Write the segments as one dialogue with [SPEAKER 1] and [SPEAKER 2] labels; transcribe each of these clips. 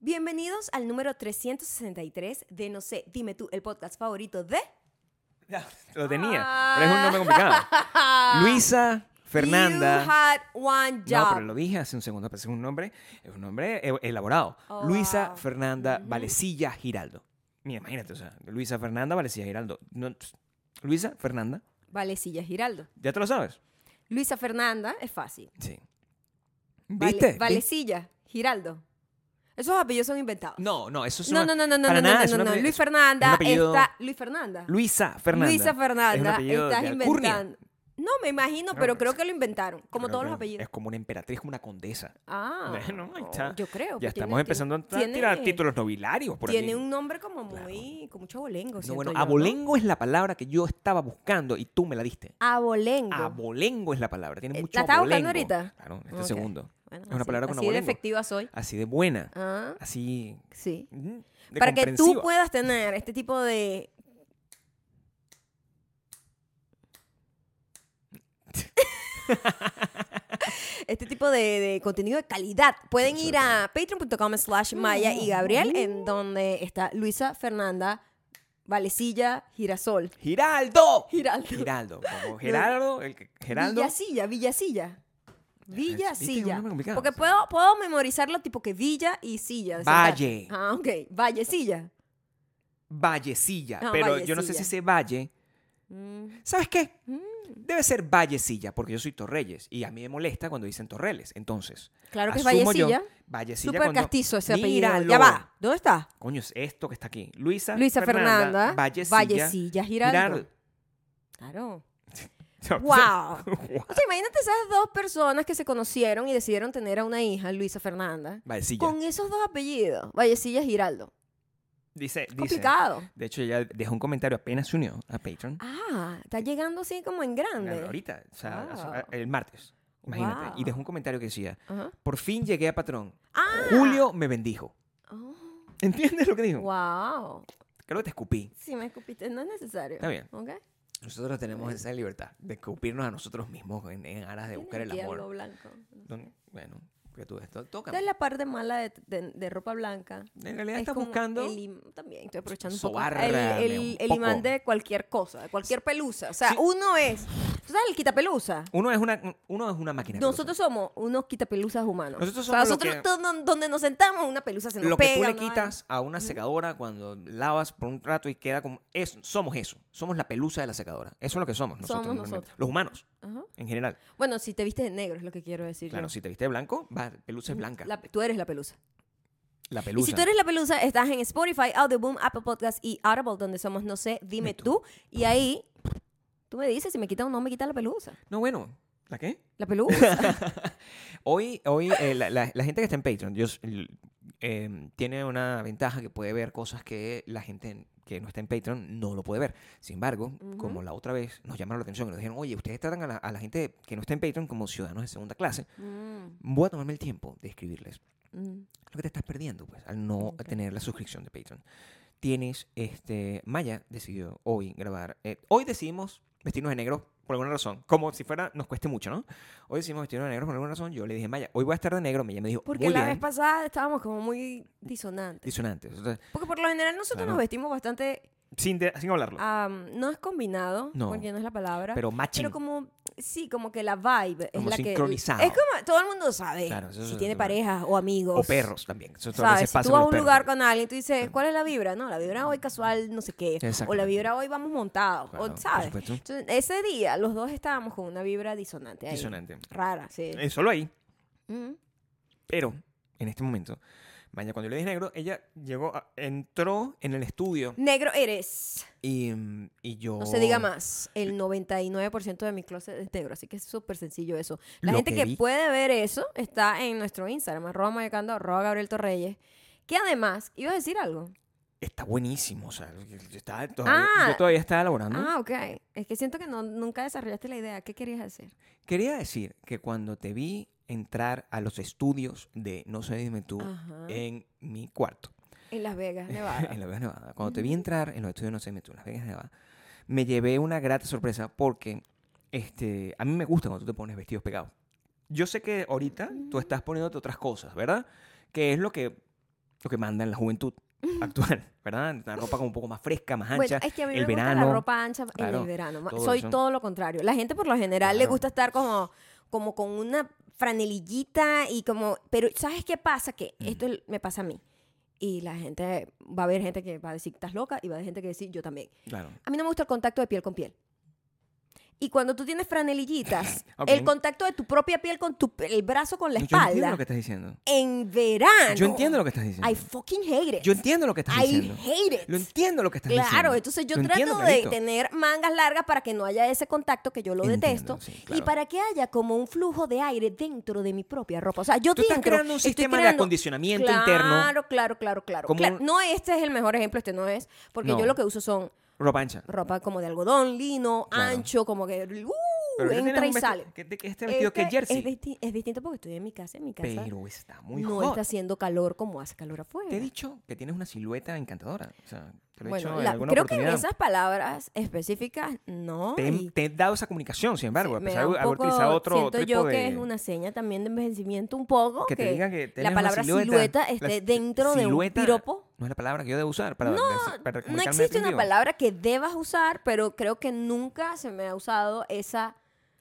[SPEAKER 1] Bienvenidos al número 363 de No sé, dime tú, el podcast favorito de...
[SPEAKER 2] Lo tenía, pero es un nombre complicado. Luisa Fernanda.
[SPEAKER 1] Ah. You had one
[SPEAKER 2] No,
[SPEAKER 1] job.
[SPEAKER 2] pero lo dije hace un segundo, pero es un nombre, es un nombre e- elaborado.
[SPEAKER 1] Oh,
[SPEAKER 2] Luisa
[SPEAKER 1] wow. Mm-hmm.
[SPEAKER 2] Fernanda Valecilla Giraldo. Mira, imagínate, o sea, Luisa Fernanda Valecilla Giraldo. No, pss, Luisa Fernanda,
[SPEAKER 1] Valecilla Giraldo.
[SPEAKER 2] ya te lo sabes.
[SPEAKER 1] Luisa Fernanda, es fácil.
[SPEAKER 2] Sí.
[SPEAKER 1] Vale-
[SPEAKER 2] ¿Viste? ¿Viste?
[SPEAKER 1] Valecilla, Giraldo. Esos apellidos son inventados.
[SPEAKER 2] No, no, eso es
[SPEAKER 1] No,
[SPEAKER 2] una-
[SPEAKER 1] no, no, no, no,
[SPEAKER 2] para
[SPEAKER 1] no,
[SPEAKER 2] nada,
[SPEAKER 1] no,
[SPEAKER 2] es
[SPEAKER 1] no,
[SPEAKER 2] un
[SPEAKER 1] no.
[SPEAKER 2] apellido-
[SPEAKER 1] Luis
[SPEAKER 2] es un
[SPEAKER 1] Fernanda
[SPEAKER 2] apellido-
[SPEAKER 1] está... Luis Fernanda.
[SPEAKER 2] Luisa Fernanda.
[SPEAKER 1] Luisa Fernanda,
[SPEAKER 2] Es un apellido
[SPEAKER 1] estás
[SPEAKER 2] de alcurnia.
[SPEAKER 1] inventando. No, me imagino,
[SPEAKER 2] No,
[SPEAKER 1] pero
[SPEAKER 2] no
[SPEAKER 1] creo
[SPEAKER 2] sé.
[SPEAKER 1] que lo inventaron, como
[SPEAKER 2] Creo
[SPEAKER 1] todos
[SPEAKER 2] que
[SPEAKER 1] los apellidos.
[SPEAKER 2] Es como una emperatriz, como una condesa.
[SPEAKER 1] Ah,
[SPEAKER 2] Bueno, ahí está.
[SPEAKER 1] yo creo.
[SPEAKER 2] ya
[SPEAKER 1] pues
[SPEAKER 2] estamos
[SPEAKER 1] tiene-
[SPEAKER 2] empezando a
[SPEAKER 1] tiene-
[SPEAKER 2] tirar títulos nobiliarios por
[SPEAKER 1] tiene
[SPEAKER 2] aquí.
[SPEAKER 1] un nombre como muy, con mucho abolengo.
[SPEAKER 2] No,
[SPEAKER 1] siento
[SPEAKER 2] bueno,
[SPEAKER 1] yo,
[SPEAKER 2] abolengo es la palabra que yo estaba buscando y tú me la diste.
[SPEAKER 1] Abolengo.
[SPEAKER 2] Abolengo es la palabra, tiene
[SPEAKER 1] Eh,
[SPEAKER 2] mucho
[SPEAKER 1] ¿la estaba buscando
[SPEAKER 2] abolengo.
[SPEAKER 1] ahorita?
[SPEAKER 2] Claro, este
[SPEAKER 1] Ok.
[SPEAKER 2] segundo.
[SPEAKER 1] Bueno,
[SPEAKER 2] es una
[SPEAKER 1] así-
[SPEAKER 2] palabra con
[SPEAKER 1] Así de
[SPEAKER 2] abolengo.
[SPEAKER 1] efectiva soy.
[SPEAKER 2] Así de buena,
[SPEAKER 1] Ah,
[SPEAKER 2] así
[SPEAKER 1] sí.
[SPEAKER 2] mm, de
[SPEAKER 1] Para que tú
[SPEAKER 2] comprensiva.
[SPEAKER 1] puedas tener este tipo de... Este tipo de, de contenido de calidad. Pueden ir a patreon.com
[SPEAKER 2] Mm,
[SPEAKER 1] slash Maya y Gabriel, en donde está Luisa Fernanda Valecilla Girasol.
[SPEAKER 2] ¡Giraldo!
[SPEAKER 1] Giraldo.
[SPEAKER 2] Giraldo, como Gerardo, el que- Geraldo.
[SPEAKER 1] Villasilla, Villasilla.
[SPEAKER 2] ¿Viste? Es un
[SPEAKER 1] Villasilla.
[SPEAKER 2] nombre complicado.
[SPEAKER 1] Porque puedo, puedo memorizarlo tipo que Villa y Silla. o sea,
[SPEAKER 2] Valle.
[SPEAKER 1] Ah, ok. Vallecilla.
[SPEAKER 2] Vallecilla,
[SPEAKER 1] Ah,
[SPEAKER 2] pero yo no sé
[SPEAKER 1] Vallecilla.
[SPEAKER 2] si ese valle.
[SPEAKER 1] Mm,
[SPEAKER 2] ¿Sabes qué?
[SPEAKER 1] Mm.
[SPEAKER 2] Debe ser Vallecilla, porque yo soy Torreyes y a mí me molesta cuando dicen Torreles. Entonces,
[SPEAKER 1] Claro que es
[SPEAKER 2] asumo yo-
[SPEAKER 1] Vallecilla.
[SPEAKER 2] Vallecilla.
[SPEAKER 1] Súper
[SPEAKER 2] cuando-
[SPEAKER 1] castizo ese apellido. Ya
[SPEAKER 2] Míralo.
[SPEAKER 1] va. ¿Dónde está?
[SPEAKER 2] Coño, es esto que está aquí. Luisa,
[SPEAKER 1] Luisa Fernanda.
[SPEAKER 2] Vallecilla,
[SPEAKER 1] Giraldo.
[SPEAKER 2] Giraldo.
[SPEAKER 1] Claro.
[SPEAKER 2] O sea,
[SPEAKER 1] ¡Wow! O sea, imagínate esas dos personas que se conocieron y decidieron tener a una hija, Luisa Fernanda.
[SPEAKER 2] Vallecilla.
[SPEAKER 1] Con esos dos apellidos, Vallecilla Giraldo.
[SPEAKER 2] Dice, dice-
[SPEAKER 1] Complicado.
[SPEAKER 2] De hecho, ella dejó un comentario apenas se unió a Patreon.
[SPEAKER 1] Ah, está llegando así como en grande.
[SPEAKER 2] Ahorita, o sea,
[SPEAKER 1] Wow.
[SPEAKER 2] el martes. Imagínate.
[SPEAKER 1] Wow.
[SPEAKER 2] Y dejó un comentario que decía,
[SPEAKER 1] Ajá.
[SPEAKER 2] por fin llegué a patrón.
[SPEAKER 1] Ah.
[SPEAKER 2] Julio me bendijo.
[SPEAKER 1] Oh,
[SPEAKER 2] ¿Entiendes lo que dijo?
[SPEAKER 1] wow.
[SPEAKER 2] Creo que te escupí.
[SPEAKER 1] Si me escupiste, no es necesario.
[SPEAKER 2] Está bien.
[SPEAKER 1] ¿Ok?
[SPEAKER 2] Nosotros tenemos esa libertad de escupirnos a nosotros mismos en, en aras de
[SPEAKER 1] Tiene
[SPEAKER 2] buscar el
[SPEAKER 1] aquí algo
[SPEAKER 2] amor.
[SPEAKER 1] blanco.
[SPEAKER 2] ¿Dónde? Bueno, que tú esto toca.
[SPEAKER 1] Esta es la parte mala de, de- de ropa blanca.
[SPEAKER 2] En realidad
[SPEAKER 1] Es
[SPEAKER 2] estás
[SPEAKER 1] como
[SPEAKER 2] buscando...
[SPEAKER 1] el im- también estoy aprovechando un poco el,
[SPEAKER 2] Sobárrame
[SPEAKER 1] el-
[SPEAKER 2] un
[SPEAKER 1] el imán
[SPEAKER 2] poco.
[SPEAKER 1] de cualquier cosa, de cualquier pelusa. O sea,
[SPEAKER 2] Sí.
[SPEAKER 1] uno es. ¿Tú sabes el quitapelusa?
[SPEAKER 2] Uno es una, uno es una máquina. pelusa.
[SPEAKER 1] Nosotros somos unos quitapelusas humanos.
[SPEAKER 2] Nosotros
[SPEAKER 1] O sea,
[SPEAKER 2] somos lo
[SPEAKER 1] nosotros
[SPEAKER 2] que-
[SPEAKER 1] todo don- donde nos sentamos, una pelusa se nos
[SPEAKER 2] lo
[SPEAKER 1] pega.
[SPEAKER 2] que tú le
[SPEAKER 1] una
[SPEAKER 2] quitas a una secadora cuando lavas por un rato y queda como es, somos eso, somos la pelusa de la secadora. Eso es lo que somos nosotros,
[SPEAKER 1] Somos
[SPEAKER 2] normalmente.
[SPEAKER 1] nosotros.
[SPEAKER 2] los humanos
[SPEAKER 1] vaina. Ajá.
[SPEAKER 2] en general.
[SPEAKER 1] Bueno, si te viste de negro, es lo que quiero decir.
[SPEAKER 2] Claro,
[SPEAKER 1] yo.
[SPEAKER 2] si te viste de blanco, va, pelusa es blanca, la,
[SPEAKER 1] La- tú eres la pelusa.
[SPEAKER 2] pelusa.
[SPEAKER 1] Y si tú eres la pelusa, estás en Spotify, Audioboom, Apple Podcast y Audible, donde somos No sé, dime
[SPEAKER 2] Dime
[SPEAKER 1] tú.
[SPEAKER 2] tú.
[SPEAKER 1] Y ahí tú me dices si me quita o no me quita la pelusa.
[SPEAKER 2] No, bueno, ¿la qué?
[SPEAKER 1] La pelusa.
[SPEAKER 2] Hoy, hoy eh, la, la- la gente que está en Patreon yo s- l- eh, tiene una ventaja que puede ver cosas que la gente en- que no está en Patreon no lo puede ver. Sin embargo,
[SPEAKER 1] Ujú.
[SPEAKER 2] como la otra vez nos llamaron la atención y nos dijeron, oye, ustedes tratan a la, a la gente que no está en Patreon como ciudadanos de segunda clase,
[SPEAKER 1] Mm,
[SPEAKER 2] voy a tomarme el tiempo de escribirles.
[SPEAKER 1] mm.
[SPEAKER 2] lo que te estás perdiendo, pues, al no
[SPEAKER 1] Ok.
[SPEAKER 2] tener la suscripción de Patreon. Tienes, este, Maya decidió hoy grabar. eh, hoy decidimos vestirnos de negro por alguna razón, como si fuera, nos cueste mucho, ¿no? Hoy decidimos vestirnos de negro por alguna razón. Yo le dije, Maya, hoy voy a estar de negro. Ella me dijo,
[SPEAKER 1] Porque
[SPEAKER 2] muy
[SPEAKER 1] la
[SPEAKER 2] bien.
[SPEAKER 1] vez pasada estábamos como muy disonantes.
[SPEAKER 2] Disonantes. O sea,
[SPEAKER 1] Porque por lo general nosotros
[SPEAKER 2] Claro.
[SPEAKER 1] nos vestimos bastante.
[SPEAKER 2] sin, de- sin hablarlo.
[SPEAKER 1] am, no es combinado,
[SPEAKER 2] No.
[SPEAKER 1] porque no es la palabra.
[SPEAKER 2] pero matching.
[SPEAKER 1] Pero como, sí, como que la vibe es
[SPEAKER 2] Como
[SPEAKER 1] la que.
[SPEAKER 2] sincronizado.
[SPEAKER 1] Es como todo el mundo sabe.
[SPEAKER 2] Claro, eso
[SPEAKER 1] si
[SPEAKER 2] es-
[SPEAKER 1] tiene parejas o amigos.
[SPEAKER 2] o perros también. Eso también se
[SPEAKER 1] ¿Sabes? Si
[SPEAKER 2] pasa
[SPEAKER 1] tú
[SPEAKER 2] con
[SPEAKER 1] vas a
[SPEAKER 2] los
[SPEAKER 1] un
[SPEAKER 2] perros
[SPEAKER 1] lugar
[SPEAKER 2] también.
[SPEAKER 1] con alguien, tú dices, ¿cuál es la vibra? No, la vibra hoy casual, no sé qué. O la
[SPEAKER 2] Exactamente.
[SPEAKER 1] vibra hoy vamos montados.
[SPEAKER 2] Claro,
[SPEAKER 1] o,
[SPEAKER 2] por
[SPEAKER 1] ¿Sabes?
[SPEAKER 2] supuesto.
[SPEAKER 1] Entonces, ese día los dos estábamos con una vibra disonante. ahí.
[SPEAKER 2] Disonante.
[SPEAKER 1] Rara, sí.
[SPEAKER 2] Eh, solo ahí.
[SPEAKER 1] Mm.
[SPEAKER 2] Pero, en este momento, Maya, cuando yo le dije negro, ella llegó, a- entró en el estudio
[SPEAKER 1] Negro eres.
[SPEAKER 2] y, mm, y yo...
[SPEAKER 1] No se diga más. El 99% de mi closet es negro, así que es súper sencillo eso. La
[SPEAKER 2] Lo
[SPEAKER 1] gente
[SPEAKER 2] que
[SPEAKER 1] que,
[SPEAKER 2] vi.
[SPEAKER 1] puede ver eso está en nuestro Instagram, arroba mayocando, arroba Gabriel Torreyes. Que además, ibas a decir algo.
[SPEAKER 2] está buenísimo. O sea, yo estaba todavía,
[SPEAKER 1] Ah.
[SPEAKER 2] yo todavía estaba elaborando.
[SPEAKER 1] Ah, ok. Es que siento que no, nunca desarrollaste la idea. ¿Qué querías hacer?
[SPEAKER 2] Quería decir que cuando te vi entrar a los estudios de No sé, dime tú, eh.
[SPEAKER 1] Ajá.
[SPEAKER 2] en mi cuarto,
[SPEAKER 1] En Las Vegas, Nevada.
[SPEAKER 2] en Las Vegas, Nevada, cuando te vi entrar en los estudios de No sé, dime tú, en Las Vegas, Nevada, me llevé una grata sorpresa porque este, a mí me gusta cuando tú te pones vestidos pegados.
[SPEAKER 1] Mm.
[SPEAKER 2] Yo sé que ahorita tú estás poniéndote otras cosas, ¿verdad? Que es lo que lo que manda en la juventud actual, ¿verdad? Una ropa como un poco más fresca, más
[SPEAKER 1] Bueno,
[SPEAKER 2] ancha.
[SPEAKER 1] es que a mí
[SPEAKER 2] el
[SPEAKER 1] me
[SPEAKER 2] verano.
[SPEAKER 1] gusta la ropa ancha en
[SPEAKER 2] claro,
[SPEAKER 1] el verano. Ma-
[SPEAKER 2] todo
[SPEAKER 1] Soy
[SPEAKER 2] eso.
[SPEAKER 1] todo lo contrario. La gente por lo general le
[SPEAKER 2] Claro.
[SPEAKER 1] gusta estar como, como con una franelillita y como... Pero ¿sabes qué pasa? Que
[SPEAKER 2] Mm.
[SPEAKER 1] esto me pasa a mí. Y la gente, va a haber gente que va a decir, estás loca, y va a haber gente que va a decir, yo también.
[SPEAKER 2] Claro.
[SPEAKER 1] A mí no me gusta el contacto de piel con piel. Y cuando tú tienes franelillitas,
[SPEAKER 2] Ok.
[SPEAKER 1] el contacto de tu propia piel con tu el brazo con la
[SPEAKER 2] Yo entiendo
[SPEAKER 1] espalda Ah,
[SPEAKER 2] lo que estás diciendo.
[SPEAKER 1] en verano.
[SPEAKER 2] Yo entiendo lo que estás diciendo.
[SPEAKER 1] I fucking hate it.
[SPEAKER 2] Yo entiendo lo que estás
[SPEAKER 1] I
[SPEAKER 2] diciendo.
[SPEAKER 1] hate it.
[SPEAKER 2] Lo entiendo lo que estás diciendo.
[SPEAKER 1] Claro, entonces yo
[SPEAKER 2] Lo
[SPEAKER 1] trato
[SPEAKER 2] entiendo,
[SPEAKER 1] de
[SPEAKER 2] Carlito.
[SPEAKER 1] tener mangas largas para que no haya ese contacto que yo lo
[SPEAKER 2] Entiendo,
[SPEAKER 1] detesto
[SPEAKER 2] sí, claro.
[SPEAKER 1] y para que haya como un flujo de aire dentro de mi propia ropa. O sea, yo
[SPEAKER 2] Tú estás
[SPEAKER 1] dentro
[SPEAKER 2] creando un
[SPEAKER 1] estoy
[SPEAKER 2] sistema de
[SPEAKER 1] creando-
[SPEAKER 2] acondicionamiento
[SPEAKER 1] Claro,
[SPEAKER 2] interno.
[SPEAKER 1] Claro, claro, claro,
[SPEAKER 2] Como
[SPEAKER 1] claro.
[SPEAKER 2] un-
[SPEAKER 1] No, este es el mejor ejemplo, este no es, porque
[SPEAKER 2] No.
[SPEAKER 1] yo lo que uso son
[SPEAKER 2] Ropa ancha.
[SPEAKER 1] ropa como de algodón, lino,
[SPEAKER 2] Claro.
[SPEAKER 1] ancho, como que uh,
[SPEAKER 2] Pero tú tienes
[SPEAKER 1] entra
[SPEAKER 2] un
[SPEAKER 1] y
[SPEAKER 2] vestido-
[SPEAKER 1] sale. Eh,
[SPEAKER 2] que- de que este vestido que es jersey.
[SPEAKER 1] Es, disti- es distinto porque estoy en mi casa, en mi casa
[SPEAKER 2] Pero está muy
[SPEAKER 1] no
[SPEAKER 2] hot.
[SPEAKER 1] está haciendo calor como hace calor afuera.
[SPEAKER 2] Te he dicho que tienes una silueta encantadora. O sea, te lo he
[SPEAKER 1] Bueno,
[SPEAKER 2] dicho en
[SPEAKER 1] la-
[SPEAKER 2] alguna
[SPEAKER 1] creo que en
[SPEAKER 2] oportunidad.
[SPEAKER 1] esas palabras específicas, no.
[SPEAKER 2] te,
[SPEAKER 1] y
[SPEAKER 2] he- te he dado esa comunicación, sin embargo, a
[SPEAKER 1] me
[SPEAKER 2] pesar
[SPEAKER 1] da
[SPEAKER 2] de
[SPEAKER 1] un
[SPEAKER 2] haber
[SPEAKER 1] poco-
[SPEAKER 2] utilizado otro
[SPEAKER 1] Siento
[SPEAKER 2] tipo
[SPEAKER 1] yo
[SPEAKER 2] de...
[SPEAKER 1] que es una seña también de envejecimiento un poco.
[SPEAKER 2] que te digan que tienes
[SPEAKER 1] la
[SPEAKER 2] una
[SPEAKER 1] palabra silueta,
[SPEAKER 2] silueta, la
[SPEAKER 1] esté
[SPEAKER 2] si-
[SPEAKER 1] dentro de un
[SPEAKER 2] silueta
[SPEAKER 1] piropo.
[SPEAKER 2] No es la palabra que yo debo usar para, des- para
[SPEAKER 1] No
[SPEAKER 2] comunicarme
[SPEAKER 1] existe una
[SPEAKER 2] definitivo.
[SPEAKER 1] palabra que debas usar, pero creo que nunca se me ha usado esa,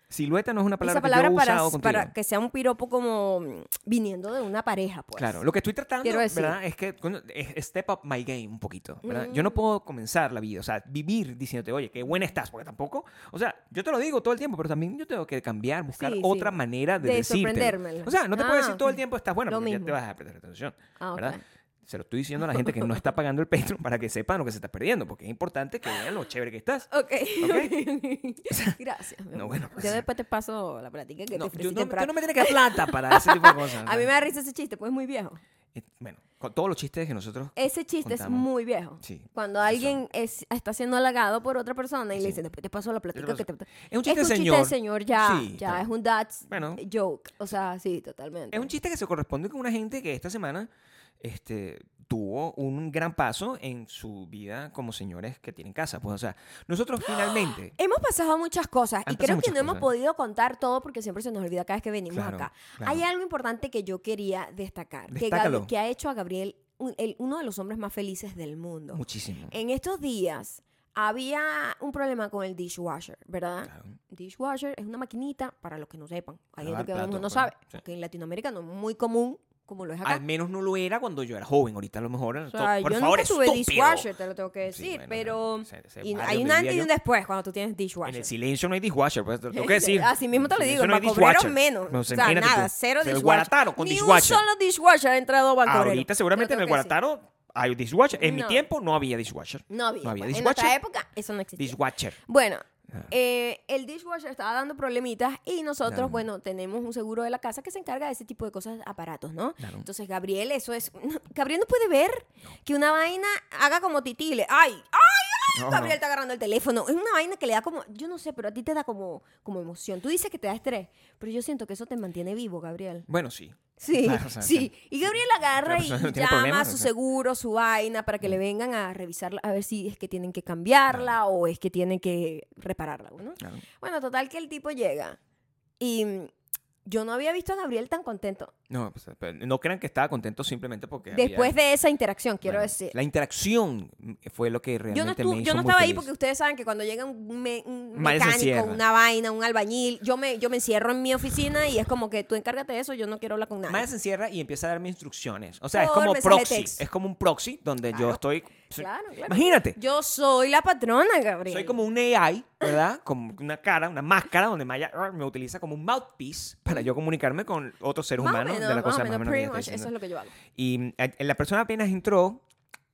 [SPEAKER 2] Silueta no es una palabra,
[SPEAKER 1] esa palabra
[SPEAKER 2] que yo he
[SPEAKER 1] para,
[SPEAKER 2] usado contigo.
[SPEAKER 1] para que sea un piropo como mm, viniendo de una pareja, pues.
[SPEAKER 2] Claro, lo que estoy tratando
[SPEAKER 1] Quiero decir-
[SPEAKER 2] ¿verdad? es que coño, es step up my game un poquito. ¿verdad? Yo
[SPEAKER 1] Mm.
[SPEAKER 2] no puedo comenzar la vida, o sea, vivir diciéndote, oye, qué buena estás, porque tampoco, o sea, yo te lo digo todo el tiempo, pero también yo tengo que cambiar, buscar
[SPEAKER 1] Sí, sí.
[SPEAKER 2] otra manera de,
[SPEAKER 1] De
[SPEAKER 2] decírtelo.
[SPEAKER 1] sorprendérmelo.
[SPEAKER 2] O sea, no te puedo
[SPEAKER 1] Ah,
[SPEAKER 2] decir todo el
[SPEAKER 1] ok.
[SPEAKER 2] tiempo estás buena,
[SPEAKER 1] Lo
[SPEAKER 2] porque ya
[SPEAKER 1] mismo.
[SPEAKER 2] te vas a prestar atención.
[SPEAKER 1] Ah, ok.
[SPEAKER 2] ¿verdad? Se lo estoy diciendo a la gente que no está pagando el Patreon para que sepan lo que se está perdiendo, porque es importante que vean lo chévere que estás.
[SPEAKER 1] Ok.
[SPEAKER 2] Ok.
[SPEAKER 1] Gracias. mi
[SPEAKER 2] No,
[SPEAKER 1] amor.
[SPEAKER 2] bueno, pues.
[SPEAKER 1] Yo después te paso la plática que
[SPEAKER 2] No,
[SPEAKER 1] te
[SPEAKER 2] yo
[SPEAKER 1] ofrecí
[SPEAKER 2] no, tú
[SPEAKER 1] temprano.
[SPEAKER 2] no me tienes que dar plata para ese tipo de cosas.
[SPEAKER 1] A mí me da risa ese chiste, pues es muy viejo.
[SPEAKER 2] Eh, Bueno, con todos los chistes que nosotros
[SPEAKER 1] Ese chiste
[SPEAKER 2] Contamos.
[SPEAKER 1] es muy viejo.
[SPEAKER 2] Sí,
[SPEAKER 1] Cuando
[SPEAKER 2] sí
[SPEAKER 1] alguien es- está siendo halagado por otra persona y
[SPEAKER 2] Sí.
[SPEAKER 1] le dicen, después te paso la plática
[SPEAKER 2] paso.
[SPEAKER 1] que te...
[SPEAKER 2] Es un chiste
[SPEAKER 1] es
[SPEAKER 2] de
[SPEAKER 1] un chiste de
[SPEAKER 2] señor.
[SPEAKER 1] señor ya.
[SPEAKER 2] Sí,
[SPEAKER 1] ya
[SPEAKER 2] claro.
[SPEAKER 1] es un dad's
[SPEAKER 2] Bueno.
[SPEAKER 1] joke. O sea, sí, totalmente.
[SPEAKER 2] Es un chiste que se corresponde con una gente que esta semana este, tuvo un gran paso en su vida como señores que tienen casa. Pues, o sea, nosotros finalmente.
[SPEAKER 1] Hemos pasado muchas cosas
[SPEAKER 2] Han
[SPEAKER 1] y creo
[SPEAKER 2] pasado
[SPEAKER 1] que no
[SPEAKER 2] muchas
[SPEAKER 1] hemos
[SPEAKER 2] cosas.
[SPEAKER 1] podido contar todo porque siempre se nos olvida cada vez que venimos
[SPEAKER 2] Claro,
[SPEAKER 1] acá.
[SPEAKER 2] claro.
[SPEAKER 1] Hay algo importante que yo quería destacar, que, Gabri-
[SPEAKER 2] Destácalo.
[SPEAKER 1] que ha hecho a Gabriel un- el- uno de los hombres más felices del mundo.
[SPEAKER 2] Muchísimo.
[SPEAKER 1] En estos días había un problema con el dishwasher, ¿verdad?
[SPEAKER 2] Claro.
[SPEAKER 1] Dishwasher es una maquinita, para los que no sepan, hay
[SPEAKER 2] Lavar
[SPEAKER 1] gente que a lo mejor
[SPEAKER 2] platos,
[SPEAKER 1] no
[SPEAKER 2] bueno,
[SPEAKER 1] sabe,
[SPEAKER 2] sí.
[SPEAKER 1] que en Latinoamérica no es muy común como lo es acá.
[SPEAKER 2] Al menos no lo era cuando yo era joven. Ahorita a lo mejor.
[SPEAKER 1] o sea,
[SPEAKER 2] por
[SPEAKER 1] yo
[SPEAKER 2] favor,
[SPEAKER 1] nunca tuve
[SPEAKER 2] estúpido.
[SPEAKER 1] dishwasher, te lo tengo que
[SPEAKER 2] Sí,
[SPEAKER 1] decir,
[SPEAKER 2] bueno,
[SPEAKER 1] pero
[SPEAKER 2] no, se- se-
[SPEAKER 1] y
[SPEAKER 2] varios
[SPEAKER 1] hay un
[SPEAKER 2] diría
[SPEAKER 1] antes y
[SPEAKER 2] yo.
[SPEAKER 1] un después cuando tú tienes
[SPEAKER 2] En el
[SPEAKER 1] dishwasher.
[SPEAKER 2] silencio no hay dishwasher, pues te lo tengo que decir.
[SPEAKER 1] Así mismo te lo
[SPEAKER 2] En el
[SPEAKER 1] digo,
[SPEAKER 2] silencio
[SPEAKER 1] en
[SPEAKER 2] no hay
[SPEAKER 1] Bacobrero
[SPEAKER 2] dishwasher.
[SPEAKER 1] menos.
[SPEAKER 2] No,
[SPEAKER 1] o
[SPEAKER 2] se-
[SPEAKER 1] sea,
[SPEAKER 2] imagínate tú.
[SPEAKER 1] nada, cero
[SPEAKER 2] Se- El
[SPEAKER 1] dishwasher.
[SPEAKER 2] Guarataro con
[SPEAKER 1] Ni
[SPEAKER 2] dishwasher. Ah,
[SPEAKER 1] un solo dishwasher ha entrado Bacobrero.
[SPEAKER 2] Ahorita
[SPEAKER 1] Te
[SPEAKER 2] seguramente en
[SPEAKER 1] lo
[SPEAKER 2] el
[SPEAKER 1] tengo que decir.
[SPEAKER 2] Guarataro hay dishwasher. En mi
[SPEAKER 1] No.
[SPEAKER 2] tiempo no había dishwasher.
[SPEAKER 1] No había.
[SPEAKER 2] No había
[SPEAKER 1] En nuestra
[SPEAKER 2] dishwasher.
[SPEAKER 1] época eso no existía.
[SPEAKER 2] Dishwasher.
[SPEAKER 1] Bueno,
[SPEAKER 2] Ah.
[SPEAKER 1] eh, el dishwasher estaba dando problemitas y nosotros,
[SPEAKER 2] Claro.
[SPEAKER 1] bueno, tenemos un seguro de la casa que se encarga de ese tipo de cosas, aparatos, ¿no?
[SPEAKER 2] Claro.
[SPEAKER 1] Entonces, Gabriel, eso es... Gabriel no puede ver que una vaina haga como titile. ¡Ay! ¡Ay! ¡Ay!
[SPEAKER 2] No, no.
[SPEAKER 1] Gabriel está agarrando el teléfono. Es una vaina que le da como... Yo no sé, pero a ti te da como, como emoción. Tú dices que te da estrés, pero yo siento que eso te mantiene vivo, Gabriel.
[SPEAKER 2] Bueno, sí.
[SPEAKER 1] Sí,
[SPEAKER 2] Claro, o sea,
[SPEAKER 1] sí. Y Gabriel agarra
[SPEAKER 2] claro,
[SPEAKER 1] y,
[SPEAKER 2] o sea, no
[SPEAKER 1] y
[SPEAKER 2] tiene
[SPEAKER 1] llama a
[SPEAKER 2] problemas,
[SPEAKER 1] su
[SPEAKER 2] o sea.
[SPEAKER 1] seguro, su vaina, para que le vengan a revisarla, a ver si es que tienen que cambiarla o es que tienen que repararla, ¿no?
[SPEAKER 2] Claro.
[SPEAKER 1] Bueno, total que el tipo llega y mm, yo no había visto a Gabriel tan contento
[SPEAKER 2] No, pues, pero no crean que estaba contento simplemente porque. había-
[SPEAKER 1] después de esa interacción, quiero
[SPEAKER 2] Bueno,
[SPEAKER 1] decir.
[SPEAKER 2] La interacción fue lo que
[SPEAKER 1] Yo no,
[SPEAKER 2] realmente
[SPEAKER 1] estu-
[SPEAKER 2] me hizo
[SPEAKER 1] yo no
[SPEAKER 2] muy
[SPEAKER 1] estaba ahí
[SPEAKER 2] feliz.
[SPEAKER 1] porque ustedes saben que cuando llega un, me- un
[SPEAKER 2] Maya se
[SPEAKER 1] mecánico,
[SPEAKER 2] encierra.
[SPEAKER 1] una vaina, un albañil, yo me, yo me encierro en mi oficina y es como que tú encárgate de eso, yo no quiero hablar con nadie.
[SPEAKER 2] Maya se encierra y empieza a darme instrucciones. O sea,
[SPEAKER 1] Por
[SPEAKER 2] es como
[SPEAKER 1] mensaje de
[SPEAKER 2] proxy.
[SPEAKER 1] texto.
[SPEAKER 2] Es como un proxy donde yo
[SPEAKER 1] Claro.
[SPEAKER 2] estoy. pues,
[SPEAKER 1] Claro, claro.
[SPEAKER 2] Imagínate.
[SPEAKER 1] Yo soy la patrona, Gabriel.
[SPEAKER 2] Soy como un AI, ¿verdad? Como una cara, una máscara donde Maya ah, me utiliza como un mouthpiece para yo comunicarme con otros seres
[SPEAKER 1] Más o
[SPEAKER 2] humanos
[SPEAKER 1] menos,
[SPEAKER 2] de la cosa
[SPEAKER 1] más o
[SPEAKER 2] más o
[SPEAKER 1] menos,
[SPEAKER 2] menos que
[SPEAKER 1] pretty
[SPEAKER 2] yo estoy
[SPEAKER 1] much, eso
[SPEAKER 2] diciendo.
[SPEAKER 1] es lo que yo hago.
[SPEAKER 2] Y mm, a- la persona apenas entró.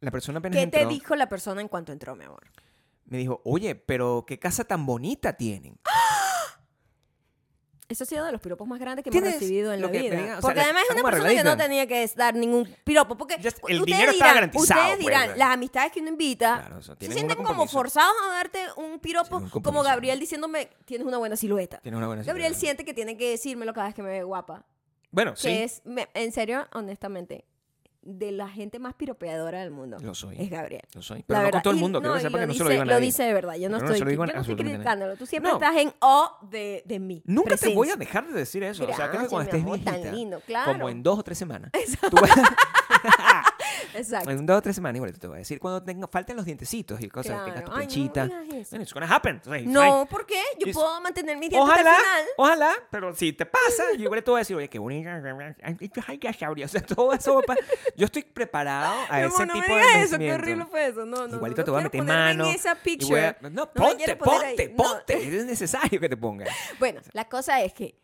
[SPEAKER 2] La persona apenas
[SPEAKER 1] ¿Qué
[SPEAKER 2] entró.
[SPEAKER 1] te dijo la persona en cuanto entró, mi amor?
[SPEAKER 2] Me dijo, oye, pero qué casa tan bonita tienen.
[SPEAKER 1] Ah, Eso ha sido de los piropos más grandes que hemos
[SPEAKER 2] ¿Tienes
[SPEAKER 1] recibido en
[SPEAKER 2] lo
[SPEAKER 1] la
[SPEAKER 2] que me
[SPEAKER 1] vida.
[SPEAKER 2] digan? O sea,
[SPEAKER 1] porque
[SPEAKER 2] la-
[SPEAKER 1] además es
[SPEAKER 2] está
[SPEAKER 1] una
[SPEAKER 2] como
[SPEAKER 1] persona que no
[SPEAKER 2] arregladita.
[SPEAKER 1] tenía que dar ningún piropo. Porque
[SPEAKER 2] Just- el
[SPEAKER 1] ustedes
[SPEAKER 2] dinero estaba
[SPEAKER 1] dirán,
[SPEAKER 2] garantizado,
[SPEAKER 1] Ustedes dirán,
[SPEAKER 2] pues.
[SPEAKER 1] las amistades que uno invita
[SPEAKER 2] Claro, o sea,
[SPEAKER 1] se
[SPEAKER 2] tienen
[SPEAKER 1] sienten
[SPEAKER 2] un
[SPEAKER 1] como
[SPEAKER 2] compromiso.
[SPEAKER 1] forzados a darte un piropo,
[SPEAKER 2] Sí,
[SPEAKER 1] como
[SPEAKER 2] un compromiso.
[SPEAKER 1] Gabriel diciéndome, tienes una buena silueta.
[SPEAKER 2] Tienes una buena
[SPEAKER 1] Gabriel
[SPEAKER 2] situación".
[SPEAKER 1] siente que tiene que decírmelo cada vez que me ve guapa.
[SPEAKER 2] Bueno, sí.
[SPEAKER 1] Que es, me- en serio, honestamente, de la gente más piropeadora del mundo.
[SPEAKER 2] Lo soy.
[SPEAKER 1] Es Gabriel.
[SPEAKER 2] Lo soy.
[SPEAKER 1] La
[SPEAKER 2] Pero no
[SPEAKER 1] verdad.
[SPEAKER 2] con todo el
[SPEAKER 1] Y-
[SPEAKER 2] mundo. Quiero que
[SPEAKER 1] y
[SPEAKER 2] sepa que no
[SPEAKER 1] dice,
[SPEAKER 2] se lo digo a nadie.
[SPEAKER 1] dice de verdad. Yo no
[SPEAKER 2] Pero
[SPEAKER 1] estoy,
[SPEAKER 2] se lo digo
[SPEAKER 1] yo
[SPEAKER 2] a
[SPEAKER 1] no estoy
[SPEAKER 2] absolutamente nadie.
[SPEAKER 1] criticándolo. Tú siempre
[SPEAKER 2] No.
[SPEAKER 1] estás en o de, de mí.
[SPEAKER 2] Nunca te voy a
[SPEAKER 1] presencia.
[SPEAKER 2] dejar de decir eso. o sea, creo que
[SPEAKER 1] Gracias,
[SPEAKER 2] cuando
[SPEAKER 1] mi
[SPEAKER 2] estés
[SPEAKER 1] amor, tan
[SPEAKER 2] viejita,
[SPEAKER 1] lindo, claro.
[SPEAKER 2] como en dos o tres semanas, tú vas-
[SPEAKER 1] Exacto.
[SPEAKER 2] En dos o tres semanas, igual te voy a decir. Cuando tenga, falten los dientecitos y cosas, tengas tu
[SPEAKER 1] Claro. Ay, no
[SPEAKER 2] conchita.
[SPEAKER 1] digas eso.
[SPEAKER 2] Bueno, it's gonna happen. O sea, it's fine.
[SPEAKER 1] No, ¿por qué? Yo
[SPEAKER 2] Es-
[SPEAKER 1] puedo mantener mis dientes hasta el
[SPEAKER 2] Ojalá,
[SPEAKER 1] final.
[SPEAKER 2] ojalá, pero si te pasa, yo igual te voy a decir, oye, qué bonita. Ay, ya sabría. O sea, todo eso. pa- Yo estoy preparado a
[SPEAKER 1] Mi
[SPEAKER 2] ese
[SPEAKER 1] amor, no
[SPEAKER 2] tipo
[SPEAKER 1] me
[SPEAKER 2] de
[SPEAKER 1] digas eso, qué
[SPEAKER 2] vencimiento.
[SPEAKER 1] horrible fue eso. No, no,
[SPEAKER 2] Igualito
[SPEAKER 1] no,
[SPEAKER 2] te
[SPEAKER 1] no
[SPEAKER 2] voy a
[SPEAKER 1] quiero
[SPEAKER 2] meter
[SPEAKER 1] ponerme
[SPEAKER 2] mano.
[SPEAKER 1] en esa
[SPEAKER 2] y voy
[SPEAKER 1] picture.
[SPEAKER 2] a- no,
[SPEAKER 1] me
[SPEAKER 2] ponte,
[SPEAKER 1] quiero poner ahí,
[SPEAKER 2] ponte,
[SPEAKER 1] no.
[SPEAKER 2] ponte. Es necesario que te pongas.
[SPEAKER 1] Bueno, la cosa es que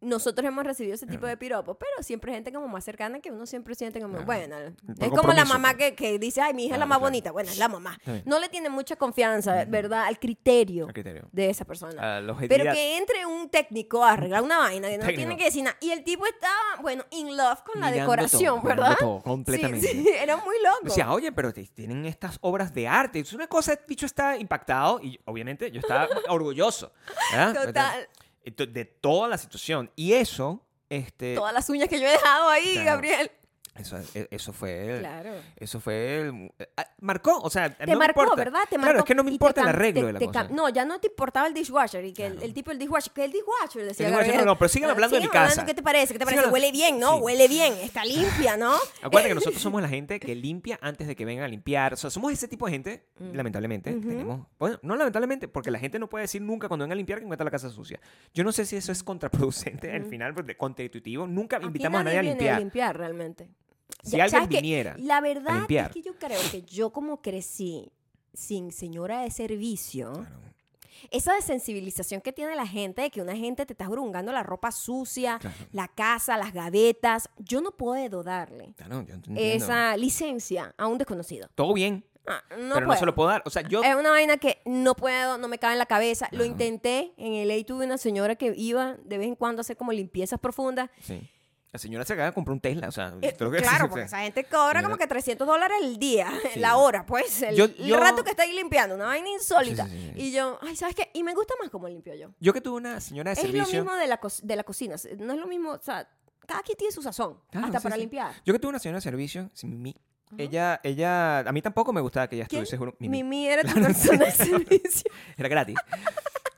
[SPEAKER 1] nosotros hemos recibido ese tipo de piropos, pero siempre gente como más cercana que uno siempre siente como,
[SPEAKER 2] Claro.
[SPEAKER 1] bueno, es como la
[SPEAKER 2] compromiso,
[SPEAKER 1] mamá
[SPEAKER 2] pues.
[SPEAKER 1] que, que dice, ay, mi hija es la
[SPEAKER 2] Claro,
[SPEAKER 1] más
[SPEAKER 2] claro.
[SPEAKER 1] bonita. Bueno, es la mamá.
[SPEAKER 2] Está bien.
[SPEAKER 1] No le tiene mucha confianza, ¿verdad? Al criterio,
[SPEAKER 2] Al criterio.
[SPEAKER 1] de esa persona.
[SPEAKER 2] A la objetividad.
[SPEAKER 1] Pero que entre un técnico a arreglar una vaina que no
[SPEAKER 2] Técnico.
[SPEAKER 1] tiene que decir nada. Y el tipo estaba, bueno, in love con la
[SPEAKER 2] Mirando
[SPEAKER 1] decoración,
[SPEAKER 2] todo,
[SPEAKER 1] ¿verdad?
[SPEAKER 2] mirando todo, completamente.
[SPEAKER 1] Sí, sí, era muy loco.
[SPEAKER 2] Decía, oye, pero te- tienen estas obras de arte. Es una cosa, el bicho está impactado y obviamente yo estaba orgulloso. "Ah, ¿verdad?
[SPEAKER 1] Total.
[SPEAKER 2] Ento- De toda la situación. Y eso, este,
[SPEAKER 1] Todas las uñas que yo he dejado ahí,
[SPEAKER 2] Claro.
[SPEAKER 1] Gabriel.
[SPEAKER 2] eso, e- eso fue...
[SPEAKER 1] Claro.
[SPEAKER 2] Eso fue... el- ah, marcó, o sea,
[SPEAKER 1] Te
[SPEAKER 2] no me
[SPEAKER 1] marcó,
[SPEAKER 2] importa.
[SPEAKER 1] ¿verdad? Te marcó.
[SPEAKER 2] Claro, es que no me
[SPEAKER 1] Y te
[SPEAKER 2] importa el
[SPEAKER 1] cam-
[SPEAKER 2] arreglo
[SPEAKER 1] te-
[SPEAKER 2] de la
[SPEAKER 1] te
[SPEAKER 2] cosa.
[SPEAKER 1] cam- No, ya no te importaba el dishwasher y que el,
[SPEAKER 2] Claro.
[SPEAKER 1] el tipo del dishwasher, que el dishwasher decía
[SPEAKER 2] El dishwasher,
[SPEAKER 1] Gabriel.
[SPEAKER 2] no, no, pero sigan
[SPEAKER 1] Ah,
[SPEAKER 2] hablando de mi
[SPEAKER 1] sigan hablando,
[SPEAKER 2] casa.
[SPEAKER 1] ¿Qué te parece? ¿Qué te
[SPEAKER 2] Sigan
[SPEAKER 1] parece?
[SPEAKER 2] hab-
[SPEAKER 1] Huele bien, ¿no?
[SPEAKER 2] Sí.
[SPEAKER 1] Huele bien, está limpia, ¿no?
[SPEAKER 2] Acuérdate que nosotros somos la gente que limpia antes de que vengan a limpiar. O sea, somos ese tipo de gente, lamentablemente.
[SPEAKER 1] Mm. Ujú.
[SPEAKER 2] Tenemos. Bueno, no lamentablemente, porque la gente no puede decir nunca cuando venga a limpiar que encuentra la casa sucia. Yo no sé si eso es contraproducente al final, porque contraintuitivo. Nunca
[SPEAKER 1] Aquí
[SPEAKER 2] invitamos a nadie
[SPEAKER 1] nadie
[SPEAKER 2] a
[SPEAKER 1] viene
[SPEAKER 2] limpiar.
[SPEAKER 1] limpiar realmente.
[SPEAKER 2] Si
[SPEAKER 1] Ya,
[SPEAKER 2] alguien
[SPEAKER 1] ¿sabes qué?
[SPEAKER 2] viniera
[SPEAKER 1] La
[SPEAKER 2] a
[SPEAKER 1] verdad es
[SPEAKER 2] limpiar.
[SPEAKER 1] que yo creo que yo como crecí sin señora de servicio,
[SPEAKER 2] Claro.
[SPEAKER 1] esa desensibilización que tiene la gente de que una gente te está grungando la ropa sucia,
[SPEAKER 2] Claro.
[SPEAKER 1] la casa, las gavetas, yo no puedo darle
[SPEAKER 2] Ah, no, yo entiendo.
[SPEAKER 1] esa licencia a un desconocido.
[SPEAKER 2] Todo bien,
[SPEAKER 1] Ah, no Eh,
[SPEAKER 2] pero
[SPEAKER 1] puedo.
[SPEAKER 2] no se lo puedo dar. O sea, yo.
[SPEAKER 1] Es una vaina que no puedo, no me cabe en la cabeza. Lo
[SPEAKER 2] Ajá.
[SPEAKER 1] intenté. En el LA tuve una señora que iba de vez en cuando a hacer como limpiezas profundas.
[SPEAKER 2] Sí. La señora se acaba de comprar un Tesla. O sea,
[SPEAKER 1] Eh,
[SPEAKER 2] Pues, creo que-
[SPEAKER 1] claro,
[SPEAKER 2] sí,
[SPEAKER 1] porque
[SPEAKER 2] sí.
[SPEAKER 1] esa gente cobra como
[SPEAKER 2] Señora-
[SPEAKER 1] que 300 dólares el día,
[SPEAKER 2] Sí.
[SPEAKER 1] la hora, pues. El,
[SPEAKER 2] Yo-
[SPEAKER 1] el
[SPEAKER 2] yo-
[SPEAKER 1] rato que está ahí limpiando, una vaina insólita.
[SPEAKER 2] Sí, sí, sí, sí.
[SPEAKER 1] Y yo, ay, ¿sabes qué? Y me gusta más cómo limpio yo.
[SPEAKER 2] Yo que tuve una señora
[SPEAKER 1] Es
[SPEAKER 2] de servicio.
[SPEAKER 1] lo mismo de la, co- de la cocina. No es lo mismo, o sea, cada quien tiene su sazón,
[SPEAKER 2] Claro,
[SPEAKER 1] hasta
[SPEAKER 2] sí,
[SPEAKER 1] para
[SPEAKER 2] sí.
[SPEAKER 1] limpiar.
[SPEAKER 2] Yo que tuve una señora de servicio, sí, Mimi. Ella, ella, a mí tampoco me gustaba que ella
[SPEAKER 1] ¿Quién?
[SPEAKER 2] estuviese seguro. Mimi.
[SPEAKER 1] Mimi era tu
[SPEAKER 2] Claro,
[SPEAKER 1] persona de servicio.
[SPEAKER 2] Era gratis.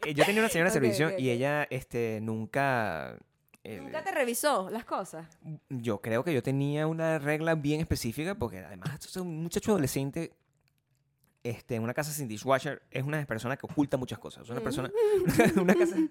[SPEAKER 2] Eh, Yo tenía una señora de
[SPEAKER 1] Ok,
[SPEAKER 2] servicio
[SPEAKER 1] ok, ok.
[SPEAKER 2] y ella, este, nunca. eh,
[SPEAKER 1] Nunca te revisó las cosas.
[SPEAKER 2] Yo creo que yo tenía una regla bien específica porque además esto es un muchacho adolescente. Este, en una casa sin dishwasher es una persona que oculta muchas cosas. Es una persona. Una casa, en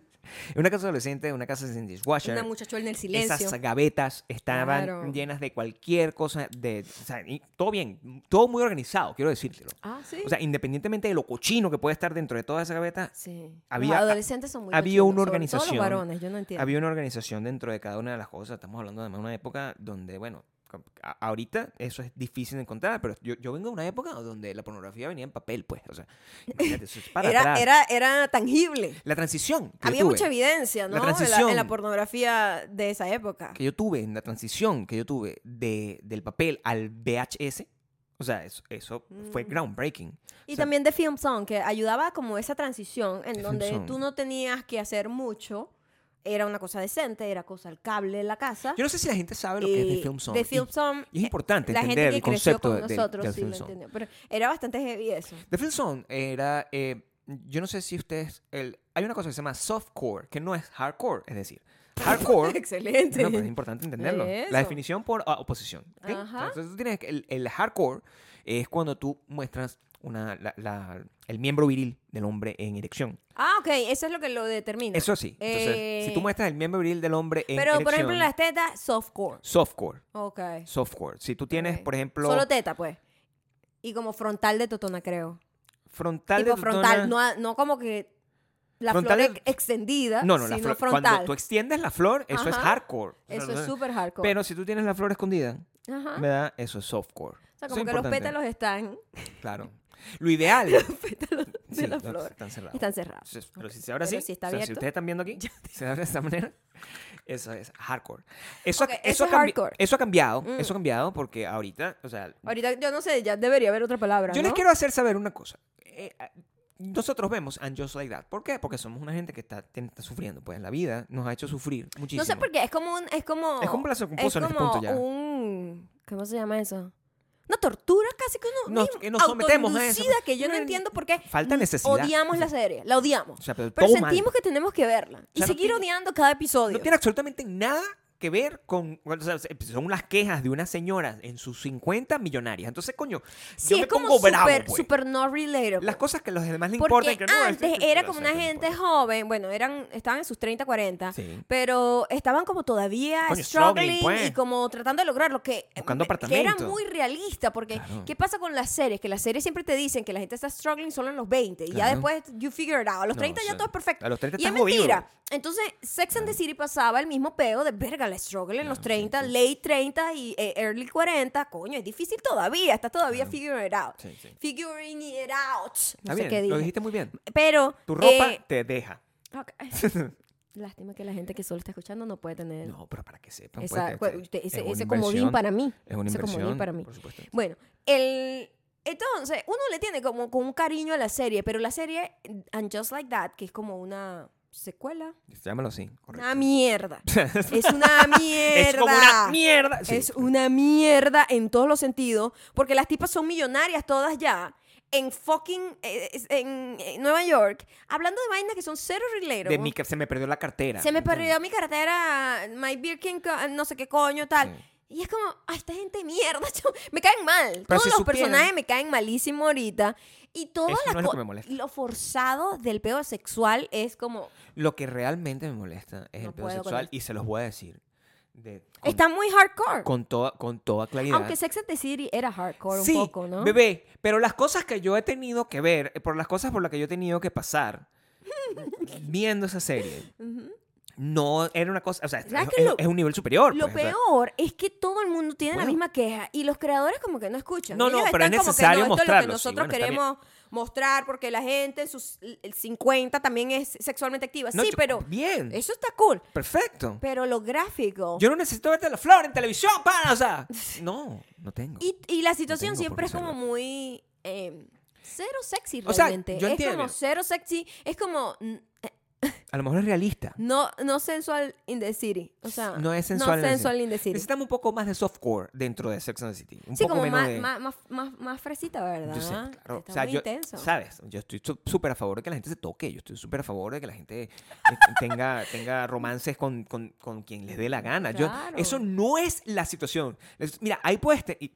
[SPEAKER 2] una casa adolescente, una casa sin dishwasher.
[SPEAKER 1] Una muchachuela en el silencio.
[SPEAKER 2] Esas gavetas estaban
[SPEAKER 1] Claro.
[SPEAKER 2] llenas de cualquier cosa. De, o sea, y todo bien, todo muy organizado, quiero decírtelo.
[SPEAKER 1] Ah, sí.
[SPEAKER 2] O sea, independientemente de lo cochino que puede estar dentro de toda esa gaveta,
[SPEAKER 1] Sí.
[SPEAKER 2] Había-
[SPEAKER 1] los adolescentes son muy
[SPEAKER 2] había
[SPEAKER 1] cochinos, sobre todo
[SPEAKER 2] una organización,
[SPEAKER 1] los varones, yo no entiendo.
[SPEAKER 2] había una organización dentro de cada una de las cosas. Estamos hablando además de una época donde, bueno, com- a- ahorita eso es difícil de encontrar, pero yo, yo vengo de una época donde la pornografía venía en papel, pues. O sea, imagínate, eso es para
[SPEAKER 1] era,
[SPEAKER 2] atrás.
[SPEAKER 1] era, era tangible.
[SPEAKER 2] La transición. que yo
[SPEAKER 1] Había
[SPEAKER 2] tuve,
[SPEAKER 1] mucha evidencia, ¿no? En
[SPEAKER 2] La
[SPEAKER 1] en en la
[SPEAKER 2] transición.
[SPEAKER 1] pornografía de esa época.
[SPEAKER 2] que yo tuve, en la transición que yo tuve de, del papel al VHS, o sea, eso, eso fue
[SPEAKER 1] Mm.
[SPEAKER 2] groundbreaking.
[SPEAKER 1] Y
[SPEAKER 2] o sea-
[SPEAKER 1] también de Film Song, que ayudaba como esa transición en
[SPEAKER 2] Film
[SPEAKER 1] donde
[SPEAKER 2] Song.
[SPEAKER 1] tú no tenías que hacer mucho. Era una cosa decente, era cosa al cable en la casa.
[SPEAKER 2] Yo no sé si la gente sabe lo que es
[SPEAKER 1] Y
[SPEAKER 2] de Film Song.
[SPEAKER 1] eh, de
[SPEAKER 2] y-
[SPEAKER 1] Film Song, eh,
[SPEAKER 2] y es importante
[SPEAKER 1] la gente
[SPEAKER 2] entender
[SPEAKER 1] que
[SPEAKER 2] el
[SPEAKER 1] creció
[SPEAKER 2] concepto
[SPEAKER 1] con
[SPEAKER 2] del-
[SPEAKER 1] nosotros
[SPEAKER 2] del
[SPEAKER 1] sí
[SPEAKER 2] Film
[SPEAKER 1] lo
[SPEAKER 2] Song.
[SPEAKER 1] entendió. Pero era bastante heavy eso.
[SPEAKER 2] The Film Zone era. eh, yo no sé si ustedes. El, hay una cosa que se llama softcore, que no es hardcore. Es decir, hardcore.
[SPEAKER 1] Excelente.
[SPEAKER 2] no, pero es importante entenderlo.
[SPEAKER 1] Eso.
[SPEAKER 2] La definición por ah, oposición. ¿ok?
[SPEAKER 1] Ajá.
[SPEAKER 2] Entonces tú tienes que- el, el hardcore es cuando tú muestras una, la- la- el miembro viril del hombre en erección.
[SPEAKER 1] Ah, ok, eso es lo que lo determina.
[SPEAKER 2] Eso sí. Entonces,
[SPEAKER 1] Eh,
[SPEAKER 2] si tú muestras el miembro viril del hombre en
[SPEAKER 1] Pero,
[SPEAKER 2] erección.
[SPEAKER 1] por ejemplo, las tetas, softcore.
[SPEAKER 2] Softcore.
[SPEAKER 1] Ok.
[SPEAKER 2] Softcore. Si tú tienes,
[SPEAKER 1] Ok.
[SPEAKER 2] por ejemplo,
[SPEAKER 1] Solo teta, pues. Y como frontal de totona, creo.
[SPEAKER 2] frontal
[SPEAKER 1] tipo
[SPEAKER 2] de tu zona-
[SPEAKER 1] frontal, no, a- no como que la
[SPEAKER 2] Frontal
[SPEAKER 1] flor
[SPEAKER 2] de-
[SPEAKER 1] ex- extendida,
[SPEAKER 2] No, no, la
[SPEAKER 1] sino
[SPEAKER 2] flor,
[SPEAKER 1] frontal.
[SPEAKER 2] cuando tú extiendes la flor, eso es
[SPEAKER 1] Ajá.
[SPEAKER 2] hardcore. O sea,
[SPEAKER 1] Eso
[SPEAKER 2] no
[SPEAKER 1] es
[SPEAKER 2] sé.
[SPEAKER 1] súper hardcore.
[SPEAKER 2] Pero si tú tienes la flor escondida,
[SPEAKER 1] Ajá.
[SPEAKER 2] ¿verdad? Eso es
[SPEAKER 1] Ah.
[SPEAKER 2] softcore.
[SPEAKER 1] O sea,
[SPEAKER 2] Eso
[SPEAKER 1] como
[SPEAKER 2] es
[SPEAKER 1] que los
[SPEAKER 2] importante.
[SPEAKER 1] pétalos están,
[SPEAKER 2] Claro. Lo ideal.
[SPEAKER 1] pétalos de
[SPEAKER 2] Sí,
[SPEAKER 1] la
[SPEAKER 2] no,
[SPEAKER 1] flor
[SPEAKER 2] Están cerrados.
[SPEAKER 1] están cerrados.
[SPEAKER 2] Sí, Pero si se abre
[SPEAKER 1] Pero
[SPEAKER 2] así,
[SPEAKER 1] si está
[SPEAKER 2] o sea, si
[SPEAKER 1] abierto.
[SPEAKER 2] ustedes están viendo aquí, se abre de esta manera. Eso es hardcore. Eso,
[SPEAKER 1] Ok,
[SPEAKER 2] ha-
[SPEAKER 1] eso
[SPEAKER 2] eso,
[SPEAKER 1] es
[SPEAKER 2] ha cambi-
[SPEAKER 1] hardcore.
[SPEAKER 2] eso ha cambiado.
[SPEAKER 1] Mm.
[SPEAKER 2] Eso ha cambiado porque ahorita, o sea,
[SPEAKER 1] Ahorita, yo no sé, ya debería haber otra palabra,
[SPEAKER 2] yo
[SPEAKER 1] ¿no?
[SPEAKER 2] les quiero hacer saber una cosa. Eh, a- nosotros vemos And Just Like That. ¿Por qué? Porque somos una gente que está, tiene- está sufriendo. Pues la vida nos ha hecho sufrir muchísimo.
[SPEAKER 1] No sé por qué, es como un... Es como,
[SPEAKER 2] Es como un placer
[SPEAKER 1] es
[SPEAKER 2] culposo en este
[SPEAKER 1] como
[SPEAKER 2] punto ya.
[SPEAKER 1] un... ¿Cómo se llama eso? Una tortura casi que uno
[SPEAKER 2] Nos-
[SPEAKER 1] mismo,
[SPEAKER 2] que nos sometemos a eso. pues.
[SPEAKER 1] autoinducida, que yo no
[SPEAKER 2] Una-
[SPEAKER 1] entiendo por qué
[SPEAKER 2] falta necesidad.
[SPEAKER 1] odiamos la serie, la odiamos.
[SPEAKER 2] O sea, pero,
[SPEAKER 1] Pero
[SPEAKER 2] todo mal.
[SPEAKER 1] sentimos que tenemos que verla. Y
[SPEAKER 2] O sea, no
[SPEAKER 1] seguir
[SPEAKER 2] tiene-
[SPEAKER 1] odiando cada episodio.
[SPEAKER 2] No tiene absolutamente nada que ver con. O sea, son las quejas de una señora en sus 50 millonarias. Entonces, coño,
[SPEAKER 1] Sí,
[SPEAKER 2] yo
[SPEAKER 1] es
[SPEAKER 2] me
[SPEAKER 1] como
[SPEAKER 2] pongo bravo.
[SPEAKER 1] super,
[SPEAKER 2] pues.
[SPEAKER 1] super no relatable.
[SPEAKER 2] Las cosas que a los demás le
[SPEAKER 1] Porque
[SPEAKER 2] importan. que no, este,
[SPEAKER 1] antes
[SPEAKER 2] esto-
[SPEAKER 1] era
[SPEAKER 2] o
[SPEAKER 1] como
[SPEAKER 2] sea,
[SPEAKER 1] una
[SPEAKER 2] que no
[SPEAKER 1] gente
[SPEAKER 2] importa.
[SPEAKER 1] joven, bueno, eran estaban en sus 30, 40,
[SPEAKER 2] Sí.
[SPEAKER 1] pero estaban como todavía
[SPEAKER 2] Coño,
[SPEAKER 1] struggling,
[SPEAKER 2] struggling, pues.
[SPEAKER 1] y como tratando de lograr lo que,
[SPEAKER 2] Buscando
[SPEAKER 1] que era
[SPEAKER 2] apartamento.
[SPEAKER 1] muy realista, porque
[SPEAKER 2] Claro.
[SPEAKER 1] ¿qué pasa con las series? Que las series siempre te dicen que la gente está struggling solo en los 20 y ya
[SPEAKER 2] Claro.
[SPEAKER 1] después you figure it out. A los
[SPEAKER 2] No,
[SPEAKER 1] 30
[SPEAKER 2] o
[SPEAKER 1] ya
[SPEAKER 2] sea,
[SPEAKER 1] todo es perfecto.
[SPEAKER 2] a los 30
[SPEAKER 1] y es
[SPEAKER 2] estás jodido.
[SPEAKER 1] mentira. Entonces, Sex and the City pasaba el mismo peo de verga, la struggle en los 30, late 30 y eh, early 40, coño, es difícil todavía, estás todavía figuring it out.
[SPEAKER 2] Sí, sí.
[SPEAKER 1] Figuring it out. No
[SPEAKER 2] Está
[SPEAKER 1] sé
[SPEAKER 2] bien,
[SPEAKER 1] qué
[SPEAKER 2] lo
[SPEAKER 1] dije.
[SPEAKER 2] dijiste muy bien.
[SPEAKER 1] Pero.
[SPEAKER 2] Tu ropa
[SPEAKER 1] eh,
[SPEAKER 2] te deja.
[SPEAKER 1] ok. Lástima que la gente que solo está escuchando no puede tener
[SPEAKER 2] No, pero para que sepan.
[SPEAKER 1] eh, esa-
[SPEAKER 2] pues,
[SPEAKER 1] cu-
[SPEAKER 2] que-
[SPEAKER 1] te-
[SPEAKER 2] que
[SPEAKER 1] ese,
[SPEAKER 2] es una
[SPEAKER 1] ese comodín
[SPEAKER 2] inversión,
[SPEAKER 1] para mí.
[SPEAKER 2] Es una
[SPEAKER 1] ese
[SPEAKER 2] inversión.
[SPEAKER 1] comodín para mí.
[SPEAKER 2] Por supuesto.
[SPEAKER 1] Bueno, el. Entonces, uno le tiene como con un cariño a la serie, pero la serie And Just Like That, que es como una secuela,
[SPEAKER 2] Llámalo así,
[SPEAKER 1] Ah,
[SPEAKER 2] correcto.
[SPEAKER 1] una mierda. es una mierda.
[SPEAKER 2] Es como una mierda. Sí.
[SPEAKER 1] Es una mierda en todos los sentidos, porque las tipas son millonarias todas ya. En fucking. eh, es- en, en Nueva York, hablando de vainas que son cero related.
[SPEAKER 2] de mi ca- se me perdió la cartera.
[SPEAKER 1] Se me perdió mi cartera, my Birkin, co- no sé qué coño, tal.
[SPEAKER 2] Sí.
[SPEAKER 1] Y es como, ay, esta gente de mierda, chamo, me caen mal. Todos
[SPEAKER 2] si
[SPEAKER 1] los
[SPEAKER 2] supieran-
[SPEAKER 1] personajes me caen malísimo ahorita. Y todas
[SPEAKER 2] Eso
[SPEAKER 1] las
[SPEAKER 2] no es lo que
[SPEAKER 1] co-
[SPEAKER 2] me molesta.
[SPEAKER 1] lo forzado del peor sexual es como,
[SPEAKER 2] Lo que realmente me molesta es
[SPEAKER 1] No
[SPEAKER 2] el pedo
[SPEAKER 1] puedo con
[SPEAKER 2] sexual
[SPEAKER 1] esto.
[SPEAKER 2] y se los voy a decir de- con,
[SPEAKER 1] está muy hardcore.
[SPEAKER 2] con toda con toda claridad.
[SPEAKER 1] Aunque Sex and the City era hardcore
[SPEAKER 2] sí,
[SPEAKER 1] un poco, ¿no?
[SPEAKER 2] bebé, pero las cosas que yo he tenido que ver, eh, por las cosas por las que yo he tenido que pasar viendo esa serie, no era una cosa, o sea, es,
[SPEAKER 1] ¿Sabes
[SPEAKER 2] es-
[SPEAKER 1] que lo-
[SPEAKER 2] es un nivel superior.
[SPEAKER 1] Lo
[SPEAKER 2] pues, o sea,
[SPEAKER 1] peor es que todo el mundo tiene la
[SPEAKER 2] Bueno.
[SPEAKER 1] misma queja y los creadores como que no escuchan.
[SPEAKER 2] No, no,
[SPEAKER 1] Ellos
[SPEAKER 2] pero
[SPEAKER 1] están
[SPEAKER 2] es
[SPEAKER 1] como que,
[SPEAKER 2] necesario
[SPEAKER 1] no, esto es lo que
[SPEAKER 2] mostrarlo, sí,
[SPEAKER 1] nosotros
[SPEAKER 2] bueno, está bien.
[SPEAKER 1] queremos mostrar porque la gente en sus el 50 también es sexualmente activa.
[SPEAKER 2] no,
[SPEAKER 1] sí,
[SPEAKER 2] yo-
[SPEAKER 1] pero
[SPEAKER 2] bien,
[SPEAKER 1] eso está cool.
[SPEAKER 2] perfecto.
[SPEAKER 1] Pero lo gráfico.
[SPEAKER 2] Yo no necesito verte la flor en televisión, para, o sea, no, no tengo.
[SPEAKER 1] y, y la situación
[SPEAKER 2] tengo
[SPEAKER 1] siempre
[SPEAKER 2] por qué
[SPEAKER 1] es como
[SPEAKER 2] hacerlo.
[SPEAKER 1] muy... eh, cero sexy
[SPEAKER 2] O sea,
[SPEAKER 1] realmente.
[SPEAKER 2] yo
[SPEAKER 1] es como
[SPEAKER 2] entiendo.
[SPEAKER 1] cero sexy. Es como mm,
[SPEAKER 2] A lo mejor es realista.
[SPEAKER 1] no, no sensual in the city. O sea,
[SPEAKER 2] No es sensual.
[SPEAKER 1] no
[SPEAKER 2] en el
[SPEAKER 1] sensual
[SPEAKER 2] cine.
[SPEAKER 1] in the city.
[SPEAKER 2] Necesitamos un poco más de softcore dentro de Sex and the City. Un
[SPEAKER 1] Sí,
[SPEAKER 2] poco
[SPEAKER 1] como
[SPEAKER 2] menos
[SPEAKER 1] más,
[SPEAKER 2] de.
[SPEAKER 1] más, más, más, más fresita, ¿verdad?
[SPEAKER 2] yo sé, claro.
[SPEAKER 1] Está
[SPEAKER 2] o sea,
[SPEAKER 1] muy
[SPEAKER 2] yo,
[SPEAKER 1] intenso.
[SPEAKER 2] ¿Sabes? Yo estoy su- súper a favor de que la gente se toque. Yo estoy súper a favor de que la gente eh, tenga, tenga romances con, con- con quien les dé la gana. Yo-
[SPEAKER 1] Claro.
[SPEAKER 2] eso no es la situación. Es- Mira, ahí puedes, te- y-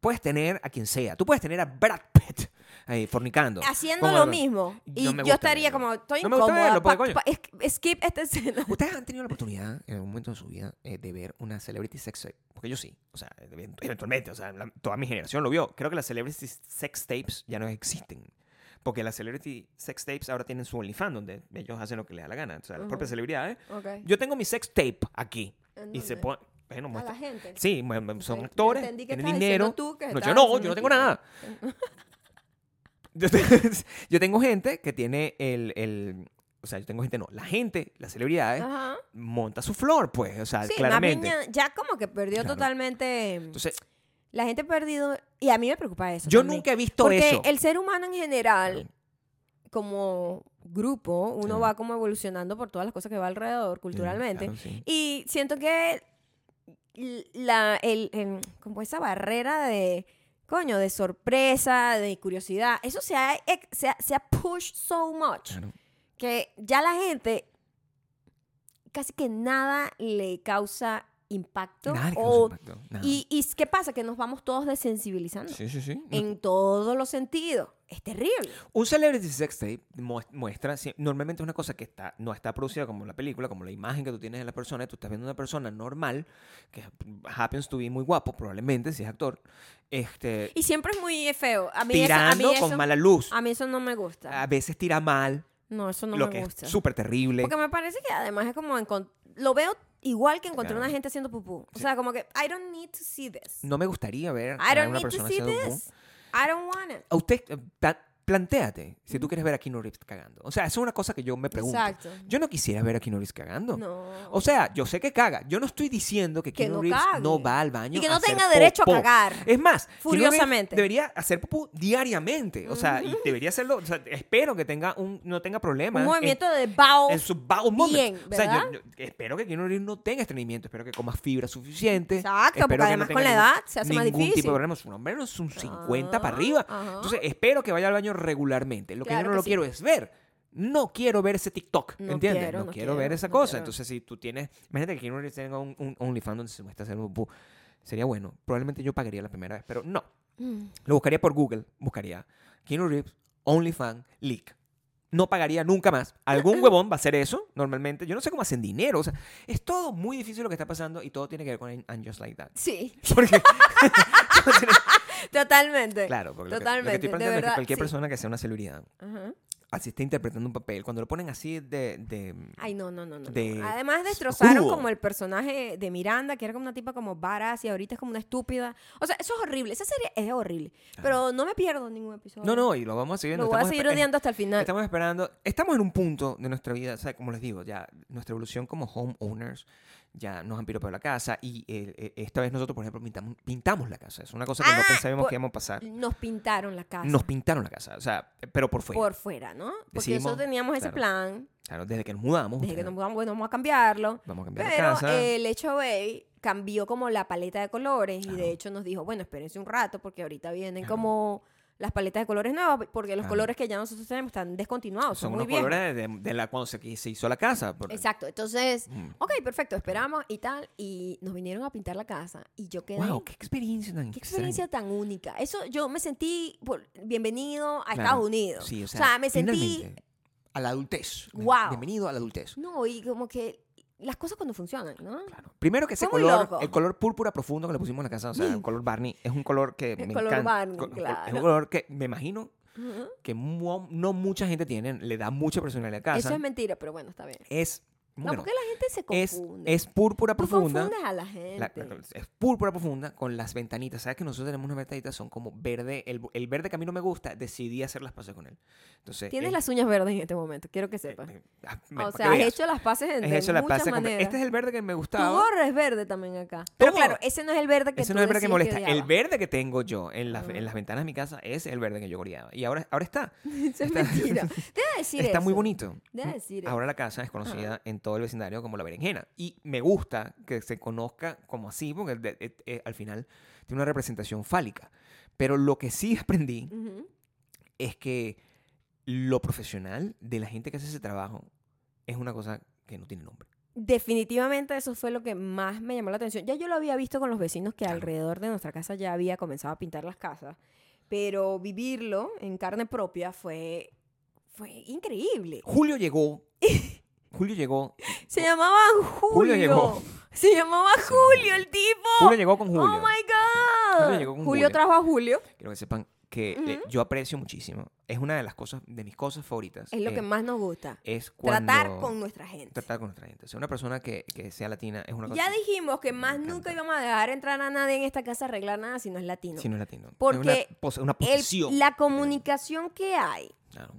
[SPEAKER 2] puedes tener a quien sea. Tú puedes tener a Brad Pitt ahí, fornicando.
[SPEAKER 1] haciendo
[SPEAKER 2] con
[SPEAKER 1] lo
[SPEAKER 2] Aaron.
[SPEAKER 1] mismo.
[SPEAKER 2] No
[SPEAKER 1] Y
[SPEAKER 2] me
[SPEAKER 1] yo
[SPEAKER 2] gusta
[SPEAKER 1] estaría
[SPEAKER 2] verlo.
[SPEAKER 1] como, estoy
[SPEAKER 2] No me gusta
[SPEAKER 1] incómoda.
[SPEAKER 2] verlo, porque,
[SPEAKER 1] pa-
[SPEAKER 2] coño.
[SPEAKER 1] pa- es- skip esta escena.
[SPEAKER 2] ¿Ustedes han tenido la oportunidad en algún momento de su vida eh, de ver una celebrity sex tape? Porque yo sí, o sea, event- eventualmente, o sea, la- toda mi generación lo vio. Creo que las celebrity sex tapes ya no existen. Porque las celebrity sex tapes ahora tienen su OnlyFans donde ellos hacen lo que les da la gana. O sea, las
[SPEAKER 1] Ujú.
[SPEAKER 2] propias celebridades.
[SPEAKER 1] Ok.
[SPEAKER 2] Yo tengo mi sex tape aquí.
[SPEAKER 1] ¿En
[SPEAKER 2] Y se
[SPEAKER 1] dónde?
[SPEAKER 2] pone... Bueno,
[SPEAKER 1] A la
[SPEAKER 2] muestra-
[SPEAKER 1] gente.
[SPEAKER 2] Sí, mu- mu- son
[SPEAKER 1] Ok, yo
[SPEAKER 2] actores,
[SPEAKER 1] entendí que
[SPEAKER 2] tienen
[SPEAKER 1] estabas diciendo
[SPEAKER 2] dinero.
[SPEAKER 1] tú que
[SPEAKER 2] no, yo
[SPEAKER 1] estabas
[SPEAKER 2] no,
[SPEAKER 1] haciendo
[SPEAKER 2] yo no
[SPEAKER 1] un tipo.
[SPEAKER 2] tengo nada. Yo, te- yo tengo gente que tiene el, el... O sea, yo tengo gente, no. La gente, las celebridades,
[SPEAKER 1] Ajá.
[SPEAKER 2] monta su flor, pues, o sea,
[SPEAKER 1] Sí,
[SPEAKER 2] claramente.
[SPEAKER 1] más bien ya, ya como que perdió
[SPEAKER 2] Claro.
[SPEAKER 1] totalmente.
[SPEAKER 2] Entonces,
[SPEAKER 1] la gente ha perdido. Y a mí me preocupa eso.
[SPEAKER 2] yo
[SPEAKER 1] también.
[SPEAKER 2] nunca he visto
[SPEAKER 1] Porque
[SPEAKER 2] eso.
[SPEAKER 1] el ser humano en general,
[SPEAKER 2] Claro.
[SPEAKER 1] como grupo, uno
[SPEAKER 2] Claro.
[SPEAKER 1] va como evolucionando por todas las cosas que va alrededor culturalmente.
[SPEAKER 2] Mm, Claro, sí.
[SPEAKER 1] Y siento que l- la, el, el- como esa barrera de, coño, de sorpresa, de curiosidad, eso se ha, ex- se ha, se ha pushed so much
[SPEAKER 2] Claro.
[SPEAKER 1] que ya la gente casi que nada le causa impacto.
[SPEAKER 2] Nada que
[SPEAKER 1] o-
[SPEAKER 2] nos impactó, nada.
[SPEAKER 1] y, ¿Y qué pasa? Que nos vamos todos desensibilizando
[SPEAKER 2] Sí, sí, sí.
[SPEAKER 1] en todos los sentidos. Es terrible.
[SPEAKER 2] Un celebrity sex tape mu- muestra si- normalmente es una cosa que está, no está producida como la película, como la imagen que tú tienes de la persona. y Tú estás viendo una persona normal que happens to be muy guapo, probablemente si es actor, este,
[SPEAKER 1] Y siempre es muy feo. A mí
[SPEAKER 2] tirando
[SPEAKER 1] eso, a mí
[SPEAKER 2] con
[SPEAKER 1] eso,
[SPEAKER 2] mala luz.
[SPEAKER 1] a mí eso no me gusta.
[SPEAKER 2] A veces tira mal,
[SPEAKER 1] No, eso no
[SPEAKER 2] lo
[SPEAKER 1] me
[SPEAKER 2] que
[SPEAKER 1] gusta.
[SPEAKER 2] es súper terrible.
[SPEAKER 1] Porque me parece que además es como encon- lo veo igual que encontré
[SPEAKER 2] Claro.
[SPEAKER 1] una gente haciendo pupú. O
[SPEAKER 2] Sí.
[SPEAKER 1] sea, como que I don't need to see this.
[SPEAKER 2] No me gustaría ver
[SPEAKER 1] I
[SPEAKER 2] a
[SPEAKER 1] don't
[SPEAKER 2] una
[SPEAKER 1] need to
[SPEAKER 2] persona
[SPEAKER 1] see
[SPEAKER 2] haciendo boom.
[SPEAKER 1] this. I don't want it.
[SPEAKER 2] a usted, eh, pla- plantéate si tú quieres ver a Keanu Reeves cagando. O sea, eso es una cosa que yo me pregunto.
[SPEAKER 1] Exacto.
[SPEAKER 2] Yo no quisiera ver a Keanu Reeves cagando.
[SPEAKER 1] No.
[SPEAKER 2] O sea, yo sé que caga. Yo no estoy diciendo que
[SPEAKER 1] Que
[SPEAKER 2] Keanu
[SPEAKER 1] no
[SPEAKER 2] Reeves
[SPEAKER 1] cague.
[SPEAKER 2] no va al baño.
[SPEAKER 1] Y que no
[SPEAKER 2] a hacer
[SPEAKER 1] tenga derecho a
[SPEAKER 2] popó.
[SPEAKER 1] cagar.
[SPEAKER 2] Es más, Keanu Reeves
[SPEAKER 1] Furiosamente.
[SPEAKER 2] debería hacer popó diariamente. O sea, y debería hacerlo. o sea, espero que tenga un, no tenga problemas.
[SPEAKER 1] un
[SPEAKER 2] en-
[SPEAKER 1] movimiento de bow.
[SPEAKER 2] en su bowel moment.
[SPEAKER 1] Bien,
[SPEAKER 2] o sea,
[SPEAKER 1] ¿verdad?
[SPEAKER 2] yo, yo espero que Keanu Reeves no tenga estreñimiento, espero que coma fibra suficiente.
[SPEAKER 1] Exacto,
[SPEAKER 2] espero
[SPEAKER 1] porque
[SPEAKER 2] que
[SPEAKER 1] además
[SPEAKER 2] tenga
[SPEAKER 1] con la
[SPEAKER 2] ningún-
[SPEAKER 1] edad se hace más
[SPEAKER 2] Ningún
[SPEAKER 1] difícil.
[SPEAKER 2] tipo de problema, su hombre no es un 50 para
[SPEAKER 1] Ah,
[SPEAKER 2] arriba.
[SPEAKER 1] ajá.
[SPEAKER 2] Entonces, espero que vaya al baño regularmente. Lo que
[SPEAKER 1] Claro
[SPEAKER 2] yo no
[SPEAKER 1] que
[SPEAKER 2] lo
[SPEAKER 1] sí.
[SPEAKER 2] quiero es ver No quiero ver ese TikTok,
[SPEAKER 1] No
[SPEAKER 2] ¿entiendes?
[SPEAKER 1] quiero,
[SPEAKER 2] no,
[SPEAKER 1] no
[SPEAKER 2] quiero,
[SPEAKER 1] quiero,
[SPEAKER 2] ver esa
[SPEAKER 1] no
[SPEAKER 2] cosa.
[SPEAKER 1] quiero.
[SPEAKER 2] Entonces, si tú tienes... Imagínate que Keanu Reeves tenga un, un OnlyFans donde se muestra hacer un bu- Sería bueno. Probablemente yo pagaría la primera vez, pero no.
[SPEAKER 1] Mm.
[SPEAKER 2] Lo buscaría por Google. Buscaría Keanu Reeves, OnlyFans, leak. No pagaría nunca más. Algún huevón va a hacer eso, normalmente. Yo no sé cómo hacen dinero. O sea, es todo muy difícil lo que está pasando y todo tiene que ver con I'm Just Like That.
[SPEAKER 1] Sí,
[SPEAKER 2] Porque,
[SPEAKER 1] totalmente.
[SPEAKER 2] claro, porque lo que- lo que,
[SPEAKER 1] Totalmente, de
[SPEAKER 2] estoy planteando es
[SPEAKER 1] verdad,
[SPEAKER 2] que cualquier
[SPEAKER 1] sí.
[SPEAKER 2] persona que sea una celebridad,
[SPEAKER 1] Ajá.
[SPEAKER 2] así esté interpretando un papel, cuando lo ponen así de... de-
[SPEAKER 1] Ay, no, no, no, no. no.
[SPEAKER 2] De-
[SPEAKER 1] Además destrozaron
[SPEAKER 2] Crudo.
[SPEAKER 1] como el personaje de Miranda, que era como una tipa como varas y ahorita es como una estúpida. O sea, eso es horrible. Esa serie es horrible. Pero no me pierdo ningún episodio.
[SPEAKER 2] No, no, y lo vamos a seguir.
[SPEAKER 1] Lo
[SPEAKER 2] nos
[SPEAKER 1] voy a
[SPEAKER 2] estamos
[SPEAKER 1] seguir
[SPEAKER 2] esper-
[SPEAKER 1] odiando hasta el final.
[SPEAKER 2] Estamos esperando, estamos en un punto de nuestra vida, o sea, como les digo, ya nuestra evolución como homeowners, ya nos han piropeado la casa y eh, eh, esta vez nosotros, por ejemplo, pintamos, pintamos la casa. Es una cosa que no
[SPEAKER 1] Ah,
[SPEAKER 2] pensábamos
[SPEAKER 1] por-
[SPEAKER 2] que íbamos a pasar.
[SPEAKER 1] Nos pintaron la casa.
[SPEAKER 2] Nos pintaron la casa, o sea, pero por fuera.
[SPEAKER 1] por fuera, ¿no? Porque
[SPEAKER 2] Decidimos,
[SPEAKER 1] nosotros teníamos ese
[SPEAKER 2] claro.
[SPEAKER 1] plan,
[SPEAKER 2] Claro, desde que nos mudamos,
[SPEAKER 1] desde que nos
[SPEAKER 2] ustedes,
[SPEAKER 1] mudamos, bueno, vamos a cambiarlo.
[SPEAKER 2] vamos a cambiar la
[SPEAKER 1] Pero eh,
[SPEAKER 2] casa.
[SPEAKER 1] el hecho Bay cambió como la paleta de colores y de hecho nos dijo, bueno, espérense un rato porque ahorita vienen
[SPEAKER 2] Claro.
[SPEAKER 1] como las paletas de colores nuevas porque los
[SPEAKER 2] Claro.
[SPEAKER 1] colores que ya nosotros tenemos están descontinuados, son,
[SPEAKER 2] son
[SPEAKER 1] muy
[SPEAKER 2] unos
[SPEAKER 1] viejos.
[SPEAKER 2] colores de, de la, cuando se, se hizo la casa. por-
[SPEAKER 1] Exacto, entonces,
[SPEAKER 2] Mm.
[SPEAKER 1] ok, perfecto, esperamos y tal y nos vinieron a pintar la casa y yo quedé
[SPEAKER 2] Wow, qué experiencia tan
[SPEAKER 1] Qué
[SPEAKER 2] extraña.
[SPEAKER 1] experiencia tan única. Eso yo me sentí por- bienvenido a
[SPEAKER 2] Claro,
[SPEAKER 1] Estados Unidos.
[SPEAKER 2] Sí, o sea,
[SPEAKER 1] me sentí
[SPEAKER 2] finalmente, a la adultez.
[SPEAKER 1] Wow.
[SPEAKER 2] Bienvenido a la adultez.
[SPEAKER 1] No, y como que las cosas cuando funcionan, ¿no?
[SPEAKER 2] Claro. Ah, Primero que ese
[SPEAKER 1] Fue muy
[SPEAKER 2] color,
[SPEAKER 1] loco. Mm.
[SPEAKER 2] el color púrpura profundo que le pusimos en la casa, o sea, el color Barney, es un color que me
[SPEAKER 1] color
[SPEAKER 2] encanta.
[SPEAKER 1] Barney,
[SPEAKER 2] Co- co- Es
[SPEAKER 1] claro.
[SPEAKER 2] un color que me imagino
[SPEAKER 1] Ujú.
[SPEAKER 2] que mu- no mucha gente tiene, le da mucha personalidad a la
[SPEAKER 1] Eso
[SPEAKER 2] casa.
[SPEAKER 1] es mentira, pero bueno, está bien.
[SPEAKER 2] Es,
[SPEAKER 1] No,
[SPEAKER 2] bueno,
[SPEAKER 1] porque la gente se
[SPEAKER 2] es,
[SPEAKER 1] confunde.
[SPEAKER 2] es púrpura
[SPEAKER 1] Tú
[SPEAKER 2] profunda.
[SPEAKER 1] confundes a la
[SPEAKER 2] la-
[SPEAKER 1] gente.
[SPEAKER 2] la- es púrpura profunda con las ventanitas. Sabes que nosotros tenemos unas ventanitas, son como verde. El, el verde que a mí no me gusta, decidí hacer las pases con él. Entonces,
[SPEAKER 1] Tienes
[SPEAKER 2] es-
[SPEAKER 1] las uñas verdes en este momento, quiero que
[SPEAKER 2] eh,
[SPEAKER 1] sepas.
[SPEAKER 2] eh, ah, me-
[SPEAKER 1] O
[SPEAKER 2] para que
[SPEAKER 1] sea, has
[SPEAKER 2] veas.
[SPEAKER 1] hecho las paces en
[SPEAKER 2] Es
[SPEAKER 1] de
[SPEAKER 2] eso, la
[SPEAKER 1] muchas
[SPEAKER 2] pasa con-
[SPEAKER 1] maneras.
[SPEAKER 2] Este es el verde que me
[SPEAKER 1] Tu
[SPEAKER 2] gustaba.
[SPEAKER 1] gorra es verde también acá. Pero
[SPEAKER 2] Todo.
[SPEAKER 1] claro, ese no es el verde que
[SPEAKER 2] Ese
[SPEAKER 1] tú
[SPEAKER 2] no es el verde que
[SPEAKER 1] decías
[SPEAKER 2] molesta. el
[SPEAKER 1] odiabas.
[SPEAKER 2] verde que tengo yo en las,
[SPEAKER 1] Ah.
[SPEAKER 2] en las ventanas de mi casa es el verde que yo goreaba. Y ahora, ahora está.
[SPEAKER 1] Eso es mentira. Deja de decir
[SPEAKER 2] está muy
[SPEAKER 1] eso.
[SPEAKER 2] bonito.
[SPEAKER 1] Deja de decir eso.
[SPEAKER 2] Ahora la casa es conocida en todo el vecindario como la berenjena. Y me gusta que se conozca como así, porque de- eh, eh, al final tiene una representación fálica. Pero lo que sí aprendí
[SPEAKER 1] Ujú.
[SPEAKER 2] es que lo profesional de la gente que hace ese trabajo es una cosa que no tiene nombre.
[SPEAKER 1] Definitivamente eso fue lo que más me llamó la atención. Ya yo lo había visto con los vecinos que
[SPEAKER 2] Claro.
[SPEAKER 1] alrededor de nuestra casa ya había comenzado a pintar las casas, pero vivirlo en carne propia fue fue increíble.
[SPEAKER 2] Julio llegó. Julio llegó.
[SPEAKER 1] Se llamaba Julio.
[SPEAKER 2] llegó.
[SPEAKER 1] Se llamaba Julio el tipo.
[SPEAKER 2] Julio llegó con
[SPEAKER 1] Oh
[SPEAKER 2] Julio.
[SPEAKER 1] my god.
[SPEAKER 2] Julio llegó con Julio.
[SPEAKER 1] trajo a Julio.
[SPEAKER 2] Quiero que sepan que eh,
[SPEAKER 1] Ujú.
[SPEAKER 2] yo aprecio muchísimo. Es una de las cosas, de mis cosas favoritas.
[SPEAKER 1] Es lo
[SPEAKER 2] eh,
[SPEAKER 1] que más nos gusta.
[SPEAKER 2] es
[SPEAKER 1] Tratar
[SPEAKER 2] cuando-
[SPEAKER 1] con nuestra gente.
[SPEAKER 2] tratar con nuestra gente. O sea, una persona que, que sea latina es una cosa.
[SPEAKER 1] Ya dijimos que más
[SPEAKER 2] encanta.
[SPEAKER 1] nunca íbamos a dejar entrar a nadie en esta casa a arreglar nada si no es latino.
[SPEAKER 2] Si no es latino.
[SPEAKER 1] Porque
[SPEAKER 2] es una, pos- una
[SPEAKER 1] El-
[SPEAKER 2] posición.
[SPEAKER 1] la comunicación que hay
[SPEAKER 2] Claro.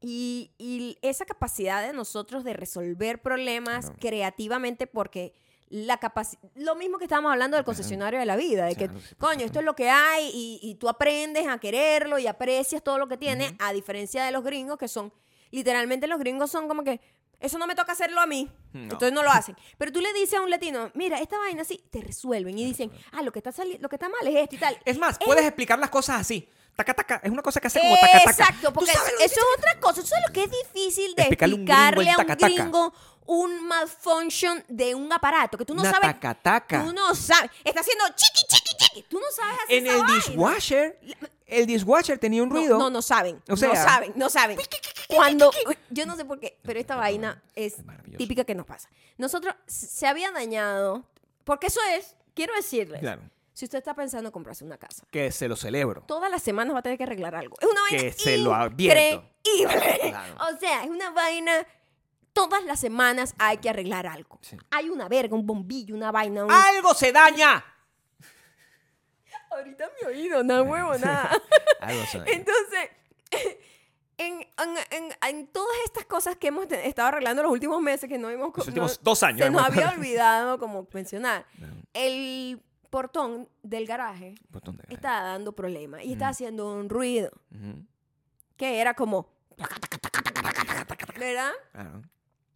[SPEAKER 1] y, y esa capacidad de nosotros de resolver problemas
[SPEAKER 2] Claro.
[SPEAKER 1] creativamente porque la capaci- lo mismo que estábamos hablando del
[SPEAKER 2] Claro.
[SPEAKER 1] concesionario de la vida, de que,
[SPEAKER 2] Claro, sí, por
[SPEAKER 1] coño, esto es lo que hay y, y tú aprendes a quererlo y aprecias todo lo que tiene, a diferencia de los gringos que son, literalmente los gringos son como que, eso no me toca hacerlo a mí,
[SPEAKER 2] No.
[SPEAKER 1] entonces no lo hacen. Pero tú le dices a un latino, mira, esta vaina sí, te resuelven y dicen, ah, lo que está, sali- lo que está mal es esto y tal.
[SPEAKER 2] Es más,
[SPEAKER 1] Es-
[SPEAKER 2] puedes explicar las cosas así. Taca, taca. Es una cosa que hace como taca, taca.
[SPEAKER 1] Exacto,
[SPEAKER 2] ¿Tú
[SPEAKER 1] porque eso,
[SPEAKER 2] sabes lo
[SPEAKER 1] eso es otra cosa. Eso es lo que es difícil de
[SPEAKER 2] Explicarle a un
[SPEAKER 1] explicarle a un
[SPEAKER 2] gringo el taca-taca.
[SPEAKER 1] gringo un malfunction de un aparato que tú no
[SPEAKER 2] Una
[SPEAKER 1] sabes.
[SPEAKER 2] taca, taca.
[SPEAKER 1] Tú no sabes. Está haciendo chiqui, chiqui, chiqui. Tú no sabes hacer
[SPEAKER 2] En
[SPEAKER 1] esa
[SPEAKER 2] el
[SPEAKER 1] vaina.
[SPEAKER 2] dishwasher, el dishwasher tenía un
[SPEAKER 1] No,
[SPEAKER 2] ruido.
[SPEAKER 1] No, no, saben.
[SPEAKER 2] O sea-
[SPEAKER 1] no saben, no saben. Cuando. Uy, Yo no sé por qué, pero esta vaina es
[SPEAKER 2] maravilloso.
[SPEAKER 1] típica que nos pasa. Nosotros s- se había dañado. Porque eso es, quiero decirles,
[SPEAKER 2] Claro.
[SPEAKER 1] si usted está pensando en comprarse una casa,
[SPEAKER 2] Que se lo celebro.
[SPEAKER 1] todas las semanas va a tener que arreglar algo. Es una vaina
[SPEAKER 2] Que se lo advierto.
[SPEAKER 1] increíble.
[SPEAKER 2] Claro.
[SPEAKER 1] O sea, es una vaina. Todas las semanas hay que arreglar algo.
[SPEAKER 2] Sí.
[SPEAKER 1] Hay una verga, un bombillo, una vaina. un-
[SPEAKER 2] ¡Algo se daña!
[SPEAKER 1] Ahorita mi oído, nada huevo, nada.
[SPEAKER 2] Algo se daña.
[SPEAKER 1] Entonces, en, en- en- en todas estas cosas que hemos te- estado arreglando los últimos meses que no hemos... co-
[SPEAKER 2] Los últimos
[SPEAKER 1] no-
[SPEAKER 2] dos años
[SPEAKER 1] Se nos
[SPEAKER 2] hemos-
[SPEAKER 1] había olvidado como mencionar.
[SPEAKER 2] Claro.
[SPEAKER 1] El portón del garaje
[SPEAKER 2] Botón de garaje.
[SPEAKER 1] estaba dando problemas y
[SPEAKER 2] Mm.
[SPEAKER 1] estaba haciendo un ruido.
[SPEAKER 2] Ujú.
[SPEAKER 1] que era como, ¿verdad?
[SPEAKER 2] Claro.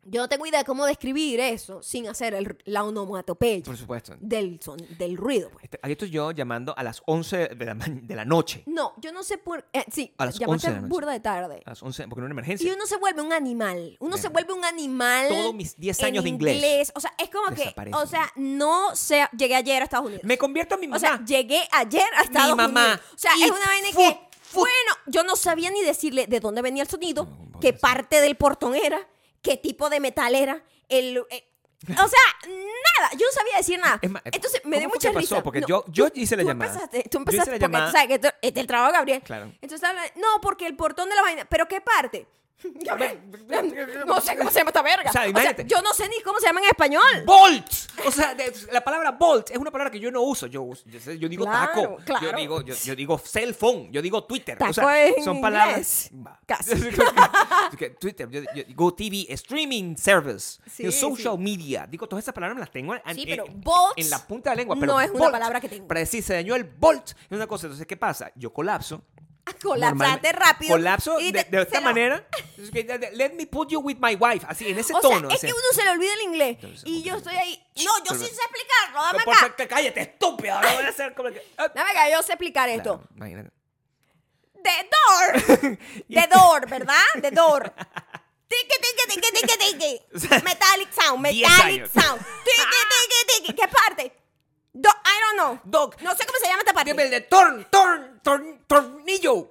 [SPEAKER 1] Yo no tengo idea de cómo describir eso sin hacer el- la onomatopeya
[SPEAKER 2] Por supuesto.
[SPEAKER 1] del, son, del ruido. pues.
[SPEAKER 2] Este, aquí estoy yo llamando a las 11 de la, ma- de la noche.
[SPEAKER 1] No, yo no sé por... eh, sí,
[SPEAKER 2] A las
[SPEAKER 1] llamaste
[SPEAKER 2] 11 de la noche.
[SPEAKER 1] burda de tarde.
[SPEAKER 2] A las 11, porque era una
[SPEAKER 1] Y
[SPEAKER 2] emergencia.
[SPEAKER 1] uno se vuelve un animal. Uno se
[SPEAKER 2] Mira,
[SPEAKER 1] vuelve un animal.
[SPEAKER 2] todos mis 10
[SPEAKER 1] en
[SPEAKER 2] años de inglés
[SPEAKER 1] O sea, es como que.
[SPEAKER 2] desaparecen.
[SPEAKER 1] O sea, no sé. Llegué ayer a Estados Unidos.
[SPEAKER 2] Me convierto en mi mamá.
[SPEAKER 1] o sea, llegué ayer a Estados
[SPEAKER 2] mamá.
[SPEAKER 1] Unidos. O sea,
[SPEAKER 2] Y
[SPEAKER 1] es una vaina
[SPEAKER 2] fu-
[SPEAKER 1] que.
[SPEAKER 2] fu-
[SPEAKER 1] Bueno, yo no sabía ni decirle de dónde venía el sonido,
[SPEAKER 2] No, no
[SPEAKER 1] qué
[SPEAKER 2] puede ser.
[SPEAKER 1] parte del portón era, qué tipo de metal era, el. eh, o sea, nada, yo no sabía decir nada.
[SPEAKER 2] Es más, eh,
[SPEAKER 1] Entonces me dio
[SPEAKER 2] ¿cómo fue que
[SPEAKER 1] mucha
[SPEAKER 2] pasó?
[SPEAKER 1] risa.
[SPEAKER 2] Porque
[SPEAKER 1] No,
[SPEAKER 2] yo- yo hice la
[SPEAKER 1] tú
[SPEAKER 2] llamada.
[SPEAKER 1] Empezaste, tú
[SPEAKER 2] Yo hice la
[SPEAKER 1] empezaste, porque,
[SPEAKER 2] llamada.
[SPEAKER 1] ¿sabes? Que esto- este es el trabajo de Gabriel.
[SPEAKER 2] Claro.
[SPEAKER 1] Entonces habla, no, porque el portón de la vaina. ¿Pero qué parte? Gabriel, no sé cómo se llama esta verga.
[SPEAKER 2] O sea, imagínate.
[SPEAKER 1] yo no sé ni cómo se llama en español.
[SPEAKER 2] Bolt. O sea, de- la palabra Bolt es una palabra que yo no uso. Yo, uso- yo, sé- yo digo
[SPEAKER 1] Claro,
[SPEAKER 2] taco. Yo
[SPEAKER 1] claro.
[SPEAKER 2] digo, yo, yo digo cell phone. Yo digo Twitter. o
[SPEAKER 1] Taco
[SPEAKER 2] sea,
[SPEAKER 1] en
[SPEAKER 2] son
[SPEAKER 1] inglés.
[SPEAKER 2] palabras. Va.
[SPEAKER 1] Casi.
[SPEAKER 2] Es que Twitter, yo, yo digo TV, streaming service,
[SPEAKER 1] Sí,
[SPEAKER 2] yo social
[SPEAKER 1] sí.
[SPEAKER 2] media. Digo, todas esas palabras me las tengo en,
[SPEAKER 1] Sí,
[SPEAKER 2] en-
[SPEAKER 1] pero
[SPEAKER 2] en-
[SPEAKER 1] Bolt
[SPEAKER 2] en la punta de la lengua. Pero
[SPEAKER 1] no es una
[SPEAKER 2] Bolt,
[SPEAKER 1] palabra que tengo.
[SPEAKER 2] Para decir, se dañó el Bolt. Es una cosa. Entonces, ¿qué pasa? Yo colapso.
[SPEAKER 1] Colapsaste
[SPEAKER 2] Normalmente-
[SPEAKER 1] rápido.
[SPEAKER 2] Colapso
[SPEAKER 1] y
[SPEAKER 2] de,
[SPEAKER 1] te-
[SPEAKER 2] de esta
[SPEAKER 1] se lo-
[SPEAKER 2] manera. Es que, Let me put you with my wife. Así, en ese
[SPEAKER 1] O sea,
[SPEAKER 2] tono.
[SPEAKER 1] es
[SPEAKER 2] o sea.
[SPEAKER 1] que uno se le olvida el inglés.
[SPEAKER 2] Entonces,
[SPEAKER 1] Y
[SPEAKER 2] ok.
[SPEAKER 1] yo estoy ahí. No, yo
[SPEAKER 2] Pero-
[SPEAKER 1] sí sé explicarlo. Dame
[SPEAKER 2] No, por
[SPEAKER 1] acá.
[SPEAKER 2] favor, cállate, estúpida. No voy a hacer como que. Ah,
[SPEAKER 1] Dame acá, yo sé explicar esto.
[SPEAKER 2] claro, imagínate.
[SPEAKER 1] The door. The door, ¿verdad? The door. Tiki, tiki, tiki, tiki, tiki. Metallic sound,
[SPEAKER 2] Diez
[SPEAKER 1] metallic
[SPEAKER 2] años.
[SPEAKER 1] sound. Tiki, tiki, tiki. ¿Qué parte? Do- I don't know.
[SPEAKER 2] Dog.
[SPEAKER 1] No sé cómo se llama esta parte.
[SPEAKER 2] Dime el de torn, torn, torn, tornillo.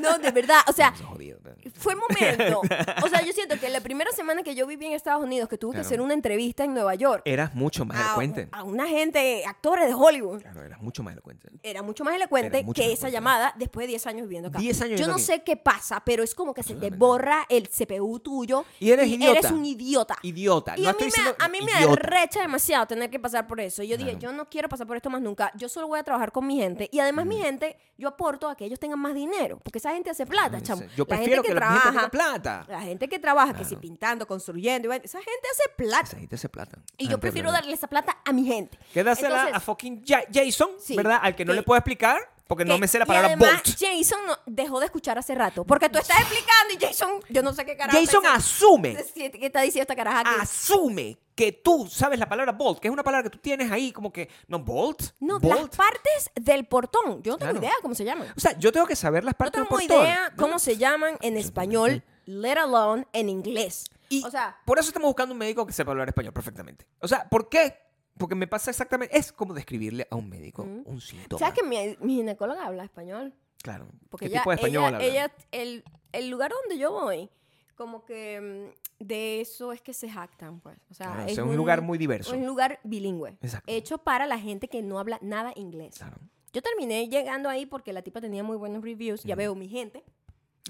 [SPEAKER 1] No, de verdad, o sea,
[SPEAKER 2] Eso es jodido, pero-
[SPEAKER 1] fue momento. O sea, yo siento que la primera semana que yo viví en Estados Unidos, que tuve que
[SPEAKER 2] Claro. Eh,
[SPEAKER 1] hacer una entrevista en Nueva York
[SPEAKER 2] Eras mucho más
[SPEAKER 1] a,
[SPEAKER 2] elocuente.
[SPEAKER 1] a una gente, actores de Hollywood,
[SPEAKER 2] Claro, eras mucho más elocuente.
[SPEAKER 1] era mucho más elocuente
[SPEAKER 2] Era mucho
[SPEAKER 1] que
[SPEAKER 2] más
[SPEAKER 1] esa
[SPEAKER 2] elocuente.
[SPEAKER 1] llamada después de 10 años viviendo acá.
[SPEAKER 2] 10 años
[SPEAKER 1] yo no
[SPEAKER 2] viviendo
[SPEAKER 1] sé qué pasa, pero es como que se te
[SPEAKER 2] Absolutamente.
[SPEAKER 1] borra el CPU tuyo
[SPEAKER 2] Y eres idiota.
[SPEAKER 1] un idiota.
[SPEAKER 2] Idiota.
[SPEAKER 1] Y
[SPEAKER 2] no
[SPEAKER 1] a mí,
[SPEAKER 2] estoy
[SPEAKER 1] me,
[SPEAKER 2] diciendo
[SPEAKER 1] a mí me
[SPEAKER 2] idiota.
[SPEAKER 1] arrecha demasiado tener que pasar por eso. Yo dije, yo no quiero pasar por esto más nunca. Yo solo voy a trabajar con mi gente. Y además, mi gente, yo aporto a que ellos tengan más dinero. Porque esa gente hace plata, chamo.
[SPEAKER 2] Yo
[SPEAKER 1] La gente
[SPEAKER 2] prefiero que la gente tenga plata.
[SPEAKER 1] La gente que trabaja, que si
[SPEAKER 2] Claro.
[SPEAKER 1] pintando, construyendo, y vaina, esa gente hace plata.
[SPEAKER 2] Esa gente hace plata. Ah,
[SPEAKER 1] Y
[SPEAKER 2] Esa
[SPEAKER 1] yo
[SPEAKER 2] gente
[SPEAKER 1] prefiero
[SPEAKER 2] hace plata.
[SPEAKER 1] darle esa plata a mi gente.
[SPEAKER 2] Quédasela
[SPEAKER 1] Entonces,
[SPEAKER 2] a fucking Ja- Jason,
[SPEAKER 1] Sí,
[SPEAKER 2] ¿verdad? Al que no
[SPEAKER 1] que-
[SPEAKER 2] le puedo explicar porque no
[SPEAKER 1] que-
[SPEAKER 2] me sé
[SPEAKER 1] y
[SPEAKER 2] la palabra
[SPEAKER 1] además,
[SPEAKER 2] bolt.
[SPEAKER 1] Jason no- dejó de escuchar hace rato. Porque tú estás explicando y Jason, yo no sé qué carajo.
[SPEAKER 2] Jason Ah,
[SPEAKER 1] está
[SPEAKER 2] asume.
[SPEAKER 1] diciendo- ¿Qué está diciendo esta caraja aquí?
[SPEAKER 2] asume que tú sabes la palabra bolt, que es una palabra que tú tienes ahí como que, no, bolt,
[SPEAKER 1] No, las
[SPEAKER 2] bolt.
[SPEAKER 1] partes del portón. Yo no tengo
[SPEAKER 2] Claro.
[SPEAKER 1] idea cómo se llaman.
[SPEAKER 2] O sea, yo tengo que saber las
[SPEAKER 1] No
[SPEAKER 2] partes
[SPEAKER 1] tengo
[SPEAKER 2] del portón.
[SPEAKER 1] idea cómo se llaman en español, let alone en inglés.
[SPEAKER 2] Y
[SPEAKER 1] o sea,
[SPEAKER 2] por eso estamos buscando un médico que sepa hablar español perfectamente. O sea, ¿por qué? Porque me pasa exactamente, es como describirle a un médico un síntoma.
[SPEAKER 1] Mm. ¿sabes que mi, mi ginecóloga habla español?
[SPEAKER 2] Claro.
[SPEAKER 1] Porque
[SPEAKER 2] ¿Qué
[SPEAKER 1] ella,
[SPEAKER 2] tipo de español
[SPEAKER 1] ella,
[SPEAKER 2] habla?
[SPEAKER 1] ella- el, el lugar donde yo voy, como que mm, de eso es que se jactan, pues. O sea,
[SPEAKER 2] Claro, Ah, o
[SPEAKER 1] es
[SPEAKER 2] sea, un lugar muy diverso.
[SPEAKER 1] Un lugar bilingüe.
[SPEAKER 2] Exacto.
[SPEAKER 1] Hecho para la gente que no habla nada inglés.
[SPEAKER 2] Claro.
[SPEAKER 1] Yo terminé llegando ahí porque la tipa tenía muy buenos reviews. Ya veo mi gente.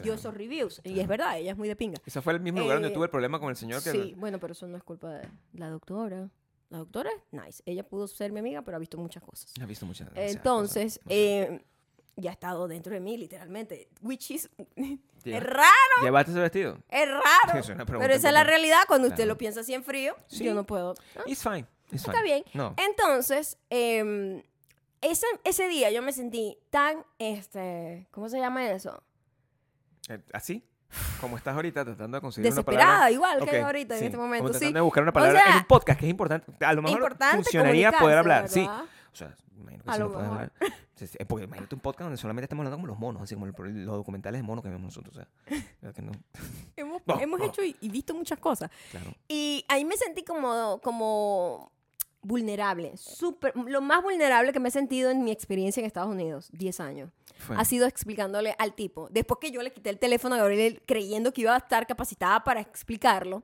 [SPEAKER 1] Dio esos reviews. Y es verdad, ella es muy de pinga.
[SPEAKER 2] Ese fue el mismo lugar
[SPEAKER 1] Eh,
[SPEAKER 2] donde tuve el problema con el señor que...
[SPEAKER 1] Sí, bueno, pero eso no es culpa de la doctora. La doctora es nice. Ella pudo ser mi amiga, pero ha visto muchas cosas.
[SPEAKER 2] Ha visto muchas demasiadas
[SPEAKER 1] Entonces,
[SPEAKER 2] cosas.
[SPEAKER 1] eh, ya ha estado dentro de mí, literalmente. Which is...
[SPEAKER 2] Lleva-
[SPEAKER 1] Es raro,
[SPEAKER 2] ¿Llevaste ese vestido?
[SPEAKER 1] es raro.
[SPEAKER 2] Es una pregunta
[SPEAKER 1] pero esa es la
[SPEAKER 2] importante.
[SPEAKER 1] realidad. Cuando usted
[SPEAKER 2] Claro.
[SPEAKER 1] lo piensa así en frío,
[SPEAKER 2] Sí.
[SPEAKER 1] yo no puedo. Ah,
[SPEAKER 2] It's fine. it's
[SPEAKER 1] está
[SPEAKER 2] fine.
[SPEAKER 1] bien.
[SPEAKER 2] No.
[SPEAKER 1] Entonces, eh, ese, ese día yo me sentí tan, este, ¿cómo se llama eso?
[SPEAKER 2] Eh, ¿Así? Como estás ahorita tratando de conseguir
[SPEAKER 1] Desesperada,
[SPEAKER 2] una palabra.
[SPEAKER 1] igual que
[SPEAKER 2] Ok,
[SPEAKER 1] yo ahorita en
[SPEAKER 2] sí,
[SPEAKER 1] este momento,
[SPEAKER 2] Como tratando
[SPEAKER 1] sí.
[SPEAKER 2] de buscar una
[SPEAKER 1] O
[SPEAKER 2] palabra
[SPEAKER 1] sea,
[SPEAKER 2] en un podcast que es importante. A lo
[SPEAKER 1] Es
[SPEAKER 2] mejor
[SPEAKER 1] importante
[SPEAKER 2] funcionaría
[SPEAKER 1] comunicarse,
[SPEAKER 2] poder hablar. Sí.
[SPEAKER 1] ¿verdad?
[SPEAKER 2] O sea, imagino que
[SPEAKER 1] A
[SPEAKER 2] sí
[SPEAKER 1] lo
[SPEAKER 2] lo puedes
[SPEAKER 1] mejor.
[SPEAKER 2] hablar. Sí, sí, eh, Porque imagínate un podcast donde solamente estamos hablando como los monos, así como el- los documentales de monos que vemos nosotros. O sea, creo que no.
[SPEAKER 1] Hemos,
[SPEAKER 2] No,
[SPEAKER 1] hemos
[SPEAKER 2] no.
[SPEAKER 1] hecho y- y visto muchas cosas.
[SPEAKER 2] Claro.
[SPEAKER 1] Y ahí me sentí como, como vulnerable, súper, lo más vulnerable que me he sentido en mi experiencia en Estados Unidos, 10 años,
[SPEAKER 2] Fue.
[SPEAKER 1] ha sido explicándole al tipo, después que yo le quité el teléfono a Gabriel creyendo que iba a estar capacitada para explicarlo,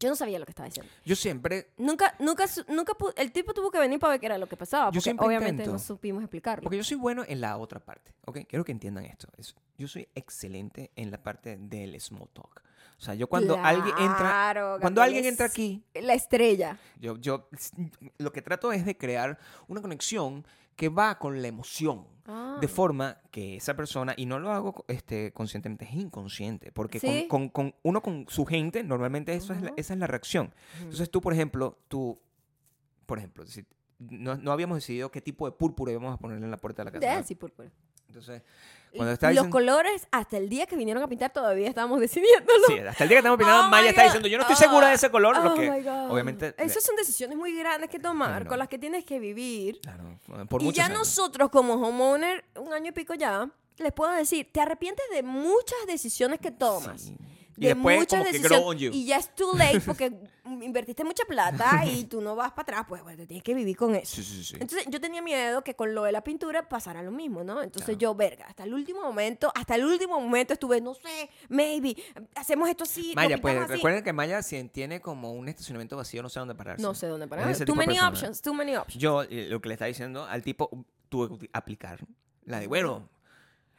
[SPEAKER 1] yo no sabía lo que estaba diciendo.
[SPEAKER 2] Yo siempre.
[SPEAKER 1] Nunca, nunca, su- nunca pu- el tipo tuvo que venir para ver qué era lo que pasaba,
[SPEAKER 2] Yo
[SPEAKER 1] porque
[SPEAKER 2] siempre
[SPEAKER 1] obviamente
[SPEAKER 2] intento.
[SPEAKER 1] no supimos explicarlo.
[SPEAKER 2] Porque yo soy bueno en la otra parte, ¿ok? Quiero que entiendan esto. es- yo soy excelente en la parte del small talk. O sea, yo cuando alguien entra.
[SPEAKER 1] Claro,
[SPEAKER 2] Cuando
[SPEAKER 1] Gabriel
[SPEAKER 2] alguien
[SPEAKER 1] es
[SPEAKER 2] entra aquí,
[SPEAKER 1] La estrella.
[SPEAKER 2] Yo, yo lo que trato es de crear una conexión que va con la emoción.
[SPEAKER 1] Ah.
[SPEAKER 2] De forma que esa persona, y no lo hago este, conscientemente, es inconsciente, porque con-
[SPEAKER 1] Sí.
[SPEAKER 2] con, con uno con su gente, normalmente eso es la-
[SPEAKER 1] Ujú.
[SPEAKER 2] esa es la reacción. Entonces tú, por ejemplo, tú, por ejemplo, si- no, no habíamos decidido qué tipo de púrpura íbamos a ponerle en la puerta de la casa.
[SPEAKER 1] De
[SPEAKER 2] ¿verdad?
[SPEAKER 1] Nancy Púrpura.
[SPEAKER 2] Entonces, cuando está diciendo...
[SPEAKER 1] Los colores, hasta el día que vinieron a pintar, todavía estábamos decidiéndolo.
[SPEAKER 2] Sí, hasta el día que estamos opinando,
[SPEAKER 1] Oh my
[SPEAKER 2] Maya está
[SPEAKER 1] God.
[SPEAKER 2] diciendo, yo no estoy
[SPEAKER 1] Ah.
[SPEAKER 2] segura de ese color, lo
[SPEAKER 1] Oh
[SPEAKER 2] que
[SPEAKER 1] my God.
[SPEAKER 2] obviamente...
[SPEAKER 1] Esas son decisiones muy grandes que tomar,
[SPEAKER 2] Claro.
[SPEAKER 1] con las que tienes que vivir.
[SPEAKER 2] Claro, por
[SPEAKER 1] y
[SPEAKER 2] muchos
[SPEAKER 1] ya
[SPEAKER 2] años.
[SPEAKER 1] nosotros, como homeowner, un año y pico ya, les puedo decir, te arrepientes de muchas decisiones que tomas.
[SPEAKER 2] Sí. Y
[SPEAKER 1] De
[SPEAKER 2] después
[SPEAKER 1] muchas
[SPEAKER 2] como que
[SPEAKER 1] decisiones.
[SPEAKER 2] grow on you.
[SPEAKER 1] Y ya es too late porque invertiste mucha plata y tú no vas para atrás, pues bueno, tienes que vivir con eso.
[SPEAKER 2] Sí, sí, sí.
[SPEAKER 1] Entonces yo tenía miedo que con lo de la pintura pasara lo mismo, ¿no? Entonces yo, verga, hasta el último momento, hasta el último momento estuve, no sé, maybe, hacemos esto así,
[SPEAKER 2] Maya,
[SPEAKER 1] pues,
[SPEAKER 2] pues recuerden que Maya si tiene como un estacionamiento vacío, no sé dónde pararse.
[SPEAKER 1] No sé dónde
[SPEAKER 2] Es
[SPEAKER 1] parar.
[SPEAKER 2] ese
[SPEAKER 1] Too
[SPEAKER 2] tipo de
[SPEAKER 1] many
[SPEAKER 2] persona.
[SPEAKER 1] options, too many options.
[SPEAKER 2] Yo eh, lo que le estaba diciendo al tipo, tuve que aplicar la de, bueno,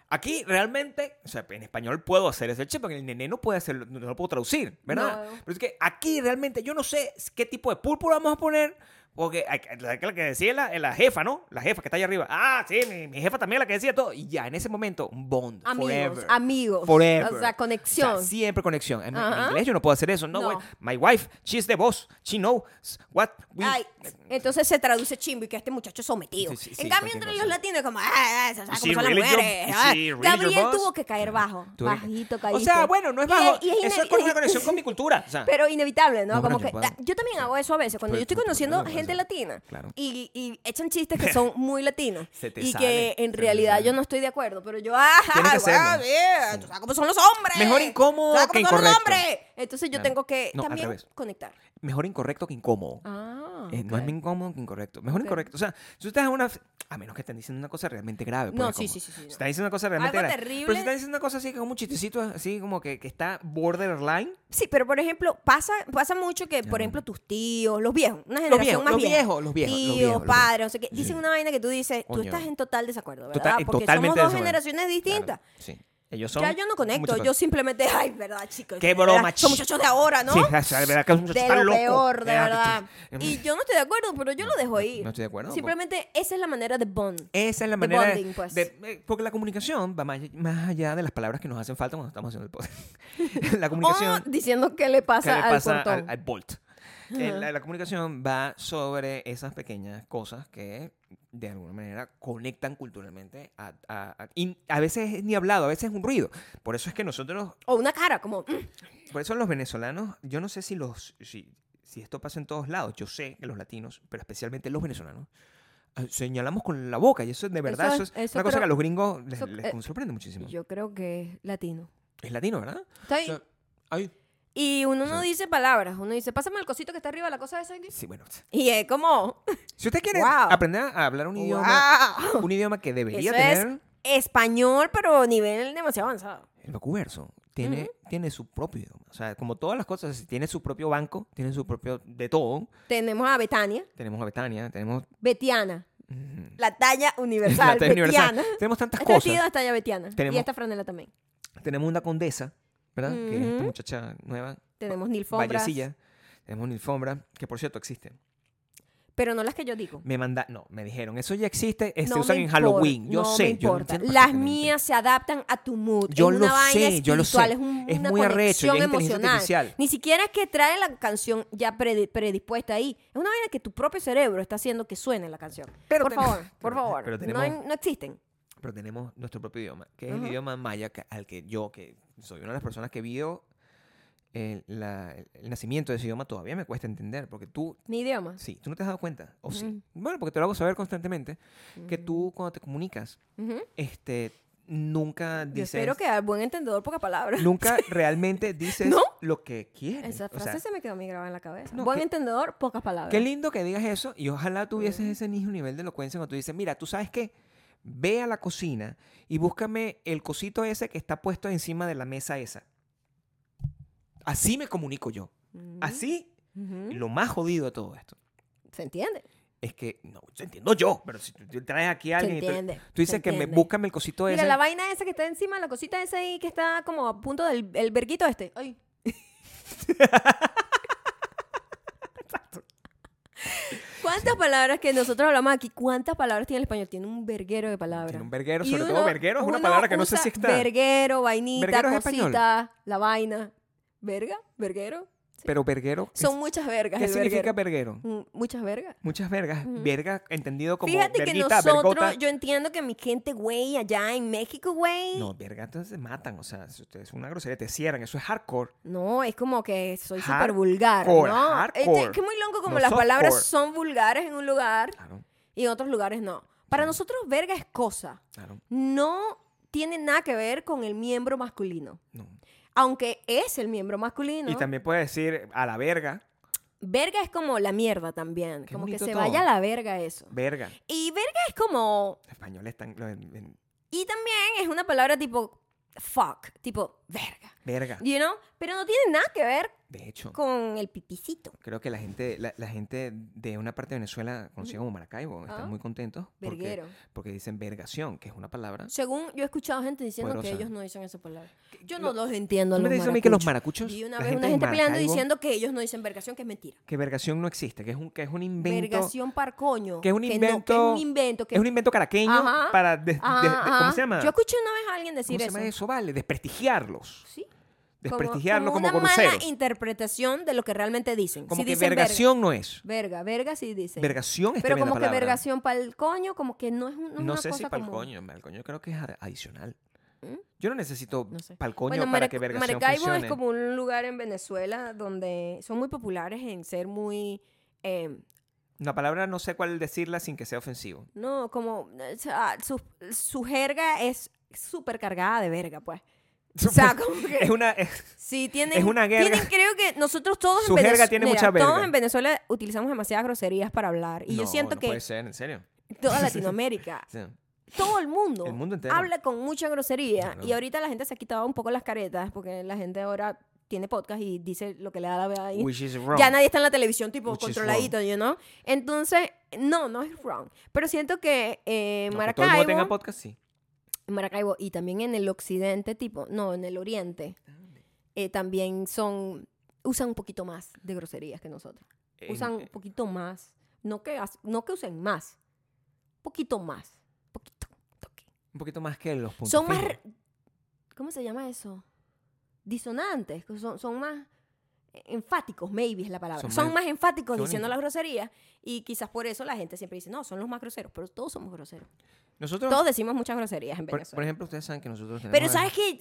[SPEAKER 2] aquí realmente, o sea, en español puedo hacer ese chip, porque el nene no puede hacerlo, no lo puedo traducir, ¿verdad?
[SPEAKER 1] No.
[SPEAKER 2] Pero es que aquí realmente yo no sé qué tipo de púrpura vamos a poner, porque hay que- la la que decía la, la jefa, ¿no? La jefa que está allá arriba. Ah, sí, mi, mi jefa también la que decía todo. Y ya, en ese momento, un bond.
[SPEAKER 1] Amigos,
[SPEAKER 2] forever.
[SPEAKER 1] amigos.
[SPEAKER 2] Forever.
[SPEAKER 1] O sea, conexión.
[SPEAKER 2] O sea, siempre conexión. En, en
[SPEAKER 1] Ajá.
[SPEAKER 2] inglés yo no puedo hacer eso. No,
[SPEAKER 1] No.
[SPEAKER 2] bueno, My wife, she's the boss. She knows what we...
[SPEAKER 1] Ay, entonces se traduce chimbo y que este muchacho es sometido.
[SPEAKER 2] Sí, sí, sí,
[SPEAKER 1] en cambio,
[SPEAKER 2] cualquier
[SPEAKER 1] entre
[SPEAKER 2] cosa.
[SPEAKER 1] los latinos, como, ah, ah, ¿sabes
[SPEAKER 2] Is
[SPEAKER 1] cómo
[SPEAKER 2] she
[SPEAKER 1] son
[SPEAKER 2] really
[SPEAKER 1] las
[SPEAKER 2] your-
[SPEAKER 1] mujeres?
[SPEAKER 2] is
[SPEAKER 1] Ah,
[SPEAKER 2] she really your
[SPEAKER 1] Gabriel
[SPEAKER 2] boss?
[SPEAKER 1] tuvo que caer bajo.
[SPEAKER 2] Tuve que-
[SPEAKER 1] Bajito,
[SPEAKER 2] O
[SPEAKER 1] caíste.
[SPEAKER 2] sea, bueno, no es
[SPEAKER 1] Y es-
[SPEAKER 2] bajo.
[SPEAKER 1] y es
[SPEAKER 2] eso es
[SPEAKER 1] ine-
[SPEAKER 2] con una conexión con mi cultura. O sea,
[SPEAKER 1] Pero inevitable, ¿no?
[SPEAKER 2] No,
[SPEAKER 1] como
[SPEAKER 2] bueno,
[SPEAKER 1] que
[SPEAKER 2] yo
[SPEAKER 1] yo,
[SPEAKER 2] puedo.
[SPEAKER 1] también hago eso a veces. Cuando
[SPEAKER 2] Pero
[SPEAKER 1] yo estoy
[SPEAKER 2] tú- tú
[SPEAKER 1] conociendo
[SPEAKER 2] puedes,
[SPEAKER 1] gente
[SPEAKER 2] claro.
[SPEAKER 1] latina
[SPEAKER 2] Claro.
[SPEAKER 1] y, y echan chistes que son muy latinos
[SPEAKER 2] Se te
[SPEAKER 1] y
[SPEAKER 2] sale,
[SPEAKER 1] que en
[SPEAKER 2] se te
[SPEAKER 1] realidad
[SPEAKER 2] sale.
[SPEAKER 1] yo no estoy de acuerdo, pero yo, ah,
[SPEAKER 2] Tienes que
[SPEAKER 1] ah,
[SPEAKER 2] hacerlo.
[SPEAKER 1] ah, bien, tú sabes cómo son los hombres.
[SPEAKER 2] Mejor incómodo
[SPEAKER 1] Tú sabes
[SPEAKER 2] que
[SPEAKER 1] cómo son los
[SPEAKER 2] incorrecto.
[SPEAKER 1] hombres. Entonces yo
[SPEAKER 2] Claro.
[SPEAKER 1] tengo que
[SPEAKER 2] No, al
[SPEAKER 1] también
[SPEAKER 2] revés.
[SPEAKER 1] conectar.
[SPEAKER 2] mejor incorrecto que incómodo.
[SPEAKER 1] Ah,
[SPEAKER 2] Eh, No es
[SPEAKER 1] ok.
[SPEAKER 2] ni incómodo que incorrecto. Mejor
[SPEAKER 1] Ok.
[SPEAKER 2] incorrecto. O sea, si usted es una. A menos que estén diciendo una cosa realmente grave.
[SPEAKER 1] No,
[SPEAKER 2] pues,
[SPEAKER 1] sí,
[SPEAKER 2] como-
[SPEAKER 1] sí, sí, sí,
[SPEAKER 2] Si
[SPEAKER 1] no.
[SPEAKER 2] están diciendo una cosa realmente
[SPEAKER 1] Algo
[SPEAKER 2] grave. Pero
[SPEAKER 1] terrible.
[SPEAKER 2] si están diciendo una cosa así, como un chistecito, así como que, que está borderline.
[SPEAKER 1] Sí, pero por ejemplo, pasa, pasa mucho que, por ejemplo, tus tíos, los viejos, una generación
[SPEAKER 2] viejos,
[SPEAKER 1] más
[SPEAKER 2] los
[SPEAKER 1] vieja,
[SPEAKER 2] viejos, los viejos, los
[SPEAKER 1] tíos,
[SPEAKER 2] viejos, los
[SPEAKER 1] padres, o sea, que dicen
[SPEAKER 2] Sí.
[SPEAKER 1] una vaina que tú dices,
[SPEAKER 2] Coño.
[SPEAKER 1] tú estás en total desacuerdo, ¿verdad?
[SPEAKER 2] Total-
[SPEAKER 1] Porque somos
[SPEAKER 2] totalmente
[SPEAKER 1] dos
[SPEAKER 2] desacuerdo.
[SPEAKER 1] generaciones distintas.
[SPEAKER 2] Claro, sí. Ellos son.
[SPEAKER 1] ya yo no
[SPEAKER 2] muchas
[SPEAKER 1] conecto,
[SPEAKER 2] cosas.
[SPEAKER 1] yo simplemente, ay, verdad, chicos.
[SPEAKER 2] Qué
[SPEAKER 1] de
[SPEAKER 2] broma,
[SPEAKER 1] verdad, Son
[SPEAKER 2] chi-
[SPEAKER 1] muchachos de ahora, ¿no?
[SPEAKER 2] Sí, o sea, de verdad que es un muchacho
[SPEAKER 1] de
[SPEAKER 2] tan
[SPEAKER 1] lo
[SPEAKER 2] loco.
[SPEAKER 1] peor, de
[SPEAKER 2] Ah,
[SPEAKER 1] verdad.
[SPEAKER 2] que tú-
[SPEAKER 1] Y yo no estoy de acuerdo, pero yo lo dejo ir.
[SPEAKER 2] no estoy de acuerdo, pues.
[SPEAKER 1] Simplemente esa es la manera de bond.
[SPEAKER 2] Esa es
[SPEAKER 1] de
[SPEAKER 2] la manera de-
[SPEAKER 1] bonding, pues.
[SPEAKER 2] de- eh, porque la comunicación va más, más allá de las palabras que nos hacen falta cuando estamos haciendo el podcast. la
[SPEAKER 1] O
[SPEAKER 2] comunicación
[SPEAKER 1] diciendo qué le
[SPEAKER 2] que
[SPEAKER 1] pasa
[SPEAKER 2] le
[SPEAKER 1] al
[SPEAKER 2] pasa
[SPEAKER 1] portón.
[SPEAKER 2] al, al Bolt. Eh, la, la comunicación va sobre esas pequeñas cosas que de alguna manera conectan culturalmente a, a- a- y a veces es ni hablado, a veces es un ruido. Por eso es que nosotros,
[SPEAKER 1] O una cara, como, mm,
[SPEAKER 2] por eso Pues los venezolanos, yo no sé si los si, si esto pasa en todos lados, yo sé que los latinos, pero especialmente los venezolanos, eh, señalamos con la boca y eso de verdad
[SPEAKER 1] Eso
[SPEAKER 2] eso es,
[SPEAKER 1] es- eso
[SPEAKER 2] una cosa
[SPEAKER 1] creo-
[SPEAKER 2] que a los gringos les,
[SPEAKER 1] eso-
[SPEAKER 2] les
[SPEAKER 1] eh,
[SPEAKER 2] sorprende muchísimo.
[SPEAKER 1] yo creo que es latino.
[SPEAKER 2] Es latino, ¿verdad?
[SPEAKER 1] Está
[SPEAKER 2] O
[SPEAKER 1] bien.
[SPEAKER 2] sea, ay,
[SPEAKER 1] Y uno no
[SPEAKER 2] Sí.
[SPEAKER 1] dice palabras, uno dice, pásame el cosito que está arriba, la cosa esa aquí.
[SPEAKER 2] sí, bueno.
[SPEAKER 1] Y es como,
[SPEAKER 2] Si usted quiere
[SPEAKER 1] Wow.
[SPEAKER 2] aprender a hablar un idioma
[SPEAKER 1] ¡guau!
[SPEAKER 2] un idioma que
[SPEAKER 1] Eso
[SPEAKER 2] debería tener
[SPEAKER 1] es español, pero nivel demasiado avanzado.
[SPEAKER 2] el vacuverso. Tiene, tiene su propio idioma. O sea, como todas las cosas, tiene su propio banco, tiene su propio de todo.
[SPEAKER 1] Tenemos a Betania,
[SPEAKER 2] Tenemos a Betania, tenemos
[SPEAKER 1] Betiana,
[SPEAKER 2] mm,
[SPEAKER 1] la talla
[SPEAKER 2] la
[SPEAKER 1] universal,
[SPEAKER 2] tele universal.
[SPEAKER 1] Betiana.
[SPEAKER 2] Tenemos tantas
[SPEAKER 1] Este vestido
[SPEAKER 2] cosas.
[SPEAKER 1] es talla Betiana.
[SPEAKER 2] Tenemos-
[SPEAKER 1] Y esta franela también.
[SPEAKER 2] Tenemos una condesa, ¿verdad? Que es esta
[SPEAKER 1] Ujú.
[SPEAKER 2] muchacha nueva,
[SPEAKER 1] Tenemos nilfombras,
[SPEAKER 2] vallecilla. Tenemos una alfombra, que por cierto existe.
[SPEAKER 1] pero no las que yo digo.
[SPEAKER 2] Me manda, no, me dijeron, eso ya existe, eh, se
[SPEAKER 1] No
[SPEAKER 2] usan
[SPEAKER 1] me
[SPEAKER 2] en Halloween.
[SPEAKER 1] importa,
[SPEAKER 2] Yo
[SPEAKER 1] no me
[SPEAKER 2] sé, yo lo
[SPEAKER 1] importa.
[SPEAKER 2] entiendo
[SPEAKER 1] Las
[SPEAKER 2] perfectamente.
[SPEAKER 1] mías se adaptan a tu mood.
[SPEAKER 2] Yo
[SPEAKER 1] es
[SPEAKER 2] lo
[SPEAKER 1] una vaina
[SPEAKER 2] sé, yo lo
[SPEAKER 1] espiritual,
[SPEAKER 2] sé.
[SPEAKER 1] Es, un-
[SPEAKER 2] Es
[SPEAKER 1] una
[SPEAKER 2] muy arrecho,
[SPEAKER 1] conexión
[SPEAKER 2] ya es inteligencia
[SPEAKER 1] emocional.
[SPEAKER 2] artificial.
[SPEAKER 1] Ni siquiera es que trae la canción ya predi- predispuesta ahí. Es una vaina que tu propio cerebro está haciendo que suene la canción.
[SPEAKER 2] Pero
[SPEAKER 1] por
[SPEAKER 2] tenemos-
[SPEAKER 1] favor, por
[SPEAKER 2] pero-
[SPEAKER 1] favor.
[SPEAKER 2] pero
[SPEAKER 1] No
[SPEAKER 2] tenemos-
[SPEAKER 1] en- no existen.
[SPEAKER 2] pero tenemos nuestro propio idioma, que es el
[SPEAKER 1] Ajá.
[SPEAKER 2] idioma maya que- al que yo, que soy una de las personas que vio el, la- el nacimiento de ese idioma, todavía me cuesta entender, porque tú,
[SPEAKER 1] Mi idioma.
[SPEAKER 2] sí, tú no te has dado cuenta, o sí,
[SPEAKER 1] Mm.
[SPEAKER 2] bueno, porque te lo hago saber constantemente, que tú cuando te comunicas,
[SPEAKER 1] Ujú.
[SPEAKER 2] este, nunca
[SPEAKER 1] Yo
[SPEAKER 2] dices,
[SPEAKER 1] espero que al buen entendedor poca palabra.
[SPEAKER 2] nunca realmente dices
[SPEAKER 1] ¿No?
[SPEAKER 2] lo que quieres.
[SPEAKER 1] Esa
[SPEAKER 2] o
[SPEAKER 1] frase
[SPEAKER 2] sea,
[SPEAKER 1] se me quedó a mí grabada en la cabeza.
[SPEAKER 2] no,
[SPEAKER 1] buen
[SPEAKER 2] que-
[SPEAKER 1] entendedor, pocas palabras.
[SPEAKER 2] Qué lindo que digas eso y ojalá tuvieses ese mismo nivel de elocuencia cuando tú dices, mira, tú sabes qué, ve a la cocina y búscame el cosito ese que está puesto encima de la mesa esa. Así me comunico yo.
[SPEAKER 1] Ujú.
[SPEAKER 2] Así,
[SPEAKER 1] Ujú.
[SPEAKER 2] lo más jodido de todo esto
[SPEAKER 1] Se entiende.
[SPEAKER 2] es que, no, yo entiendo yo, pero si tú tú traes aquí a
[SPEAKER 1] Se
[SPEAKER 2] alguien y tú-
[SPEAKER 1] entiende.
[SPEAKER 2] tú,
[SPEAKER 1] se
[SPEAKER 2] dices que me
[SPEAKER 1] entiende.
[SPEAKER 2] búscame el cosito
[SPEAKER 1] Mira,
[SPEAKER 2] ese.
[SPEAKER 1] la vaina esa que está encima, la cosita esa ahí que está como a punto del el verguito este. Ay. ¿Cuántas palabras que nosotros hablamos aquí? ¿Cuántas palabras tiene el español? Tiene un verguero de palabras.
[SPEAKER 2] Tiene un verguero,
[SPEAKER 1] Y
[SPEAKER 2] sobre todo
[SPEAKER 1] uno-
[SPEAKER 2] verguero es una
[SPEAKER 1] uno
[SPEAKER 2] palabra que no sé
[SPEAKER 1] usa
[SPEAKER 2] si está.
[SPEAKER 1] Verguero, vainita,
[SPEAKER 2] Verguero es español.
[SPEAKER 1] cosita, la vaina. ¿Verga? ¿Verguero?
[SPEAKER 2] Pero verguero. ¿qué-
[SPEAKER 1] Son muchas vergas.
[SPEAKER 2] ¿Qué
[SPEAKER 1] el
[SPEAKER 2] significa
[SPEAKER 1] verguero.
[SPEAKER 2] verguero?
[SPEAKER 1] Mm, Muchas vergas.
[SPEAKER 2] Muchas vergas.
[SPEAKER 1] Ujú.
[SPEAKER 2] Verga entendido como
[SPEAKER 1] Fíjate
[SPEAKER 2] verguita,
[SPEAKER 1] que nosotros,
[SPEAKER 2] vergota.
[SPEAKER 1] yo entiendo que mi gente, güey, allá en México, güey.
[SPEAKER 2] No, verga, entonces se matan. O sea, si ustedes- es una grosería, te cierran. Eso es hardcore.
[SPEAKER 1] No, es como que soy
[SPEAKER 2] Hardcore,
[SPEAKER 1] súper vulgar, ¿no?
[SPEAKER 2] hardcore.
[SPEAKER 1] Este, que es muy loco como
[SPEAKER 2] No
[SPEAKER 1] las
[SPEAKER 2] softcore.
[SPEAKER 1] palabras son vulgares en un lugar
[SPEAKER 2] Claro,
[SPEAKER 1] y en otros lugares no. Para nosotros, verga es cosa.
[SPEAKER 2] claro.
[SPEAKER 1] No tiene nada que ver con el miembro masculino.
[SPEAKER 2] No.
[SPEAKER 1] Aunque es el miembro masculino.
[SPEAKER 2] Y también puedes decir a la verga,
[SPEAKER 1] Verga es como la mierda también.
[SPEAKER 2] Qué
[SPEAKER 1] como que
[SPEAKER 2] bonito
[SPEAKER 1] se
[SPEAKER 2] todo.
[SPEAKER 1] vaya a la verga eso.
[SPEAKER 2] verga.
[SPEAKER 1] Y verga es como.
[SPEAKER 2] Los españoles están. lo- en- en-
[SPEAKER 1] Y también es una palabra tipo fuck, tipo verga.
[SPEAKER 2] verga.
[SPEAKER 1] You know? Pero no tiene nada que ver
[SPEAKER 2] De hecho,
[SPEAKER 1] con el pipicito.
[SPEAKER 2] creo que la gente, la, la gente de una parte de Venezuela, conocida como Maracaibo, están
[SPEAKER 1] Ah.
[SPEAKER 2] muy contentos. porque-
[SPEAKER 1] Verguero.
[SPEAKER 2] Porque dicen vergación, que es una palabra.
[SPEAKER 1] Según yo he escuchado gente diciendo
[SPEAKER 2] Poderosa.
[SPEAKER 1] que ellos no dicen esa palabra. Yo
[SPEAKER 2] lo-
[SPEAKER 1] no los entiendo.
[SPEAKER 2] ¿Tú me
[SPEAKER 1] los
[SPEAKER 2] dices a mí que los
[SPEAKER 1] maracuchos.
[SPEAKER 2] maracuchos?
[SPEAKER 1] Vi una
[SPEAKER 2] la
[SPEAKER 1] vez una
[SPEAKER 2] de
[SPEAKER 1] gente peleando
[SPEAKER 2] Maracaibo,
[SPEAKER 1] diciendo que ellos no dicen vergación, que es mentira.
[SPEAKER 2] que vergación no existe, que es un, que es un invento.
[SPEAKER 1] vergación parcoño.
[SPEAKER 2] Que es un
[SPEAKER 1] no-
[SPEAKER 2] invento.
[SPEAKER 1] que es un invento. Que
[SPEAKER 2] es un invento caraqueño
[SPEAKER 1] Ajá,
[SPEAKER 2] para. de- de- de-
[SPEAKER 1] Ajá,
[SPEAKER 2] ¿Cómo
[SPEAKER 1] ajá.
[SPEAKER 2] se llama?
[SPEAKER 1] Yo escuché una vez a alguien decir
[SPEAKER 2] ¿Cómo se
[SPEAKER 1] eso.
[SPEAKER 2] llama eso? Vale, desprestigiarlos.
[SPEAKER 1] Sí. Como-
[SPEAKER 2] Desprestigiarlos como,
[SPEAKER 1] una
[SPEAKER 2] groseros.
[SPEAKER 1] mala interpretación de lo que realmente dicen.
[SPEAKER 2] Como
[SPEAKER 1] Sí
[SPEAKER 2] que
[SPEAKER 1] dicen
[SPEAKER 2] vergación no es.
[SPEAKER 1] Verga, verga, verga sí dicen.
[SPEAKER 2] Vergación es
[SPEAKER 1] Pero
[SPEAKER 2] tremenda
[SPEAKER 1] como que
[SPEAKER 2] palabra.
[SPEAKER 1] vergación para el coño, como que no es, un- no es
[SPEAKER 2] No
[SPEAKER 1] una
[SPEAKER 2] sé si
[SPEAKER 1] cosa
[SPEAKER 2] para el
[SPEAKER 1] como-
[SPEAKER 2] coño. Para el coño creo que es ad- adicional.
[SPEAKER 1] ¿Mm?
[SPEAKER 2] Yo no necesito
[SPEAKER 1] No sé.
[SPEAKER 2] para el coño
[SPEAKER 1] Bueno,
[SPEAKER 2] para
[SPEAKER 1] Marac-
[SPEAKER 2] que vergación
[SPEAKER 1] Maracaibo
[SPEAKER 2] funcione.
[SPEAKER 1] es como un lugar en Venezuela donde son muy populares en ser muy... eh,
[SPEAKER 2] Una palabra no sé cuál decirla sin que sea ofensivo.
[SPEAKER 1] no, como... eh, o sea, su, su jerga es súper cargada de verga, pues. O sea, como que...
[SPEAKER 2] Es una... es-
[SPEAKER 1] Sí, tienen,
[SPEAKER 2] Es una jerga.
[SPEAKER 1] tienen- creo que nosotros todos
[SPEAKER 2] Su
[SPEAKER 1] en
[SPEAKER 2] jerga
[SPEAKER 1] Venezuela,
[SPEAKER 2] tiene mucha
[SPEAKER 1] todos
[SPEAKER 2] verga.
[SPEAKER 1] en Venezuela utilizamos demasiadas groserías para hablar y yo
[SPEAKER 2] No,
[SPEAKER 1] siento
[SPEAKER 2] no
[SPEAKER 1] que
[SPEAKER 2] puede ser, en serio.
[SPEAKER 1] toda Latinoamérica,
[SPEAKER 2] Sí.
[SPEAKER 1] todo el mundo,
[SPEAKER 2] El mundo entero.
[SPEAKER 1] habla con mucha grosería
[SPEAKER 2] Claro.
[SPEAKER 1] y ahorita la gente se ha quitado un poco las caretas porque la gente ahora tiene podcast y dice lo que le da la gana.
[SPEAKER 2] Which is wrong.
[SPEAKER 1] Ya nadie está en la televisión tipo
[SPEAKER 2] Which is
[SPEAKER 1] controladito, you know? Entonces, no, no es wrong, pero siento que eh,
[SPEAKER 2] No, que todo el mundo tenga
[SPEAKER 1] Maracaibo,
[SPEAKER 2] podcast, sí.
[SPEAKER 1] en Maracaibo y también en el occidente tipo, no, en el oriente eh, también son usan un poquito más de groserías que nosotros.
[SPEAKER 2] En- eh,
[SPEAKER 1] Usan un poquito más, no que as- no que usen más. Poquito más, poquito. toque.
[SPEAKER 2] un poquito más que los puntos
[SPEAKER 1] Son más
[SPEAKER 2] fijos.
[SPEAKER 1] re- ¿Cómo se llama eso? Disonantes, que son, son más enfáticos, maybe es la palabra.
[SPEAKER 2] Son
[SPEAKER 1] Son,
[SPEAKER 2] más-
[SPEAKER 1] más enfáticos
[SPEAKER 2] qué
[SPEAKER 1] diciendo
[SPEAKER 2] bonito.
[SPEAKER 1] las groserías y quizás por eso la gente siempre dice, "No, son los más groseros", pero todos somos groseros.
[SPEAKER 2] Nosotros,
[SPEAKER 1] Todos decimos muchas groserías en
[SPEAKER 2] por,
[SPEAKER 1] Venezuela.
[SPEAKER 2] por ejemplo, ustedes saben que nosotros tenemos...
[SPEAKER 1] Pero sabes que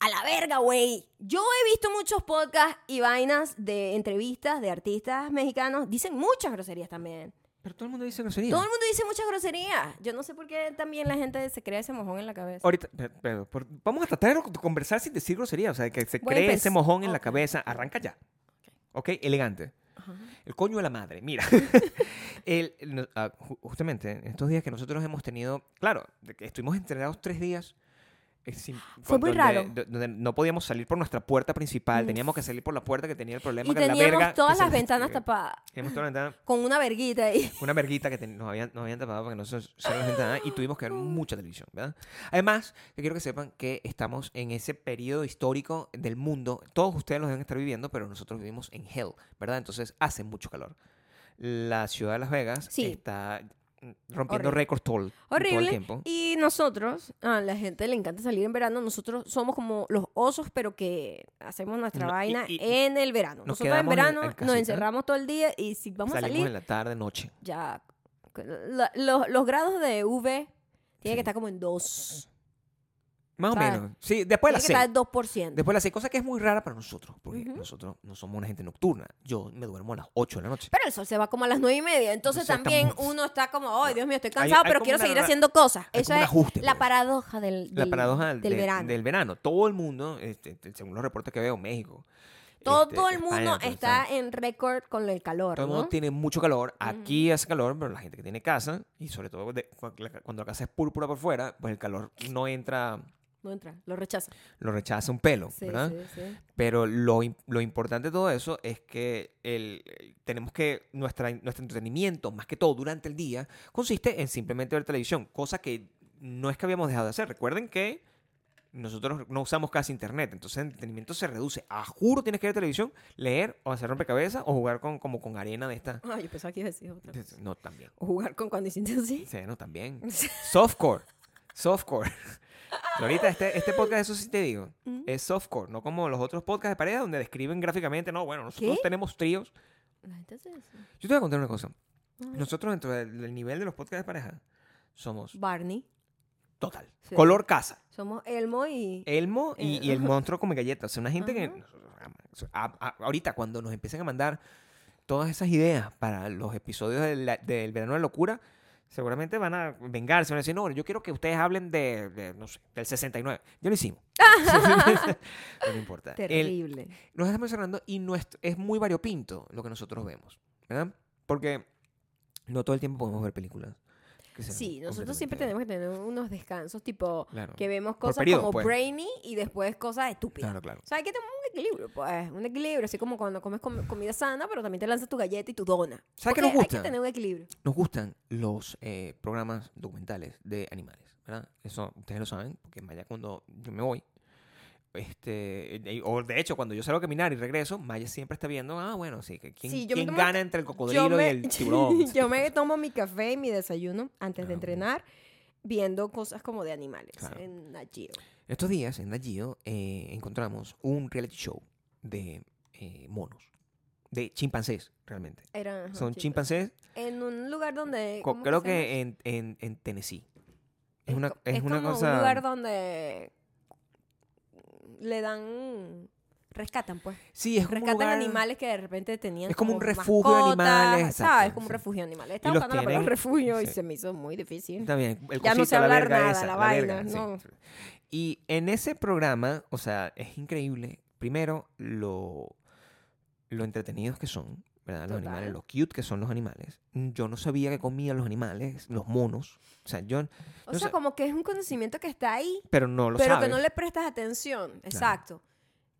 [SPEAKER 1] a la verga, güey. Yo he visto muchos podcasts y vainas de entrevistas de artistas mexicanos. Dicen muchas groserías también.
[SPEAKER 2] Pero todo el mundo dice grosería.
[SPEAKER 1] Todo el mundo dice muchas groserías. Yo no sé por qué también la gente se crea ese mojón en la cabeza.
[SPEAKER 2] Ahorita, pero, pero, por- vamos a tratar de conversar sin decir grosería, o sea, que se
[SPEAKER 1] Voy a
[SPEAKER 2] cree
[SPEAKER 1] empezar.
[SPEAKER 2] ese mojón en la
[SPEAKER 1] pues, Ok.
[SPEAKER 2] cabeza, arranca ya. Ok, elegante.
[SPEAKER 1] Ajá.
[SPEAKER 2] El coño de la madre, mira. El- el- no- ah, ju- justamente, en estos días que nosotros hemos tenido, claro, de que estuvimos entrenados tres días. eh, sin-
[SPEAKER 1] Fue
[SPEAKER 2] con-
[SPEAKER 1] muy
[SPEAKER 2] donde-
[SPEAKER 1] raro.
[SPEAKER 2] do- Donde no podíamos salir por nuestra puerta principal,
[SPEAKER 1] Mm.
[SPEAKER 2] teníamos que salir por la puerta que tenía el problema
[SPEAKER 1] Y
[SPEAKER 2] que la
[SPEAKER 1] teníamos
[SPEAKER 2] verga que
[SPEAKER 1] todas
[SPEAKER 2] se
[SPEAKER 1] las
[SPEAKER 2] nos-
[SPEAKER 1] ventanas
[SPEAKER 2] eh,
[SPEAKER 1] tapadas
[SPEAKER 2] Teníamos todas las ventanas
[SPEAKER 1] con una verguita ahí.
[SPEAKER 2] una verguita que ten- nos, habían, nos habían tapado para que no se cerraran las ventanas y tuvimos que ver mucha televisión, ¿verdad? Además, que quiero que sepan que estamos en ese periodo histórico del mundo. Todos ustedes los deben estar viviendo, pero nosotros vivimos en hell, ¿verdad? Entonces hace mucho calor. La ciudad de Las Vegas
[SPEAKER 1] Sí.
[SPEAKER 2] está mm, rompiendo
[SPEAKER 1] Horrible.
[SPEAKER 2] récords todo, el- todo el
[SPEAKER 1] Horrible.
[SPEAKER 2] tiempo.
[SPEAKER 1] Y nosotros, a la gente le encanta salir en verano. Nosotros somos como los osos, pero que hacemos nuestra
[SPEAKER 2] No, y-
[SPEAKER 1] vaina
[SPEAKER 2] y-
[SPEAKER 1] en el verano.
[SPEAKER 2] nos
[SPEAKER 1] Nosotros en
[SPEAKER 2] quedamos en-
[SPEAKER 1] verano
[SPEAKER 2] en
[SPEAKER 1] nos
[SPEAKER 2] casita.
[SPEAKER 1] encerramos todo el día y si vamos
[SPEAKER 2] Salimos
[SPEAKER 1] a salir,
[SPEAKER 2] en la tarde, noche.
[SPEAKER 1] ya la- los, los grados de UV tienen
[SPEAKER 2] Sí.
[SPEAKER 1] que estar como en 2.
[SPEAKER 2] Más o
[SPEAKER 1] Claro.
[SPEAKER 2] menos. Sí, después de
[SPEAKER 1] tiene
[SPEAKER 2] las
[SPEAKER 1] que
[SPEAKER 2] seis.
[SPEAKER 1] estar en 2%.
[SPEAKER 2] Después de las seis, cosa que es muy rara para nosotros, porque
[SPEAKER 1] Ujú.
[SPEAKER 2] nosotros no somos una gente nocturna. Yo me duermo a las 8 de la noche.
[SPEAKER 1] Pero el sol se va como a las 9 y media. Entonces
[SPEAKER 2] Entonces
[SPEAKER 1] también
[SPEAKER 2] estamos-
[SPEAKER 1] uno está como, ay, Dios mío, estoy
[SPEAKER 2] Hay-
[SPEAKER 1] cansado,
[SPEAKER 2] hay
[SPEAKER 1] pero
[SPEAKER 2] como
[SPEAKER 1] quiero
[SPEAKER 2] una
[SPEAKER 1] seguir
[SPEAKER 2] ra-
[SPEAKER 1] haciendo cosas.
[SPEAKER 2] hay
[SPEAKER 1] Esa
[SPEAKER 2] como un
[SPEAKER 1] es
[SPEAKER 2] ajuste,
[SPEAKER 1] la
[SPEAKER 2] pues.
[SPEAKER 1] paradoja del,
[SPEAKER 2] la
[SPEAKER 1] del-
[SPEAKER 2] paradoja del,
[SPEAKER 1] del
[SPEAKER 2] del-
[SPEAKER 1] verano.
[SPEAKER 2] del verano. Todo el mundo, este, este, según los reportes que veo, México.
[SPEAKER 1] todo
[SPEAKER 2] este,
[SPEAKER 1] el
[SPEAKER 2] España,
[SPEAKER 1] mundo
[SPEAKER 2] todo, o
[SPEAKER 1] está
[SPEAKER 2] sea,
[SPEAKER 1] en récord con el calor,
[SPEAKER 2] Todo el mundo
[SPEAKER 1] ¿no?
[SPEAKER 2] tiene mucho calor. Aquí hace calor, pero la gente que tiene casa, y sobre todo de- cu- la- cuando la casa es púrpura por fuera, pues el calor no entra,
[SPEAKER 1] No entra, lo rechaza.
[SPEAKER 2] lo rechaza un pelo,
[SPEAKER 1] Sí,
[SPEAKER 2] ¿verdad?
[SPEAKER 1] sí, sí.
[SPEAKER 2] Pero lo, im- lo importante de todo eso es que el, el- tenemos que, nuestra, nuestro entretenimiento, más que todo durante el día, consiste en simplemente ver televisión, cosa que no es que habíamos dejado de hacer. Recuerden que nosotros no usamos casi internet, entonces el entretenimiento se reduce. A juro tienes que ver televisión, leer o hacer rompecabezas o jugar con, como con arena de esta.
[SPEAKER 1] Ay, yo pensaba que iba a decir otra.
[SPEAKER 2] de- No, también.
[SPEAKER 1] O jugar con cuando hiciste así.
[SPEAKER 2] Sí, no, también. Softcore. Softcore. Ahorita este, este podcast, eso sí te digo,
[SPEAKER 1] Mm.
[SPEAKER 2] es softcore, no como los otros podcasts de pareja donde describen gráficamente, no, bueno, nosotros tenemos tríos.
[SPEAKER 1] La gente hace eso.
[SPEAKER 2] Yo te voy a contar una cosa.
[SPEAKER 1] A ver.
[SPEAKER 2] Nosotros dentro del, del nivel de los podcasts de pareja somos
[SPEAKER 1] Barney.
[SPEAKER 2] total.
[SPEAKER 1] Sí.
[SPEAKER 2] Color casa.
[SPEAKER 1] Somos Elmo y.
[SPEAKER 2] Elmo y, y el monstruo come galletas. O sea, una gente que...
[SPEAKER 1] Eh, Ajá.
[SPEAKER 2] nosotros ama- a- a- ahorita, cuando nos empiezan a mandar todas esas ideas para los episodios de la- del verano de locura, seguramente van a vengarse, van a decir, no, yo quiero que ustedes hablen de, de, no sé, del 69. Ya lo hicimos. no importa. El-
[SPEAKER 1] Terrible.
[SPEAKER 2] nos estamos cerrando y nuestro, es muy variopinto lo que nosotros vemos, ¿verdad? Porque no todo el tiempo podemos ver películas. que sean
[SPEAKER 1] sí, nosotros siempre
[SPEAKER 2] completamente-
[SPEAKER 1] tenemos que tener unos descansos, tipo
[SPEAKER 2] Claro.
[SPEAKER 1] que vemos
[SPEAKER 2] Por
[SPEAKER 1] cosas
[SPEAKER 2] periodo,
[SPEAKER 1] como
[SPEAKER 2] pues.
[SPEAKER 1] brainy y después cosas estúpidas.
[SPEAKER 2] Claro, claro.
[SPEAKER 1] O sea, hay que tener un equilibrio, pues, un equilibrio, así como cuando comes com- comida sana, pero también te lanzas tu galleta y tu dona.
[SPEAKER 2] ¿Sabes qué
[SPEAKER 1] Porque
[SPEAKER 2] nos
[SPEAKER 1] Hay
[SPEAKER 2] gusta?
[SPEAKER 1] que tener un equilibrio.
[SPEAKER 2] Nos gustan los eh, programas documentales de animales, ¿verdad? Eso ustedes lo saben, porque Maya cuando yo me voy, este, eh, o de hecho cuando yo salgo a caminar y regreso, Maya siempre está viendo, ah, bueno, sí, que quién,
[SPEAKER 1] Sí, yo me
[SPEAKER 2] quién
[SPEAKER 1] tomo-
[SPEAKER 2] gana entre el cocodrilo y el tiburón. ese tipo
[SPEAKER 1] yo
[SPEAKER 2] de
[SPEAKER 1] me
[SPEAKER 2] cosas.
[SPEAKER 1] tomo mi café y mi desayuno antes de
[SPEAKER 2] Ah, bueno.
[SPEAKER 1] entrenar, viendo cosas como de animales
[SPEAKER 2] Claro.
[SPEAKER 1] en Nat Geo.
[SPEAKER 2] Estos días en Nagio encontramos un reality show de eh, monos, de chimpancés, realmente.
[SPEAKER 1] Eran, ajá,
[SPEAKER 2] Son
[SPEAKER 1] chicos.
[SPEAKER 2] chimpancés,
[SPEAKER 1] En un lugar donde.
[SPEAKER 2] co-
[SPEAKER 1] ¿cómo
[SPEAKER 2] creo
[SPEAKER 1] se llama?
[SPEAKER 2] que en, en- en Tennessee. Es una,
[SPEAKER 1] co-
[SPEAKER 2] es una
[SPEAKER 1] como
[SPEAKER 2] cosa...
[SPEAKER 1] un lugar donde le dan rescatan pues
[SPEAKER 2] sí, es como un
[SPEAKER 1] rescatan
[SPEAKER 2] lugar-
[SPEAKER 1] animales que de repente tenían
[SPEAKER 2] Es como un refugio de animales,
[SPEAKER 1] ¿sabes?
[SPEAKER 2] exacto,
[SPEAKER 1] como un
[SPEAKER 2] sí.
[SPEAKER 1] refugio de animales estaba
[SPEAKER 2] los
[SPEAKER 1] buscando la palabra
[SPEAKER 2] tienen-
[SPEAKER 1] refugio y
[SPEAKER 2] sí.
[SPEAKER 1] se me hizo muy difícil
[SPEAKER 2] También, el
[SPEAKER 1] Ya no sé
[SPEAKER 2] cosito, la
[SPEAKER 1] hablar
[SPEAKER 2] verga
[SPEAKER 1] nada,
[SPEAKER 2] esa,
[SPEAKER 1] la
[SPEAKER 2] verga,
[SPEAKER 1] vaina,
[SPEAKER 2] sí.
[SPEAKER 1] no.
[SPEAKER 2] Y en ese programa, o sea, es increíble, primero, lo, lo entretenidos que son, ¿verdad? Los
[SPEAKER 1] Total.
[SPEAKER 2] animales, lo cute que son los animales. Yo no sabía que comían los animales, los monos. O sea, yo,
[SPEAKER 1] o
[SPEAKER 2] no
[SPEAKER 1] sea
[SPEAKER 2] sé.
[SPEAKER 1] como que es un conocimiento que está ahí
[SPEAKER 2] pero no lo
[SPEAKER 1] pero
[SPEAKER 2] sabes.
[SPEAKER 1] que no le prestas atención exacto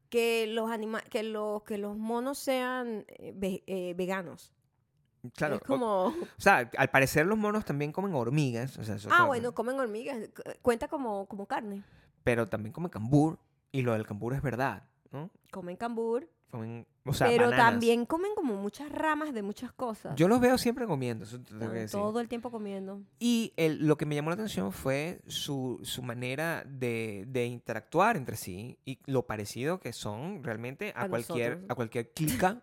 [SPEAKER 1] que los anima que los que los monos sean eh, ve- eh, veganos
[SPEAKER 2] Claro,
[SPEAKER 1] es
[SPEAKER 2] o-
[SPEAKER 1] como
[SPEAKER 2] O sea, al parecer los monos también comen hormigas. O sea, eso
[SPEAKER 1] ah
[SPEAKER 2] claro,
[SPEAKER 1] bueno comen hormigas eh, cu- cuenta como como carne
[SPEAKER 2] Pero también comen cambur. Y lo del cambur es verdad, ¿no?
[SPEAKER 1] comen cambur
[SPEAKER 2] Comen, o sea,
[SPEAKER 1] pero
[SPEAKER 2] bananas.
[SPEAKER 1] también comen como muchas ramas de muchas cosas.
[SPEAKER 2] Yo los veo siempre comiendo, eso te tengo que
[SPEAKER 1] Están
[SPEAKER 2] decir.
[SPEAKER 1] todo el tiempo comiendo.
[SPEAKER 2] Y el- lo que me llamó la atención fue su, su manera de, de interactuar entre sí y lo parecido que son realmente a,
[SPEAKER 1] A
[SPEAKER 2] cualquier
[SPEAKER 1] nosotros.
[SPEAKER 2] a cualquier clica.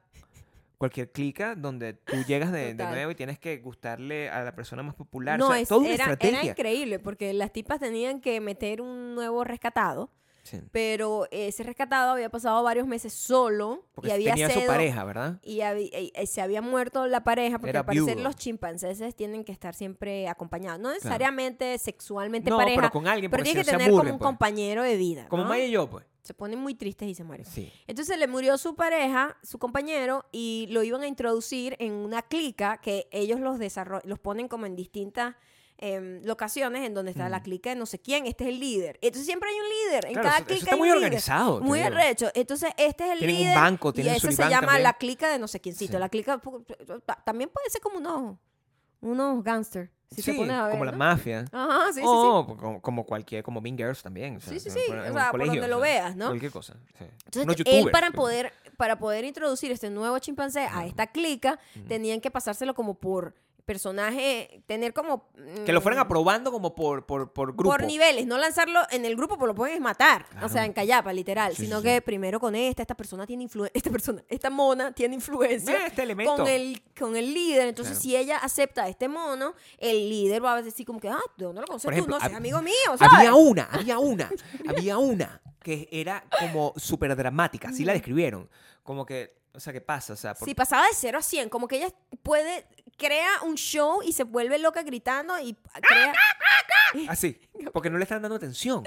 [SPEAKER 2] Cualquier clica donde tú llegas de, de
[SPEAKER 1] Total.
[SPEAKER 2] nuevo y tienes que gustarle a la persona más popular.
[SPEAKER 1] no,
[SPEAKER 2] o sea,
[SPEAKER 1] es,
[SPEAKER 2] toda una
[SPEAKER 1] era, era
[SPEAKER 2] estrategia.
[SPEAKER 1] increíble porque las tipas tenían que meter un nuevo rescatado,
[SPEAKER 2] Sí,
[SPEAKER 1] pero ese rescatado había pasado varios meses solo
[SPEAKER 2] porque
[SPEAKER 1] y había
[SPEAKER 2] tenía
[SPEAKER 1] sido
[SPEAKER 2] su pareja, ¿verdad?
[SPEAKER 1] y, habi- y- y se había muerto la pareja porque
[SPEAKER 2] Era
[SPEAKER 1] al parecer
[SPEAKER 2] viudo.
[SPEAKER 1] los chimpancéses tienen que estar siempre acompañados, no necesariamente sexualmente
[SPEAKER 2] No,
[SPEAKER 1] pareja,
[SPEAKER 2] pero
[SPEAKER 1] pero,
[SPEAKER 2] con alguien, porque si
[SPEAKER 1] tienen
[SPEAKER 2] no
[SPEAKER 1] que
[SPEAKER 2] se
[SPEAKER 1] tener
[SPEAKER 2] aburren.
[SPEAKER 1] como un
[SPEAKER 2] pues.
[SPEAKER 1] compañero de vida.
[SPEAKER 2] Como
[SPEAKER 1] ¿no?
[SPEAKER 2] Maya y yo, pues.
[SPEAKER 1] Se ponen muy tristes y se mueren.
[SPEAKER 2] Sí.
[SPEAKER 1] Entonces le murió su pareja, su compañero, y lo iban a introducir en una clica que ellos los desarro- los ponen como en distintas em, locaciones en donde está la
[SPEAKER 2] Mm.
[SPEAKER 1] clica de no sé quién, este es el líder. Entonces siempre hay un líder, en
[SPEAKER 2] Claro,
[SPEAKER 1] cada
[SPEAKER 2] eso- eso
[SPEAKER 1] clica
[SPEAKER 2] está
[SPEAKER 1] hay
[SPEAKER 2] muy
[SPEAKER 1] un líder.
[SPEAKER 2] organizado. te
[SPEAKER 1] Muy
[SPEAKER 2] digo.
[SPEAKER 1] arrecho. Entonces, este es el
[SPEAKER 2] Oh, Tienen un
[SPEAKER 1] líder.
[SPEAKER 2] banco,
[SPEAKER 1] y
[SPEAKER 2] tienen su
[SPEAKER 1] ese se
[SPEAKER 2] diván
[SPEAKER 1] llama
[SPEAKER 2] también.
[SPEAKER 1] la clica de no sé quiéncito.
[SPEAKER 2] Sí.
[SPEAKER 1] La clica también puede ser como unos, unos gangsters. Si
[SPEAKER 2] Sí,
[SPEAKER 1] te pones a ver.
[SPEAKER 2] como la
[SPEAKER 1] ¿no?
[SPEAKER 2] mafia.
[SPEAKER 1] Ajá, sí, sí, sí.
[SPEAKER 2] o pues, como, como cualquier, como Mean Girls también. o sea,
[SPEAKER 1] Sí, sí,
[SPEAKER 2] en
[SPEAKER 1] sí,
[SPEAKER 2] un- Ah, en
[SPEAKER 1] o
[SPEAKER 2] un
[SPEAKER 1] sea, por
[SPEAKER 2] colegio,
[SPEAKER 1] donde
[SPEAKER 2] o
[SPEAKER 1] lo
[SPEAKER 2] sea,
[SPEAKER 1] veas, ¿no?
[SPEAKER 2] Cualquier cosa. sí. Unos
[SPEAKER 1] Entonces, él
[SPEAKER 2] youtubers,
[SPEAKER 1] para
[SPEAKER 2] pues.
[SPEAKER 1] poder, para poder introducir este nuevo chimpancé a esta clica,
[SPEAKER 2] Ujú.
[SPEAKER 1] tenían que pasárselo como por personaje, tener como...
[SPEAKER 2] Que lo fueran
[SPEAKER 1] mm,
[SPEAKER 2] aprobando como por, por, por grupo.
[SPEAKER 1] Por niveles, no lanzarlo en el grupo, porque lo pueden matar. O sea,
[SPEAKER 2] Claro.
[SPEAKER 1] en callapa, literal.
[SPEAKER 2] Sí,
[SPEAKER 1] sino
[SPEAKER 2] sí, sí.
[SPEAKER 1] que primero con esta, esta persona tiene influencia, esta persona, esta mona tiene influencia.
[SPEAKER 2] Mira este elemento.
[SPEAKER 1] Con el, con el líder, entonces
[SPEAKER 2] Claro.
[SPEAKER 1] si ella acepta a este mono, el líder va a decir como que, ah, ¿de dónde lo conoces
[SPEAKER 2] Por
[SPEAKER 1] tú?
[SPEAKER 2] ejemplo,
[SPEAKER 1] No, sé,
[SPEAKER 2] hab-
[SPEAKER 1] amigo mío, ¿sabes?
[SPEAKER 2] había una, había una, había una que era como súper dramática, así la describieron. Como que, o sea, ¿qué pasa? O sea, por-
[SPEAKER 1] Si pasaba de 0 a 100, como que ella puede, crea un show y se vuelve loca gritando y crea...
[SPEAKER 2] así, Ah, porque no le están dando atención.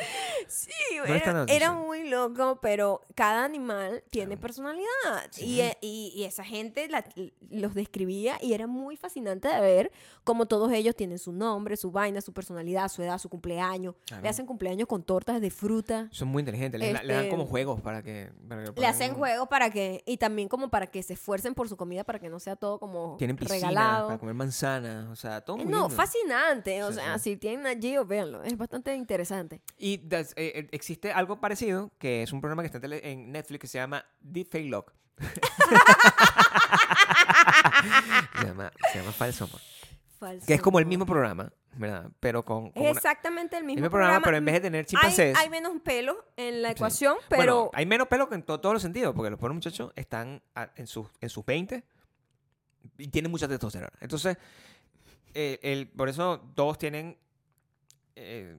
[SPEAKER 1] Sí,
[SPEAKER 2] No le están
[SPEAKER 1] era,
[SPEAKER 2] dando
[SPEAKER 1] era
[SPEAKER 2] atención.
[SPEAKER 1] muy loco, pero cada animal tiene personalidad.
[SPEAKER 2] Sí.
[SPEAKER 1] Y, e- y- y esa gente la- los describía y era muy fascinante de ver cómo todos ellos tienen su nombre, su vaina, su personalidad, su edad, su cumpleaños.
[SPEAKER 2] Claro.
[SPEAKER 1] Le hacen cumpleaños con tortas de fruta.
[SPEAKER 2] Son muy inteligentes, le, le dan
[SPEAKER 1] Este-
[SPEAKER 2] como juegos para que... para que
[SPEAKER 1] Le hacen
[SPEAKER 2] puedan-
[SPEAKER 1] juegos para que, y también como para que se esfuercen por su comida, para que no sea todo como
[SPEAKER 2] Tienen piscinas
[SPEAKER 1] regalado.
[SPEAKER 2] para comer manzanas, o sea, todo muy
[SPEAKER 1] Eh, No,
[SPEAKER 2] lindo.
[SPEAKER 1] fascinante. O
[SPEAKER 2] Sí,
[SPEAKER 1] sea, si tienen allí, véanlo. Es bastante interesante.
[SPEAKER 2] Y das- eh, eh, existe algo parecido, que es un programa que está en, tele- en Netflix que se llama Deep Fake Lock. se, llama, se llama Falso Amor.
[SPEAKER 1] Falso.
[SPEAKER 2] Que es como el
[SPEAKER 1] amor.
[SPEAKER 2] mismo programa, ¿verdad? Pero con, con
[SPEAKER 1] Es
[SPEAKER 2] una-
[SPEAKER 1] exactamente el
[SPEAKER 2] el
[SPEAKER 1] mismo
[SPEAKER 2] mismo programa, pero en vez de tener chimpancés...
[SPEAKER 1] Hay, hay menos pelos en la
[SPEAKER 2] Sí.
[SPEAKER 1] ecuación,
[SPEAKER 2] Bueno,
[SPEAKER 1] pero
[SPEAKER 2] hay menos pelo que en to- todos los sentidos, porque los pobres muchachos están a- en sus, en sus 20 y tienen mucha testosterona. Entonces, eh, el- por eso todos tienen... eh,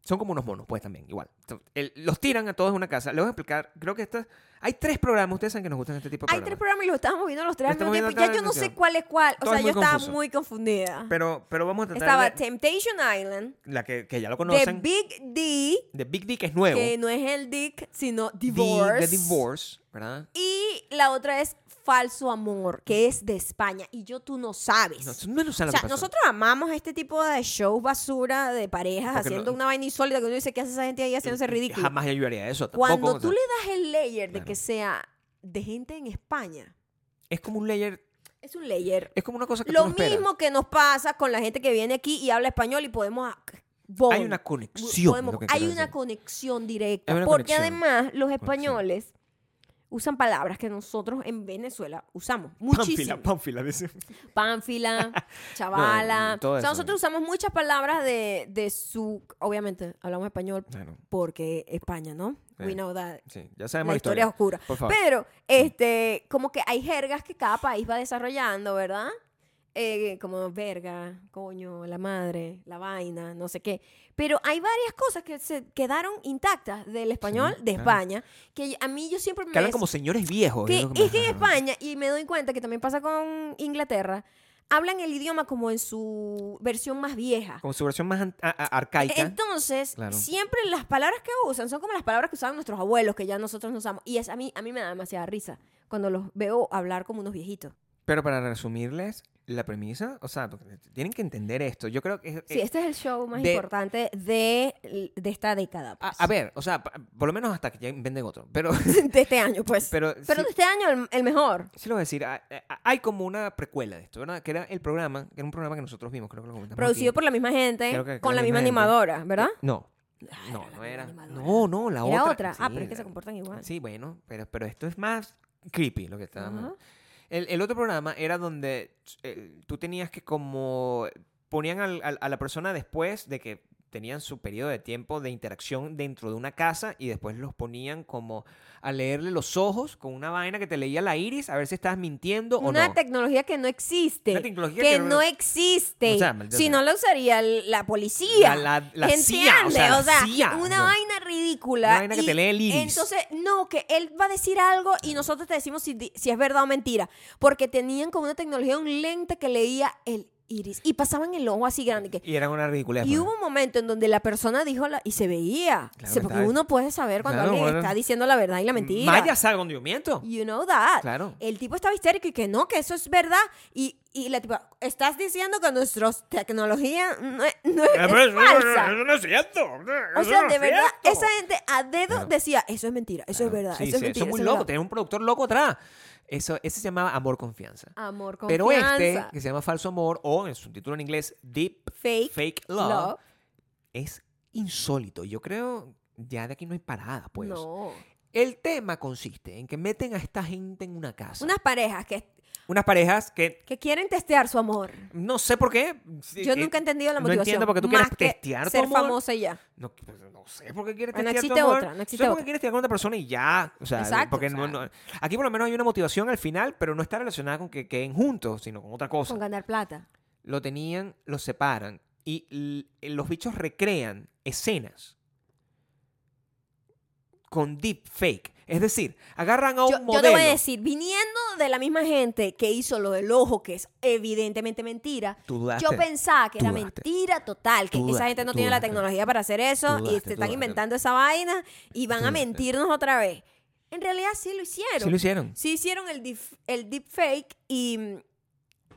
[SPEAKER 2] son como unos monos, pues también, igual. Entonces, el- los tiran a todos en una casa. Les voy a explicar, creo que estas... Hay tres programas, ustedes saben que nos gustan este tipo de
[SPEAKER 1] hay
[SPEAKER 2] programas.
[SPEAKER 1] tres programas y los estábamos viendo los tres al
[SPEAKER 2] Estamos
[SPEAKER 1] mismo tiempo.
[SPEAKER 2] viendo
[SPEAKER 1] y Ya
[SPEAKER 2] tres
[SPEAKER 1] yo
[SPEAKER 2] al
[SPEAKER 1] no
[SPEAKER 2] mismo
[SPEAKER 1] sé
[SPEAKER 2] tiempo.
[SPEAKER 1] cuál es cuál. O
[SPEAKER 2] Todo
[SPEAKER 1] sea, yo
[SPEAKER 2] es muy
[SPEAKER 1] estaba
[SPEAKER 2] confuso.
[SPEAKER 1] muy confundida.
[SPEAKER 2] Pero, pero vamos a tratar
[SPEAKER 1] Estaba
[SPEAKER 2] de-
[SPEAKER 1] Temptation Island,
[SPEAKER 2] la que, que ya lo
[SPEAKER 1] The
[SPEAKER 2] conocen. De Big,
[SPEAKER 1] Big D,
[SPEAKER 2] D, que es nuevo.
[SPEAKER 1] que no es el Dick, sino
[SPEAKER 2] The-
[SPEAKER 1] Divorce.
[SPEAKER 2] The Divorce, ¿verdad?
[SPEAKER 1] Y la otra es Falso Amor, que es de España. Y yo tú no sabes.
[SPEAKER 2] No, no lo saben
[SPEAKER 1] o
[SPEAKER 2] lo que
[SPEAKER 1] sea,
[SPEAKER 2] pasó.
[SPEAKER 1] nosotros amamos este tipo de shows basura de parejas
[SPEAKER 2] Porque
[SPEAKER 1] haciendo
[SPEAKER 2] no-
[SPEAKER 1] una vaina insólita que uno dice, ¿qué hace esa gente ahí haciéndose ridículo?
[SPEAKER 2] Jamás yo ayudaría a eso. Tampoco,
[SPEAKER 1] Cuando
[SPEAKER 2] o
[SPEAKER 1] tú
[SPEAKER 2] sea,
[SPEAKER 1] le das el layer de
[SPEAKER 2] Claro.
[SPEAKER 1] que sea de gente en España,
[SPEAKER 2] Es como un layer,
[SPEAKER 1] es un layer.
[SPEAKER 2] es como una cosa que
[SPEAKER 1] Lo
[SPEAKER 2] tú no esperas.
[SPEAKER 1] mismo que nos pasa con la gente que viene aquí y habla español y podemos... a- bond.
[SPEAKER 2] Hay una
[SPEAKER 1] Bu-
[SPEAKER 2] conexión.
[SPEAKER 1] podemos-
[SPEAKER 2] lo que
[SPEAKER 1] hay
[SPEAKER 2] quiero
[SPEAKER 1] una
[SPEAKER 2] decir.
[SPEAKER 1] conexión directa.
[SPEAKER 2] Hay una
[SPEAKER 1] porque
[SPEAKER 2] conexión.
[SPEAKER 1] además los españoles usan palabras que nosotros en Venezuela usamos muchísimo.
[SPEAKER 2] Pánfila, pánfila. dice.
[SPEAKER 1] Pánfila, chavala.
[SPEAKER 2] No, todo
[SPEAKER 1] o sea,
[SPEAKER 2] eso.
[SPEAKER 1] nosotros usamos muchas palabras de, de su... Obviamente, hablamos español
[SPEAKER 2] Claro,
[SPEAKER 1] porque España, ¿no? We
[SPEAKER 2] Sí.
[SPEAKER 1] know that.
[SPEAKER 2] sí, ya sabemos
[SPEAKER 1] La historia es oscura.
[SPEAKER 2] Por favor.
[SPEAKER 1] Pero, este, como que hay jergas que cada país va desarrollando, ¿verdad? Eh, como verga, coño, la madre, la vaina, no sé qué. Pero hay varias cosas que se quedaron intactas del español de
[SPEAKER 2] claro.
[SPEAKER 1] España, que a mí yo siempre me...
[SPEAKER 2] ah. que hablan como señores viejos.
[SPEAKER 1] que-
[SPEAKER 2] es lo
[SPEAKER 1] es
[SPEAKER 2] me-
[SPEAKER 1] que en España, y me doy cuenta que también pasa con Inglaterra, hablan el idioma como en su versión más vieja.
[SPEAKER 2] Como su versión más an- a- a- arcaica.
[SPEAKER 1] Entonces,
[SPEAKER 2] Claro.
[SPEAKER 1] siempre las palabras que usan son como las palabras que usaban nuestros abuelos, que ya nosotros no usamos. Y es, a, mí, a mí me da demasiada risa cuando los veo hablar como unos viejitos.
[SPEAKER 2] Pero para resumirles la premisa, o sea, porque tienen que entender esto. Yo creo que es- eh,
[SPEAKER 1] Sí, este es el show más
[SPEAKER 2] de-
[SPEAKER 1] importante de, de esta década.
[SPEAKER 2] a,
[SPEAKER 1] pues.
[SPEAKER 2] a ver, o sea, pa- por lo menos hasta que ya inventen otro. Pero,
[SPEAKER 1] de este año, pues. Pero,
[SPEAKER 2] pero, sí-
[SPEAKER 1] de este año el, el mejor.
[SPEAKER 2] Sí, lo voy a decir. a- a- Hay como una precuela de esto, ¿verdad? Que era el programa, que era un programa que nosotros vimos, creo que lo comentamos.
[SPEAKER 1] Producido
[SPEAKER 2] aquí.
[SPEAKER 1] por la misma gente,
[SPEAKER 2] Creo que
[SPEAKER 1] con
[SPEAKER 2] con
[SPEAKER 1] la
[SPEAKER 2] la
[SPEAKER 1] misma
[SPEAKER 2] misma gente.
[SPEAKER 1] animadora, ¿verdad?
[SPEAKER 2] Eh, No,
[SPEAKER 1] Ah, la
[SPEAKER 2] no, no
[SPEAKER 1] misma
[SPEAKER 2] era.
[SPEAKER 1] animadora.
[SPEAKER 2] No, no, la otra.
[SPEAKER 1] Era otra. Ah,
[SPEAKER 2] Sí,
[SPEAKER 1] pero es que se
[SPEAKER 2] la-
[SPEAKER 1] comportan igual.
[SPEAKER 2] Sí, bueno, pero, pero esto es más creepy lo que está.
[SPEAKER 1] Ajá.
[SPEAKER 2] El, el otro programa era donde eh, tú tenías que como ponían al- al- a la persona después de que tenían su periodo de tiempo de interacción dentro de una casa y después los ponían como a leerle los ojos con una vaina que te leía la iris a ver si estabas mintiendo o no.
[SPEAKER 1] Una tecnología que no existe.
[SPEAKER 2] Una tecnología
[SPEAKER 1] que,
[SPEAKER 2] que no-
[SPEAKER 1] no existe.
[SPEAKER 2] O sea, maldita
[SPEAKER 1] si
[SPEAKER 2] sea.
[SPEAKER 1] no la usaría el- la policía.
[SPEAKER 2] La- la- la
[SPEAKER 1] ¿Entiendes?
[SPEAKER 2] CIA, o sea,
[SPEAKER 1] O sea,
[SPEAKER 2] la CIA,
[SPEAKER 1] una
[SPEAKER 2] no.
[SPEAKER 1] vaina ridícula.
[SPEAKER 2] Una vaina que
[SPEAKER 1] y
[SPEAKER 2] te lee el iris.
[SPEAKER 1] Entonces, no, que él va a decir algo y nosotros te decimos si, di- si es verdad o mentira. Porque tenían como una tecnología, un lente que leía el iris. Y pasaban el ojo así grande. Que,
[SPEAKER 2] Y era una ridiculez.
[SPEAKER 1] y
[SPEAKER 2] pues.
[SPEAKER 1] hubo un momento en donde la persona dijo la, y se veía.
[SPEAKER 2] Claro
[SPEAKER 1] O sea,
[SPEAKER 2] que
[SPEAKER 1] porque
[SPEAKER 2] estaba-
[SPEAKER 1] uno puede saber cuando
[SPEAKER 2] Claro,
[SPEAKER 1] alguien
[SPEAKER 2] bueno.
[SPEAKER 1] está diciendo la verdad y la mentira.
[SPEAKER 2] Maya sabe cuando yo miento.
[SPEAKER 1] You know that.
[SPEAKER 2] Claro.
[SPEAKER 1] El tipo estaba histérico y que no, que eso es verdad. Y, y la tipa, estás diciendo que nuestra tecnología no es, no es- es falsa.
[SPEAKER 2] no es cierto.
[SPEAKER 1] O sea, de verdad, esa gente a dedo
[SPEAKER 2] Claro.
[SPEAKER 1] decía, eso es mentira, eso es
[SPEAKER 2] Claro.
[SPEAKER 1] verdad,
[SPEAKER 2] Sí,
[SPEAKER 1] eso es
[SPEAKER 2] sí,
[SPEAKER 1] mentira.
[SPEAKER 2] Son muy
[SPEAKER 1] eso es
[SPEAKER 2] locos,
[SPEAKER 1] verdad".
[SPEAKER 2] tener un productor loco atrás. Eso, ese se llamaba Amor Confianza.
[SPEAKER 1] Amor,
[SPEAKER 2] Pero
[SPEAKER 1] confianza.
[SPEAKER 2] este, que se llama Falso Amor, o en su título en inglés, Deep
[SPEAKER 1] fake,
[SPEAKER 2] Fake Love,
[SPEAKER 1] love,
[SPEAKER 2] es insólito. Yo creo, ya de aquí no hay parada, pues.
[SPEAKER 1] no.
[SPEAKER 2] El tema consiste en que meten a esta gente en una casa.
[SPEAKER 1] Unas parejas que,
[SPEAKER 2] Unas parejas que
[SPEAKER 1] que quieren testear su amor.
[SPEAKER 2] no sé por qué.
[SPEAKER 1] Yo
[SPEAKER 2] eh,
[SPEAKER 1] nunca he entendido la
[SPEAKER 2] no
[SPEAKER 1] motivación.
[SPEAKER 2] entiendo por qué tú
[SPEAKER 1] más
[SPEAKER 2] quieres
[SPEAKER 1] que
[SPEAKER 2] testear tu
[SPEAKER 1] ser
[SPEAKER 2] amor.
[SPEAKER 1] famosa y ya.
[SPEAKER 2] No, pues, no sé por qué quieres
[SPEAKER 1] Ah, no
[SPEAKER 2] testear tu
[SPEAKER 1] existe
[SPEAKER 2] amor.
[SPEAKER 1] otra, no existe
[SPEAKER 2] sé por
[SPEAKER 1] otra.
[SPEAKER 2] qué quieres testear con otra persona y ya. O sea,
[SPEAKER 1] Exacto,
[SPEAKER 2] porque
[SPEAKER 1] o sea.
[SPEAKER 2] no- no- aquí por lo menos hay una motivación al final, pero no está relacionada con que queden juntos, sino con otra cosa.
[SPEAKER 1] Con ganar plata.
[SPEAKER 2] Lo tenían, lo separan y l- los bichos recrean escenas con deepfake. Es decir, agarran a un
[SPEAKER 1] yo, yo
[SPEAKER 2] modelo.
[SPEAKER 1] te voy a decir, viniendo de la misma gente que hizo lo del ojo, que es evidentemente mentira,
[SPEAKER 2] Tú dudaste.
[SPEAKER 1] yo pensaba que era
[SPEAKER 2] dudaste.
[SPEAKER 1] mentira total, que
[SPEAKER 2] Tú
[SPEAKER 1] esa
[SPEAKER 2] dudaste,
[SPEAKER 1] gente no
[SPEAKER 2] tú
[SPEAKER 1] tiene la
[SPEAKER 2] dudaste.
[SPEAKER 1] tecnología para hacer eso y
[SPEAKER 2] Tú
[SPEAKER 1] se
[SPEAKER 2] dudaste, tú
[SPEAKER 1] están
[SPEAKER 2] dudaste.
[SPEAKER 1] inventando esa vaina y van
[SPEAKER 2] Tú
[SPEAKER 1] a
[SPEAKER 2] dudaste.
[SPEAKER 1] mentirnos otra vez. En realidad sí lo hicieron.
[SPEAKER 2] Sí lo hicieron.
[SPEAKER 1] Sí hicieron el, dif- el deepfake y,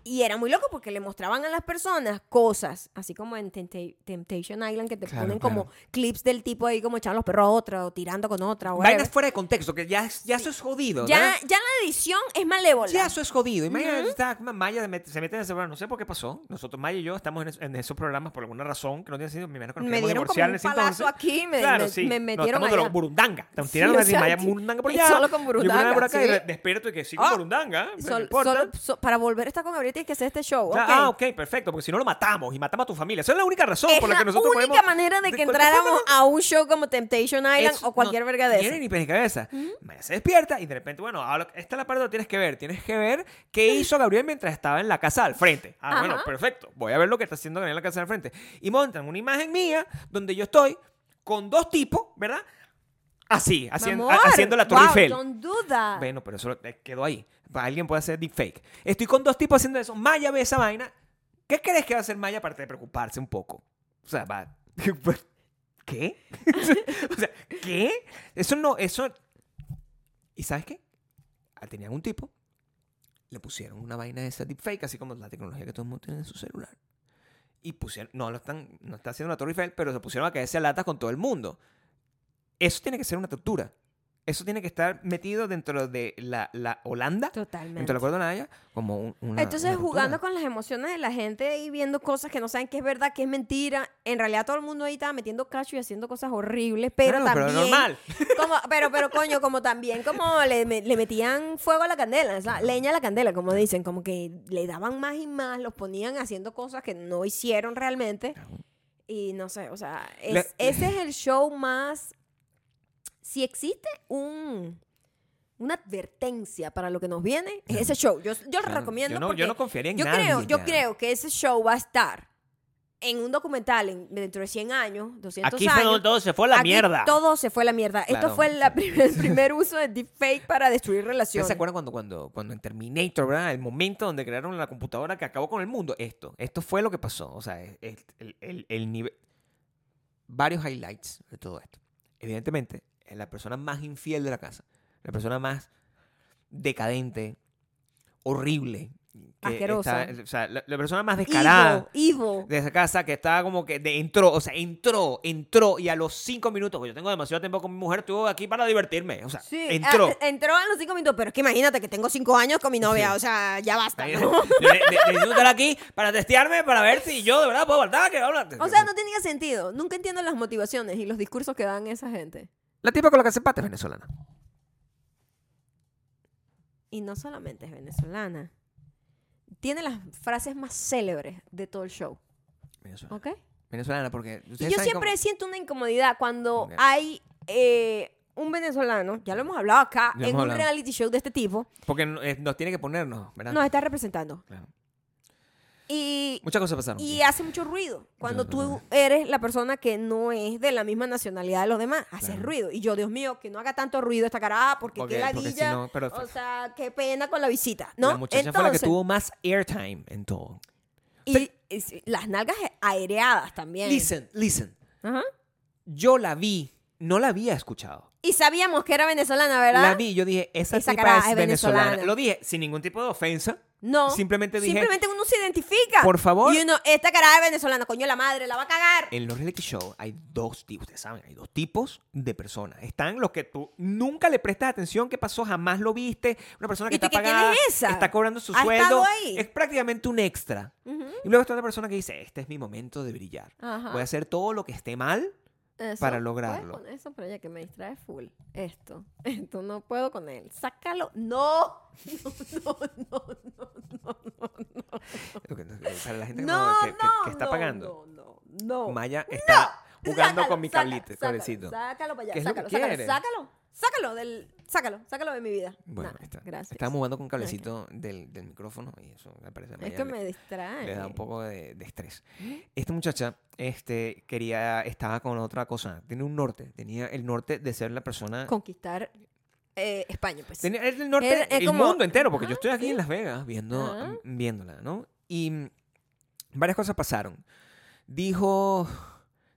[SPEAKER 1] y era muy loco porque le mostraban a las personas cosas, así como en Tempta- Temptation Island, que te
[SPEAKER 2] Claro,
[SPEAKER 1] ponen como
[SPEAKER 2] claro.
[SPEAKER 1] clips del tipo ahí como echando los perros a otra o tirando con otra. O whatever.
[SPEAKER 2] Vainas fuera de contexto, que ya, es- ya eso es jodido.
[SPEAKER 1] Ya,
[SPEAKER 2] ¿verdad?
[SPEAKER 1] ya la edición es malévola.
[SPEAKER 2] Ya, eso es jodido. Imagínate,
[SPEAKER 1] Ujú.
[SPEAKER 2] está- Maya se mete- se mete en ese programa. No sé por qué pasó. Nosotros, Maya y yo, estamos en, es- en esos programas por alguna razón que no tiene sentido. Mi hermano que nos
[SPEAKER 1] me
[SPEAKER 2] queremos
[SPEAKER 1] dieron como
[SPEAKER 2] divorciar en
[SPEAKER 1] un
[SPEAKER 2] ese
[SPEAKER 1] palazo
[SPEAKER 2] entonces.
[SPEAKER 1] aquí, me,
[SPEAKER 2] claro,
[SPEAKER 1] me-
[SPEAKER 2] sí.
[SPEAKER 1] me
[SPEAKER 2] Nos
[SPEAKER 1] metieron
[SPEAKER 2] estamos de
[SPEAKER 1] allá.
[SPEAKER 2] los burundanga. Nos
[SPEAKER 1] Sí,
[SPEAKER 2] tiraron así, Maya,
[SPEAKER 1] exacto.
[SPEAKER 2] burundanga por
[SPEAKER 1] Y
[SPEAKER 2] allá.
[SPEAKER 1] solo con
[SPEAKER 2] yo
[SPEAKER 1] burundanga,
[SPEAKER 2] por acá y
[SPEAKER 1] sí.
[SPEAKER 2] re- despierto y que sí, con
[SPEAKER 1] Ah.
[SPEAKER 2] burundanga. pero no
[SPEAKER 1] Sol-
[SPEAKER 2] importa.
[SPEAKER 1] solo- so- para volver a estar con Gabriel tienes que hacer este show.
[SPEAKER 2] Ya,
[SPEAKER 1] ok.
[SPEAKER 2] Ah, ok, perfecto, porque si no lo matamos y matamos a tu familia. Esa es la única razón
[SPEAKER 1] es
[SPEAKER 2] por la
[SPEAKER 1] la
[SPEAKER 2] que nosotros
[SPEAKER 1] única
[SPEAKER 2] podemos.
[SPEAKER 1] manera de que
[SPEAKER 2] cualquier forma,
[SPEAKER 1] entráramos a un show como Temptation Island
[SPEAKER 2] Eso
[SPEAKER 1] o cualquier
[SPEAKER 2] no
[SPEAKER 1] verga de
[SPEAKER 2] Tiene
[SPEAKER 1] esas.
[SPEAKER 2] ni pies ni cabeza. Maya se despierta y de repente, bueno, ahora- esta es la parte donde tienes que ver. Tienes que ver qué hizo Gabriel mientras estaba en la casa al frente. Ah,
[SPEAKER 1] Ajá.
[SPEAKER 2] bueno, perfecto. Voy a ver lo que está haciendo Gabriel en la casa al frente. Y montan una imagen mía donde yo estoy con dos tipos, ¿verdad? Así, haciendo,
[SPEAKER 1] Mi amor,
[SPEAKER 2] haciendo la Torre
[SPEAKER 1] wow,
[SPEAKER 2] Eiffel.
[SPEAKER 1] Don't do that.
[SPEAKER 2] Bueno, pero eso lo- eh, quedó ahí. Pa- Alguien puede hacer deepfake. Estoy con dos tipos haciendo eso. Maya ve esa vaina. ¿Qué crees que va a hacer Maya aparte de preocuparse un poco? O sea, va. ¿Qué? o sea, ¿qué? Eso no, eso. ¿Y sabes qué? Ah, Tenían un tipo, le pusieron una vaina de esa deepfake, así como la tecnología que todo el mundo tiene en su celular. Y pusieron, no lo están, no está haciendo la Torre Eiffel, pero se pusieron a caerse a latas con todo el mundo. Eso tiene que ser una tortura. Eso tiene que estar metido dentro de la, la Holanda,
[SPEAKER 1] Totalmente.
[SPEAKER 2] dentro del acuerdo de la Haya, como un- una.
[SPEAKER 1] Entonces,
[SPEAKER 2] una tortura.
[SPEAKER 1] jugando con las emociones de la gente y viendo cosas que no saben que es verdad, que es mentira. En realidad, todo el mundo ahí estaba metiendo cacho y haciendo cosas horribles, pero
[SPEAKER 2] Claro,
[SPEAKER 1] también.
[SPEAKER 2] Pero normal.
[SPEAKER 1] Como, pero, pero, coño, como también, como le, me- le metían fuego a la candela, o sea, leña a la candela, como dicen, como que le daban más y más, los ponían haciendo cosas que no hicieron realmente. Y no sé, o sea, es-
[SPEAKER 2] Le-
[SPEAKER 1] ese es el show más. Si existe un. Una advertencia para lo que nos viene, es ese show. Yo, yo lo
[SPEAKER 2] Claro,
[SPEAKER 1] recomiendo.
[SPEAKER 2] Yo no,
[SPEAKER 1] porque
[SPEAKER 2] yo no confiaría en
[SPEAKER 1] yo
[SPEAKER 2] nadie.
[SPEAKER 1] creo, yo
[SPEAKER 2] ya.
[SPEAKER 1] creo que ese show va a estar en un documental en- dentro de 100 años, 200
[SPEAKER 2] Aquí
[SPEAKER 1] años.
[SPEAKER 2] fue donde todo se fue a la
[SPEAKER 1] Aquí
[SPEAKER 2] mierda.
[SPEAKER 1] Todo se fue a la mierda.
[SPEAKER 2] Claro,
[SPEAKER 1] Esto fue la
[SPEAKER 2] sí.
[SPEAKER 1] prim- el primer uso de deepfake para destruir
[SPEAKER 2] ¿Ustedes
[SPEAKER 1] relaciones.
[SPEAKER 2] se acuerdan cuando, cuando, cuando en Terminator, ¿verdad? El momento donde crearon la computadora que acabó con el mundo. Esto, esto fue lo que pasó. O sea, es- es- el, el- el nivel... Varios highlights de todo esto. Evidentemente, es la persona más infiel de la casa. La persona más decadente, horrible. que
[SPEAKER 1] Asquerosa.
[SPEAKER 2] está- o sea, la, la persona más descarada
[SPEAKER 1] Ivo, Ivo.
[SPEAKER 2] de esa casa que estaba como que de- entró, o sea, entró, entró y a los cinco minutos, pues yo tengo demasiado tiempo con mi mujer, estuvo aquí para divertirme, o sea,
[SPEAKER 1] Sí,
[SPEAKER 2] entró.
[SPEAKER 1] ah, entró a los cinco minutos, pero es que imagínate que tengo cinco años con mi novia,
[SPEAKER 2] Sí.
[SPEAKER 1] o sea, ya basta.
[SPEAKER 2] Imagínate,
[SPEAKER 1] ¿no?
[SPEAKER 2] ne- ne- Necesito estar aquí para testearme, para ver si yo de verdad puedo faltar. Que habla-
[SPEAKER 1] O sea, no tenía sentido. Nunca entiendo las motivaciones y los discursos que dan esa gente.
[SPEAKER 2] La tipa con la que se empate es venezolana.
[SPEAKER 1] Y no solamente es venezolana. Tiene las frases más célebres de todo el show,
[SPEAKER 2] Venezolana,
[SPEAKER 1] ¿ok?
[SPEAKER 2] venezolana porque...
[SPEAKER 1] Y
[SPEAKER 2] ustedes
[SPEAKER 1] yo
[SPEAKER 2] saben cómo-
[SPEAKER 1] siempre siento una incomodidad cuando
[SPEAKER 2] Ok.
[SPEAKER 1] hay eh, un venezolano, ya lo hemos hablado acá,
[SPEAKER 2] Ya hemos
[SPEAKER 1] en un
[SPEAKER 2] hablado.
[SPEAKER 1] reality show de este tipo,
[SPEAKER 2] Porque no- eh, nos tiene que ponernos, ¿verdad?
[SPEAKER 1] nos está representando.
[SPEAKER 2] Claro.
[SPEAKER 1] Y,
[SPEAKER 2] Muchas cosas pasaron.
[SPEAKER 1] y hace mucho ruido. Cuando
[SPEAKER 2] Ya,
[SPEAKER 1] tú
[SPEAKER 2] claro.
[SPEAKER 1] eres la persona que no es de la misma nacionalidad de los demás, hace
[SPEAKER 2] Claro.
[SPEAKER 1] ruido. Y yo, Dios mío, que no haga tanto ruido esta cara, Ah, porque
[SPEAKER 2] Porque-
[SPEAKER 1] qué
[SPEAKER 2] porque si
[SPEAKER 1] ladilla.
[SPEAKER 2] no, pero-
[SPEAKER 1] o sea, qué pena con la visita, ¿no?
[SPEAKER 2] La muchacha fue la que tuvo más airtime en todo.
[SPEAKER 1] y, y sí, las nalgas aereadas también.
[SPEAKER 2] Listen, listen.
[SPEAKER 1] Ajá.
[SPEAKER 2] Yo la vi, no la había escuchado.
[SPEAKER 1] Y sabíamos que era venezolana, ¿verdad?
[SPEAKER 2] La vi, yo dije, esa,
[SPEAKER 1] Esa
[SPEAKER 2] tipa
[SPEAKER 1] cara
[SPEAKER 2] es
[SPEAKER 1] es
[SPEAKER 2] venezolana.
[SPEAKER 1] venezolana.
[SPEAKER 2] Lo dije sin ningún tipo de ofensa.
[SPEAKER 1] No.
[SPEAKER 2] Simplemente dije-
[SPEAKER 1] Simplemente uno se identifica.
[SPEAKER 2] Por favor. Eh,
[SPEAKER 1] Y uno, esta cara es venezolana, coño la madre, la va a cagar.
[SPEAKER 2] En los reality show hay dos tipos, ustedes saben, hay dos tipos de personas. Están los que tú nunca le prestas atención, qué pasó, jamás lo viste, una persona que
[SPEAKER 1] ¿Y tú
[SPEAKER 2] está
[SPEAKER 1] qué? ¿Quién
[SPEAKER 2] pagada,
[SPEAKER 1] es esa?
[SPEAKER 2] está cobrando su
[SPEAKER 1] ¿Ha
[SPEAKER 2] sueldo,
[SPEAKER 1] estado ahí?
[SPEAKER 2] es prácticamente un extra.
[SPEAKER 1] Ujú.
[SPEAKER 2] Y luego está otra persona que dice, este es mi momento de brillar.
[SPEAKER 1] Ajá.
[SPEAKER 2] Voy a hacer todo lo que esté mal.
[SPEAKER 1] Eso,
[SPEAKER 2] para lograrlo.
[SPEAKER 1] ¿puedes poner eso, pero ya que me distrae full. Esto, esto no puedo con él. Sácalo. No. No, no, no, no, no, no.
[SPEAKER 2] Lo que- Para la gente que,
[SPEAKER 1] No,
[SPEAKER 2] no- que- que-
[SPEAKER 1] no,
[SPEAKER 2] que está
[SPEAKER 1] no,
[SPEAKER 2] pagando.
[SPEAKER 1] No, no, no.
[SPEAKER 2] Maya está jugando
[SPEAKER 1] Sácalo,
[SPEAKER 2] con mi
[SPEAKER 1] sácalo,
[SPEAKER 2] cablito,
[SPEAKER 1] sácalo,
[SPEAKER 2] cablecito.
[SPEAKER 1] Sácalo para allá,
[SPEAKER 2] ¿Qué es lo que
[SPEAKER 1] sácalo, sácalo,
[SPEAKER 2] quieres?
[SPEAKER 1] sácalo. Sácalo del. Sácalo, sácalo de mi vida.
[SPEAKER 2] Bueno,
[SPEAKER 1] Nada,
[SPEAKER 2] ahí está.
[SPEAKER 1] Gracias.
[SPEAKER 2] Estábamos jugando con cablecito del, del micrófono y eso me parece a
[SPEAKER 1] es
[SPEAKER 2] Maya
[SPEAKER 1] que
[SPEAKER 2] le-
[SPEAKER 1] me eh. distrae.
[SPEAKER 2] le da un poco de, de estrés. Esta muchacha este, quería, estaba con otra cosa. Tiene un norte. Tenía el norte de ser la persona.
[SPEAKER 1] conquistar eh, España, pues.
[SPEAKER 2] Ah. Tenía el el norte
[SPEAKER 1] Era-
[SPEAKER 2] del
[SPEAKER 1] es como-
[SPEAKER 2] mundo entero, porque yo
[SPEAKER 1] Ajá,
[SPEAKER 2] estoy aquí
[SPEAKER 1] sí.
[SPEAKER 2] en Las Vegas viendo,
[SPEAKER 1] Ajá.
[SPEAKER 2] m- viéndola, ¿no? Y mm, varias cosas pasaron. Dijo.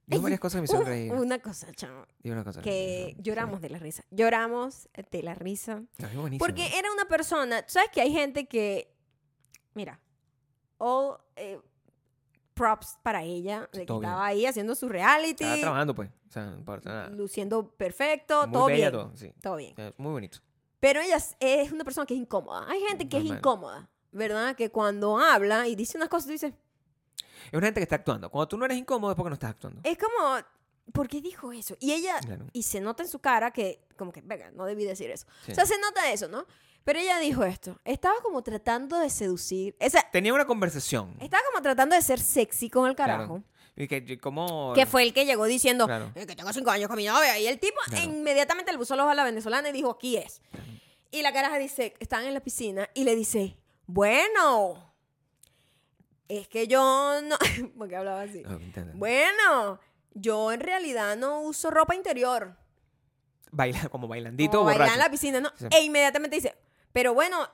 [SPEAKER 2] Dijo
[SPEAKER 1] Ey,
[SPEAKER 2] varias cosas que me hicieron
[SPEAKER 1] Uf,
[SPEAKER 2] reír.
[SPEAKER 1] Uh, Una cosa, chamo,
[SPEAKER 2] Dijo una cosa
[SPEAKER 1] que lloramos de la risa. Lloramos de la risa.
[SPEAKER 2] Porque.
[SPEAKER 1] Porque era una persona, tú sabes que hay gente que, mira, all eh, props para ella, de que
[SPEAKER 2] Todo bien.
[SPEAKER 1] estaba ahí haciendo su reality,
[SPEAKER 2] Estaba trabajando, pues. O sea, no importa nada.
[SPEAKER 1] luciendo perfecto,
[SPEAKER 2] Muy
[SPEAKER 1] todo
[SPEAKER 2] bella
[SPEAKER 1] bien,
[SPEAKER 2] todo, sí.
[SPEAKER 1] todo bien.
[SPEAKER 2] Es Muy bonito.
[SPEAKER 1] Pero ella es- es una persona que es incómoda. Hay gente que es
[SPEAKER 2] Normal.
[SPEAKER 1] incómoda, ¿verdad? Que cuando habla y dice unas cosas, tú dices,
[SPEAKER 2] Es una gente que está actuando. Cuando tú no eres incómodo es porque no estás actuando.
[SPEAKER 1] Es como, ¿por qué dijo eso? Y ella,
[SPEAKER 2] Claro.
[SPEAKER 1] y se nota en su cara que, como que, venga, no debí decir eso.
[SPEAKER 2] Sí.
[SPEAKER 1] O sea, se nota eso, ¿no? Pero ella dijo esto. Estaba como tratando de seducir. O sea,
[SPEAKER 2] Tenía una conversación.
[SPEAKER 1] estaba como tratando de ser sexy con el
[SPEAKER 2] Claro.
[SPEAKER 1] carajo.
[SPEAKER 2] Y que, y como...
[SPEAKER 1] Que fue el que llegó diciendo
[SPEAKER 2] Claro.
[SPEAKER 1] "Eh, que tengo cinco años con mi novia. Y el tipo
[SPEAKER 2] Claro.
[SPEAKER 1] inmediatamente le puso los ojos a la venezolana y dijo, aquí es. Y la caraja dice, están en la piscina y le dice, bueno, es que yo no... Porque hablaba así.
[SPEAKER 2] Ah, entiendo.
[SPEAKER 1] Eh, Bueno, yo en realidad no uso ropa interior.
[SPEAKER 2] Baila, como bailandito
[SPEAKER 1] Como bailar
[SPEAKER 2] borracho.
[SPEAKER 1] en la piscina, ¿no?
[SPEAKER 2] Sí.
[SPEAKER 1] E inmediatamente dice, pero bueno,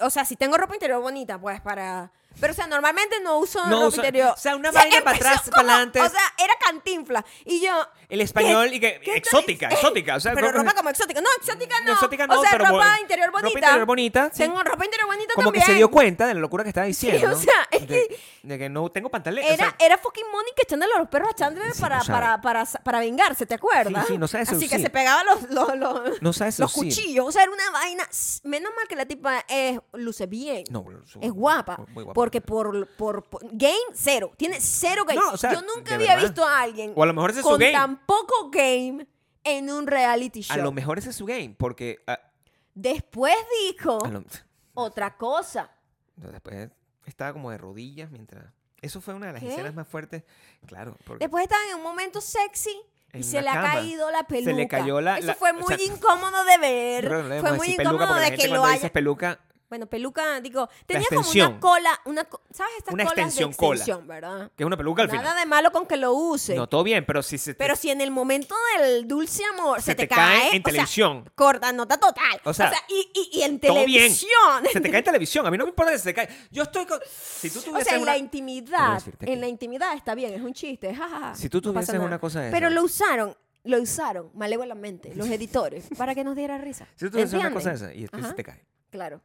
[SPEAKER 1] o sea, si tengo ropa interior bonita, pues para... Pero, o sea, normalmente no uso
[SPEAKER 2] No
[SPEAKER 1] ropa
[SPEAKER 2] usa-
[SPEAKER 1] interior.
[SPEAKER 2] o sea, una vaina para
[SPEAKER 1] empezó
[SPEAKER 2] atrás, para
[SPEAKER 1] como-
[SPEAKER 2] adelante.
[SPEAKER 1] O sea, era cantinfla. Y yo,
[SPEAKER 2] El español y que...
[SPEAKER 1] ¿Qué
[SPEAKER 2] Exótica,
[SPEAKER 1] tal?
[SPEAKER 2] exótica. O sea,
[SPEAKER 1] pero
[SPEAKER 2] ro-
[SPEAKER 1] ropa como exótica. No, exótica no.
[SPEAKER 2] Exótica no,
[SPEAKER 1] o sea,
[SPEAKER 2] pero
[SPEAKER 1] ropa
[SPEAKER 2] bo-
[SPEAKER 1] interior
[SPEAKER 2] ropa
[SPEAKER 1] bonita.
[SPEAKER 2] interior bonita, sí.
[SPEAKER 1] Tengo ropa interior bonita
[SPEAKER 2] como
[SPEAKER 1] también.
[SPEAKER 2] que se dio cuenta de la locura que estaba diciendo.
[SPEAKER 1] o
[SPEAKER 2] ¿no?
[SPEAKER 1] sea, es
[SPEAKER 2] de, de que no tengo pantalones.
[SPEAKER 1] Era, era fucking Mónica echándole a los perros a Chandler
[SPEAKER 2] Sí,
[SPEAKER 1] para,
[SPEAKER 2] no sabe.
[SPEAKER 1] para, para, para vengarse, ¿te acuerdas?
[SPEAKER 2] Sí, sí, no sabe
[SPEAKER 1] Así que
[SPEAKER 2] seducir.
[SPEAKER 1] se pegaba los, los, los,
[SPEAKER 2] No sabe
[SPEAKER 1] los
[SPEAKER 2] seducir.
[SPEAKER 1] cuchillos. O sea, era una vaina. Menos mal que la tipa es, luce bien.
[SPEAKER 2] No, bro, su-
[SPEAKER 1] Es guapa,
[SPEAKER 2] muy- muy guapa.
[SPEAKER 1] porque por, por, por- game cero, tiene cero game.
[SPEAKER 2] No, o sea,
[SPEAKER 1] Yo nunca
[SPEAKER 2] de
[SPEAKER 1] había
[SPEAKER 2] verdad.
[SPEAKER 1] visto a alguien
[SPEAKER 2] O a lo mejor ese es su
[SPEAKER 1] con
[SPEAKER 2] game.
[SPEAKER 1] tan poco game en un reality show.
[SPEAKER 2] A lo mejor ese es su game, porque... ah,
[SPEAKER 1] Después dijo
[SPEAKER 2] a lo-
[SPEAKER 1] otra cosa.
[SPEAKER 2] No, Después estaba como de rodillas mientras. Eso fue una de las
[SPEAKER 1] ¿Qué?
[SPEAKER 2] escenas más fuertes. Claro, porque
[SPEAKER 1] Después estaban en un momento sexy y
[SPEAKER 2] En
[SPEAKER 1] se
[SPEAKER 2] una
[SPEAKER 1] le ha
[SPEAKER 2] cama.
[SPEAKER 1] caído la
[SPEAKER 2] Se
[SPEAKER 1] peluca.
[SPEAKER 2] le cayó la-
[SPEAKER 1] Eso
[SPEAKER 2] la-
[SPEAKER 1] fue
[SPEAKER 2] o
[SPEAKER 1] muy
[SPEAKER 2] sea,
[SPEAKER 1] incómodo de ver.
[SPEAKER 2] yo creo que no
[SPEAKER 1] fue
[SPEAKER 2] debemos
[SPEAKER 1] muy
[SPEAKER 2] decir peluca
[SPEAKER 1] incómodo
[SPEAKER 2] porque
[SPEAKER 1] de
[SPEAKER 2] la gente
[SPEAKER 1] que lo
[SPEAKER 2] cuando
[SPEAKER 1] haya.
[SPEAKER 2] dices peluca,
[SPEAKER 1] Bueno, peluca, digo, tenía como una
[SPEAKER 2] extensión.
[SPEAKER 1] cola, una co- ¿sabes estas
[SPEAKER 2] Una
[SPEAKER 1] colas
[SPEAKER 2] extensión,
[SPEAKER 1] de
[SPEAKER 2] cola.
[SPEAKER 1] extensión, verdad?
[SPEAKER 2] que es una peluca al
[SPEAKER 1] Nada
[SPEAKER 2] final.
[SPEAKER 1] de malo con que lo use.
[SPEAKER 2] No, todo bien, pero si se te,
[SPEAKER 1] Pero si en el momento del dulce amor se,
[SPEAKER 2] se te cae, en
[SPEAKER 1] o sea,
[SPEAKER 2] televisión.
[SPEAKER 1] corta nota total. O
[SPEAKER 2] O
[SPEAKER 1] sea,
[SPEAKER 2] sea,
[SPEAKER 1] y, y, y en
[SPEAKER 2] todo bien.
[SPEAKER 1] televisión.
[SPEAKER 2] Se te cae en televisión. A mí no me importa que se te cae. Yo estoy con. Si tú
[SPEAKER 1] O
[SPEAKER 2] tuvieses
[SPEAKER 1] sea, en
[SPEAKER 2] una-
[SPEAKER 1] la intimidad,
[SPEAKER 2] decirte
[SPEAKER 1] en
[SPEAKER 2] que-
[SPEAKER 1] la intimidad está bien, es un chiste. ja, ja, ja,
[SPEAKER 2] Si tú
[SPEAKER 1] no pasa
[SPEAKER 2] tuvieses
[SPEAKER 1] nada.
[SPEAKER 2] una cosa de
[SPEAKER 1] Pero
[SPEAKER 2] esas.
[SPEAKER 1] lo usaron, lo usaron malévolamente los editores para que nos diera risa.
[SPEAKER 2] Si tú tuvieses una
[SPEAKER 1] ¿Entienden?
[SPEAKER 2] cosa de esa y después
[SPEAKER 1] Ajá.
[SPEAKER 2] se te cae.
[SPEAKER 1] Claro.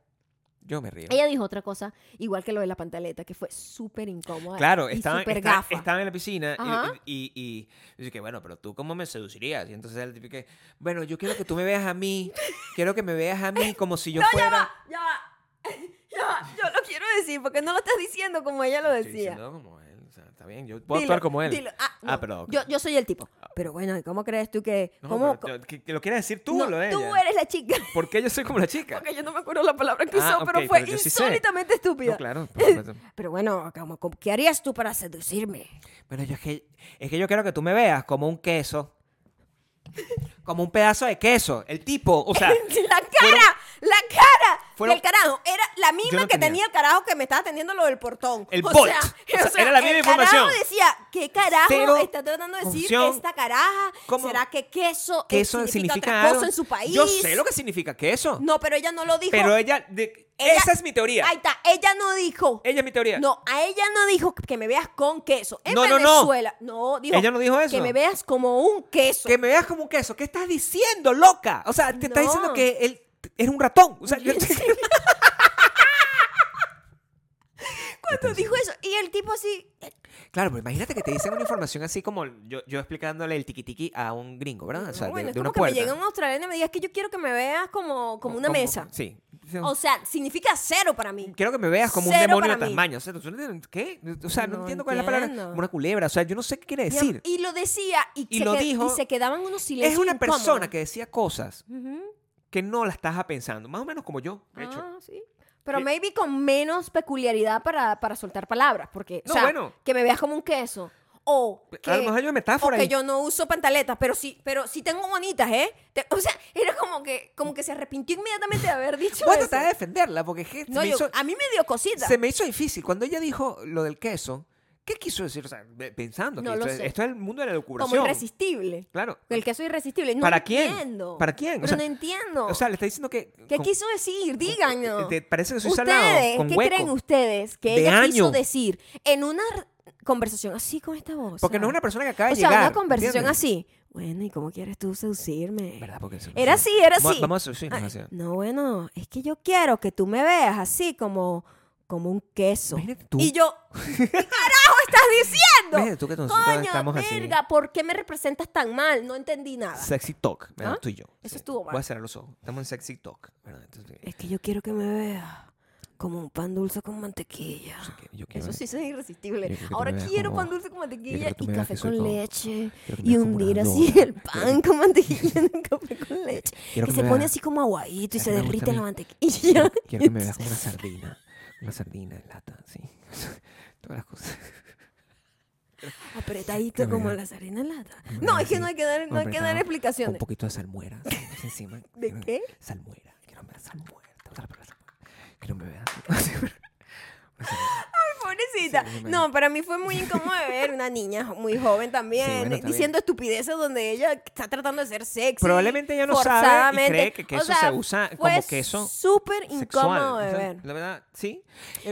[SPEAKER 2] Yo me río.
[SPEAKER 1] Ella dijo otra cosa, igual que lo de la pantaleta, que fue súper incómoda.
[SPEAKER 2] Claro,
[SPEAKER 1] y
[SPEAKER 2] estaban,
[SPEAKER 1] súper
[SPEAKER 2] estaban-
[SPEAKER 1] gafa.
[SPEAKER 2] estaban en la piscina y-
[SPEAKER 1] Ajá.
[SPEAKER 2] y, y, y dice que, bueno, pero tú cómo me seducirías. Y entonces el tipo que, bueno, yo quiero que tú me veas a mí, quiero que me veas a mí como si yo
[SPEAKER 1] No, ya
[SPEAKER 2] fuera.
[SPEAKER 1] va, ya va. Ya va, yo lo quiero decir porque no lo estás diciendo como ella lo
[SPEAKER 2] Estoy
[SPEAKER 1] decía.
[SPEAKER 2] diciendo como él, o sea, está bien, yo puedo
[SPEAKER 1] Dilo,
[SPEAKER 2] actuar como él.
[SPEAKER 1] dilo. Ah, no,
[SPEAKER 2] pero.
[SPEAKER 1] yo, yo soy el tipo. Pero bueno, ¿y ¿cómo crees tú que.?
[SPEAKER 2] No,
[SPEAKER 1] cómo-
[SPEAKER 2] pero yo- que- que ¿Lo quieres decir tú
[SPEAKER 1] No,
[SPEAKER 2] o lo de
[SPEAKER 1] tú
[SPEAKER 2] ella?
[SPEAKER 1] eres la chica.
[SPEAKER 2] ¿Por qué yo soy como la chica?
[SPEAKER 1] Porque yo no me acuerdo la palabra que
[SPEAKER 2] Ah,
[SPEAKER 1] usó, pero
[SPEAKER 2] ok,
[SPEAKER 1] fue
[SPEAKER 2] pero yo sí sé.
[SPEAKER 1] insólitamente estúpida.
[SPEAKER 2] No, claro. por supuesto.
[SPEAKER 1] Pero bueno, como- como, ¿qué harías tú para seducirme?
[SPEAKER 2] Bueno, yo es que, es que yo quiero que tú me veas como un queso. Como un pedazo de queso. El tipo, o sea,
[SPEAKER 1] la cara, la cara
[SPEAKER 2] fueron-
[SPEAKER 1] del carajo. Era la misma
[SPEAKER 2] no
[SPEAKER 1] que
[SPEAKER 2] tenía.
[SPEAKER 1] tenía el carajo que me estaba atendiendo lo del portón.
[SPEAKER 2] El bot. O sea, era la misma
[SPEAKER 1] el carajo
[SPEAKER 2] información.
[SPEAKER 1] decía, ¿qué carajo
[SPEAKER 2] Cero
[SPEAKER 1] está tratando de decir
[SPEAKER 2] función.
[SPEAKER 1] esta caraja?
[SPEAKER 2] ¿Cómo?
[SPEAKER 1] ¿Será que queso, eh,
[SPEAKER 2] queso
[SPEAKER 1] significa,
[SPEAKER 2] significa
[SPEAKER 1] otra
[SPEAKER 2] algo.
[SPEAKER 1] cosa en su país?
[SPEAKER 2] Yo sé lo que significa queso.
[SPEAKER 1] No, pero ella no lo dijo.
[SPEAKER 2] pero ella, de-
[SPEAKER 1] Ella-
[SPEAKER 2] esa es mi teoría.
[SPEAKER 1] Ahí está, ella no dijo.
[SPEAKER 2] ella es mi teoría.
[SPEAKER 1] No, a ella no dijo que me veas con queso. En
[SPEAKER 2] No, no, no.
[SPEAKER 1] Venezuela. No, dijo.
[SPEAKER 2] Ella no dijo eso.
[SPEAKER 1] Que me veas como un queso.
[SPEAKER 2] Que me veas como un queso. ¿Qué estás diciendo, loca? O sea, te estás
[SPEAKER 1] No.
[SPEAKER 2] diciendo que él es un ratón. O sea, yo-
[SPEAKER 1] Cuando dijo eso. Y el tipo así. "Eh,
[SPEAKER 2] Claro, pero imagínate que te dicen una información así como yo, yo explicándole el tiquitiqui a un gringo, ¿verdad? O sea,
[SPEAKER 1] no, bueno,
[SPEAKER 2] de,
[SPEAKER 1] es
[SPEAKER 2] de
[SPEAKER 1] como
[SPEAKER 2] una
[SPEAKER 1] que me
[SPEAKER 2] puerta.
[SPEAKER 1] llega un australiano y me diga "Es que yo quiero que me veas como, como una mesa.
[SPEAKER 2] Sí.
[SPEAKER 1] O sea, significa cero para mí.
[SPEAKER 2] Quiero que me veas como un
[SPEAKER 1] Cero
[SPEAKER 2] demonio de
[SPEAKER 1] para mí.
[SPEAKER 2] Tasmania. O sea, ¿tú no entiendes ¿qué? O sea, no,
[SPEAKER 1] No
[SPEAKER 2] entiendo cuál es la palabra.
[SPEAKER 1] entiendo.
[SPEAKER 2] Como una culebra. O sea, yo no sé qué quiere
[SPEAKER 1] Mi
[SPEAKER 2] decir.
[SPEAKER 1] am- Y lo decía y,
[SPEAKER 2] Y
[SPEAKER 1] se
[SPEAKER 2] lo
[SPEAKER 1] qued-
[SPEAKER 2] dijo.
[SPEAKER 1] y se quedaban unos silencios.
[SPEAKER 2] Es una
[SPEAKER 1] incómodos.
[SPEAKER 2] persona que decía cosas
[SPEAKER 1] Ujú.
[SPEAKER 2] que no las estás pensando. Más o menos como yo, de hecho.
[SPEAKER 1] Ah, sí. Pero
[SPEAKER 2] Que-
[SPEAKER 1] maybe con menos peculiaridad para, para soltar palabras. Porque, o
[SPEAKER 2] No,
[SPEAKER 1] sea,
[SPEAKER 2] bueno. Pues,
[SPEAKER 1] que me veas como un queso. O que,
[SPEAKER 2] a lo mejor hay una metáfora
[SPEAKER 1] o que
[SPEAKER 2] ahí.
[SPEAKER 1] yo no uso pantaletas, pero sí, pero sí tengo bonitas, ¿eh? Te- o sea, era como que, como que se arrepintió inmediatamente de haber dicho
[SPEAKER 2] Voy a
[SPEAKER 1] eso.
[SPEAKER 2] tratar de defenderla porque je- se,
[SPEAKER 1] No,
[SPEAKER 2] me
[SPEAKER 1] yo-
[SPEAKER 2] hizo,
[SPEAKER 1] a mí me dio cosita.
[SPEAKER 2] se me hizo difícil. Cuando ella dijo lo del queso, ¿qué quiso decir? O sea, de- pensando.
[SPEAKER 1] No
[SPEAKER 2] que
[SPEAKER 1] lo
[SPEAKER 2] esto, es-
[SPEAKER 1] sé.
[SPEAKER 2] esto es el mundo de la
[SPEAKER 1] Como
[SPEAKER 2] locuración.
[SPEAKER 1] irresistible.
[SPEAKER 2] Claro.
[SPEAKER 1] El queso irresistible. No
[SPEAKER 2] ¿Para
[SPEAKER 1] lo
[SPEAKER 2] quién?
[SPEAKER 1] entiendo.
[SPEAKER 2] ¿Para quién? O
[SPEAKER 1] Pero
[SPEAKER 2] sea,
[SPEAKER 1] no entiendo.
[SPEAKER 2] O sea, le está diciendo que.
[SPEAKER 1] ¿Qué
[SPEAKER 2] con- eh,
[SPEAKER 1] quiso decir? Díganos.
[SPEAKER 2] te- parece que soy
[SPEAKER 1] ¿Ustedes,
[SPEAKER 2] salado. Con
[SPEAKER 1] ¿Qué
[SPEAKER 2] hueco.
[SPEAKER 1] creen ustedes que
[SPEAKER 2] De
[SPEAKER 1] ella quiso
[SPEAKER 2] año.
[SPEAKER 1] decir en una r- conversación así con esta voz?
[SPEAKER 2] Porque no es
[SPEAKER 1] ¿sabes?
[SPEAKER 2] una persona que acaba de
[SPEAKER 1] O sea,
[SPEAKER 2] llegar.
[SPEAKER 1] una conversación
[SPEAKER 2] ¿entiendes?
[SPEAKER 1] así. Bueno, ¿y cómo quieres tú seducirme?
[SPEAKER 2] ¿Verdad? Porque eso no
[SPEAKER 1] Era
[SPEAKER 2] sé.
[SPEAKER 1] así, era
[SPEAKER 2] Vamos-
[SPEAKER 1] así.
[SPEAKER 2] Vamos a seducirnos
[SPEAKER 1] Ay,
[SPEAKER 2] así.
[SPEAKER 1] no, bueno, es que yo quiero que tú me veas así como, como un queso.
[SPEAKER 2] Imagínate tú.
[SPEAKER 1] Y yo, ¿qué carajo estás diciendo?
[SPEAKER 2] Imagínate tú que nosotros
[SPEAKER 1] Coño,
[SPEAKER 2] estamos así.
[SPEAKER 1] verga, ¿por qué me representas tan mal? No entendí nada.
[SPEAKER 2] Sexy Talk, ¿verdad?
[SPEAKER 1] ¿Ah?
[SPEAKER 2] Tú y yo.
[SPEAKER 1] Eso estuvo
[SPEAKER 2] Voy
[SPEAKER 1] mal.
[SPEAKER 2] a cerrar los ojos. Estamos en Sexy Talk, ¿verdad? Entonces, eh,
[SPEAKER 1] Es que yo quiero que me veas Como un pan dulce con mantequilla.
[SPEAKER 2] No sé qué, yo quiero
[SPEAKER 1] Eso
[SPEAKER 2] ver-
[SPEAKER 1] sí es irresistible.
[SPEAKER 2] Yo creo que tú
[SPEAKER 1] Ahora
[SPEAKER 2] me veas
[SPEAKER 1] quiero
[SPEAKER 2] como-
[SPEAKER 1] pan dulce con
[SPEAKER 2] yo creo
[SPEAKER 1] mantequilla
[SPEAKER 2] que tú
[SPEAKER 1] y
[SPEAKER 2] me veas
[SPEAKER 1] café
[SPEAKER 2] que soy
[SPEAKER 1] con
[SPEAKER 2] como-
[SPEAKER 1] leche. Y
[SPEAKER 2] quiero que me veas como una
[SPEAKER 1] hundir así
[SPEAKER 2] dona.
[SPEAKER 1] el pan con mantequilla en el café con leche.
[SPEAKER 2] Quiero
[SPEAKER 1] Que
[SPEAKER 2] me
[SPEAKER 1] se
[SPEAKER 2] veas-
[SPEAKER 1] pone así como aguadito y se
[SPEAKER 2] ¿Sabes qué me gusta
[SPEAKER 1] derrite
[SPEAKER 2] a
[SPEAKER 1] la
[SPEAKER 2] mí?
[SPEAKER 1] mantequilla.
[SPEAKER 2] Quiero, quiero que me veas como una sardina. Una sardina en lata, sí. Todas las cosas.
[SPEAKER 1] Apretadito
[SPEAKER 2] me
[SPEAKER 1] como
[SPEAKER 2] veas-
[SPEAKER 1] la sardina en lata.
[SPEAKER 2] que me
[SPEAKER 1] No,
[SPEAKER 2] veas
[SPEAKER 1] es que
[SPEAKER 2] así,
[SPEAKER 1] no hay que dar, no hay que dar
[SPEAKER 2] apretado, Con un
[SPEAKER 1] explicaciones.
[SPEAKER 2] poquito de salmuera. sí, así encima.
[SPEAKER 1] ¿De
[SPEAKER 2] Quiero-
[SPEAKER 1] qué?
[SPEAKER 2] Salmuera. Quiero que me veas salmuera. Te gusta la palabra salmuera. Quiero que me veas así. Una sardina.
[SPEAKER 1] Pobrecita.
[SPEAKER 2] Sí, me-
[SPEAKER 1] No, para mí fue muy incómodo de ver una niña muy joven también
[SPEAKER 2] Sí, bueno, está
[SPEAKER 1] diciendo estupideces donde ella está tratando de ser sexy.
[SPEAKER 2] Probablemente ella no sabe y
[SPEAKER 1] forzadamente.
[SPEAKER 2] cree que, que
[SPEAKER 1] O
[SPEAKER 2] eso
[SPEAKER 1] sea,
[SPEAKER 2] se usa
[SPEAKER 1] Fue
[SPEAKER 2] como que eso
[SPEAKER 1] súper
[SPEAKER 2] sexual.
[SPEAKER 1] incómodo de
[SPEAKER 2] O sea,
[SPEAKER 1] ver.
[SPEAKER 2] La verdad, sí.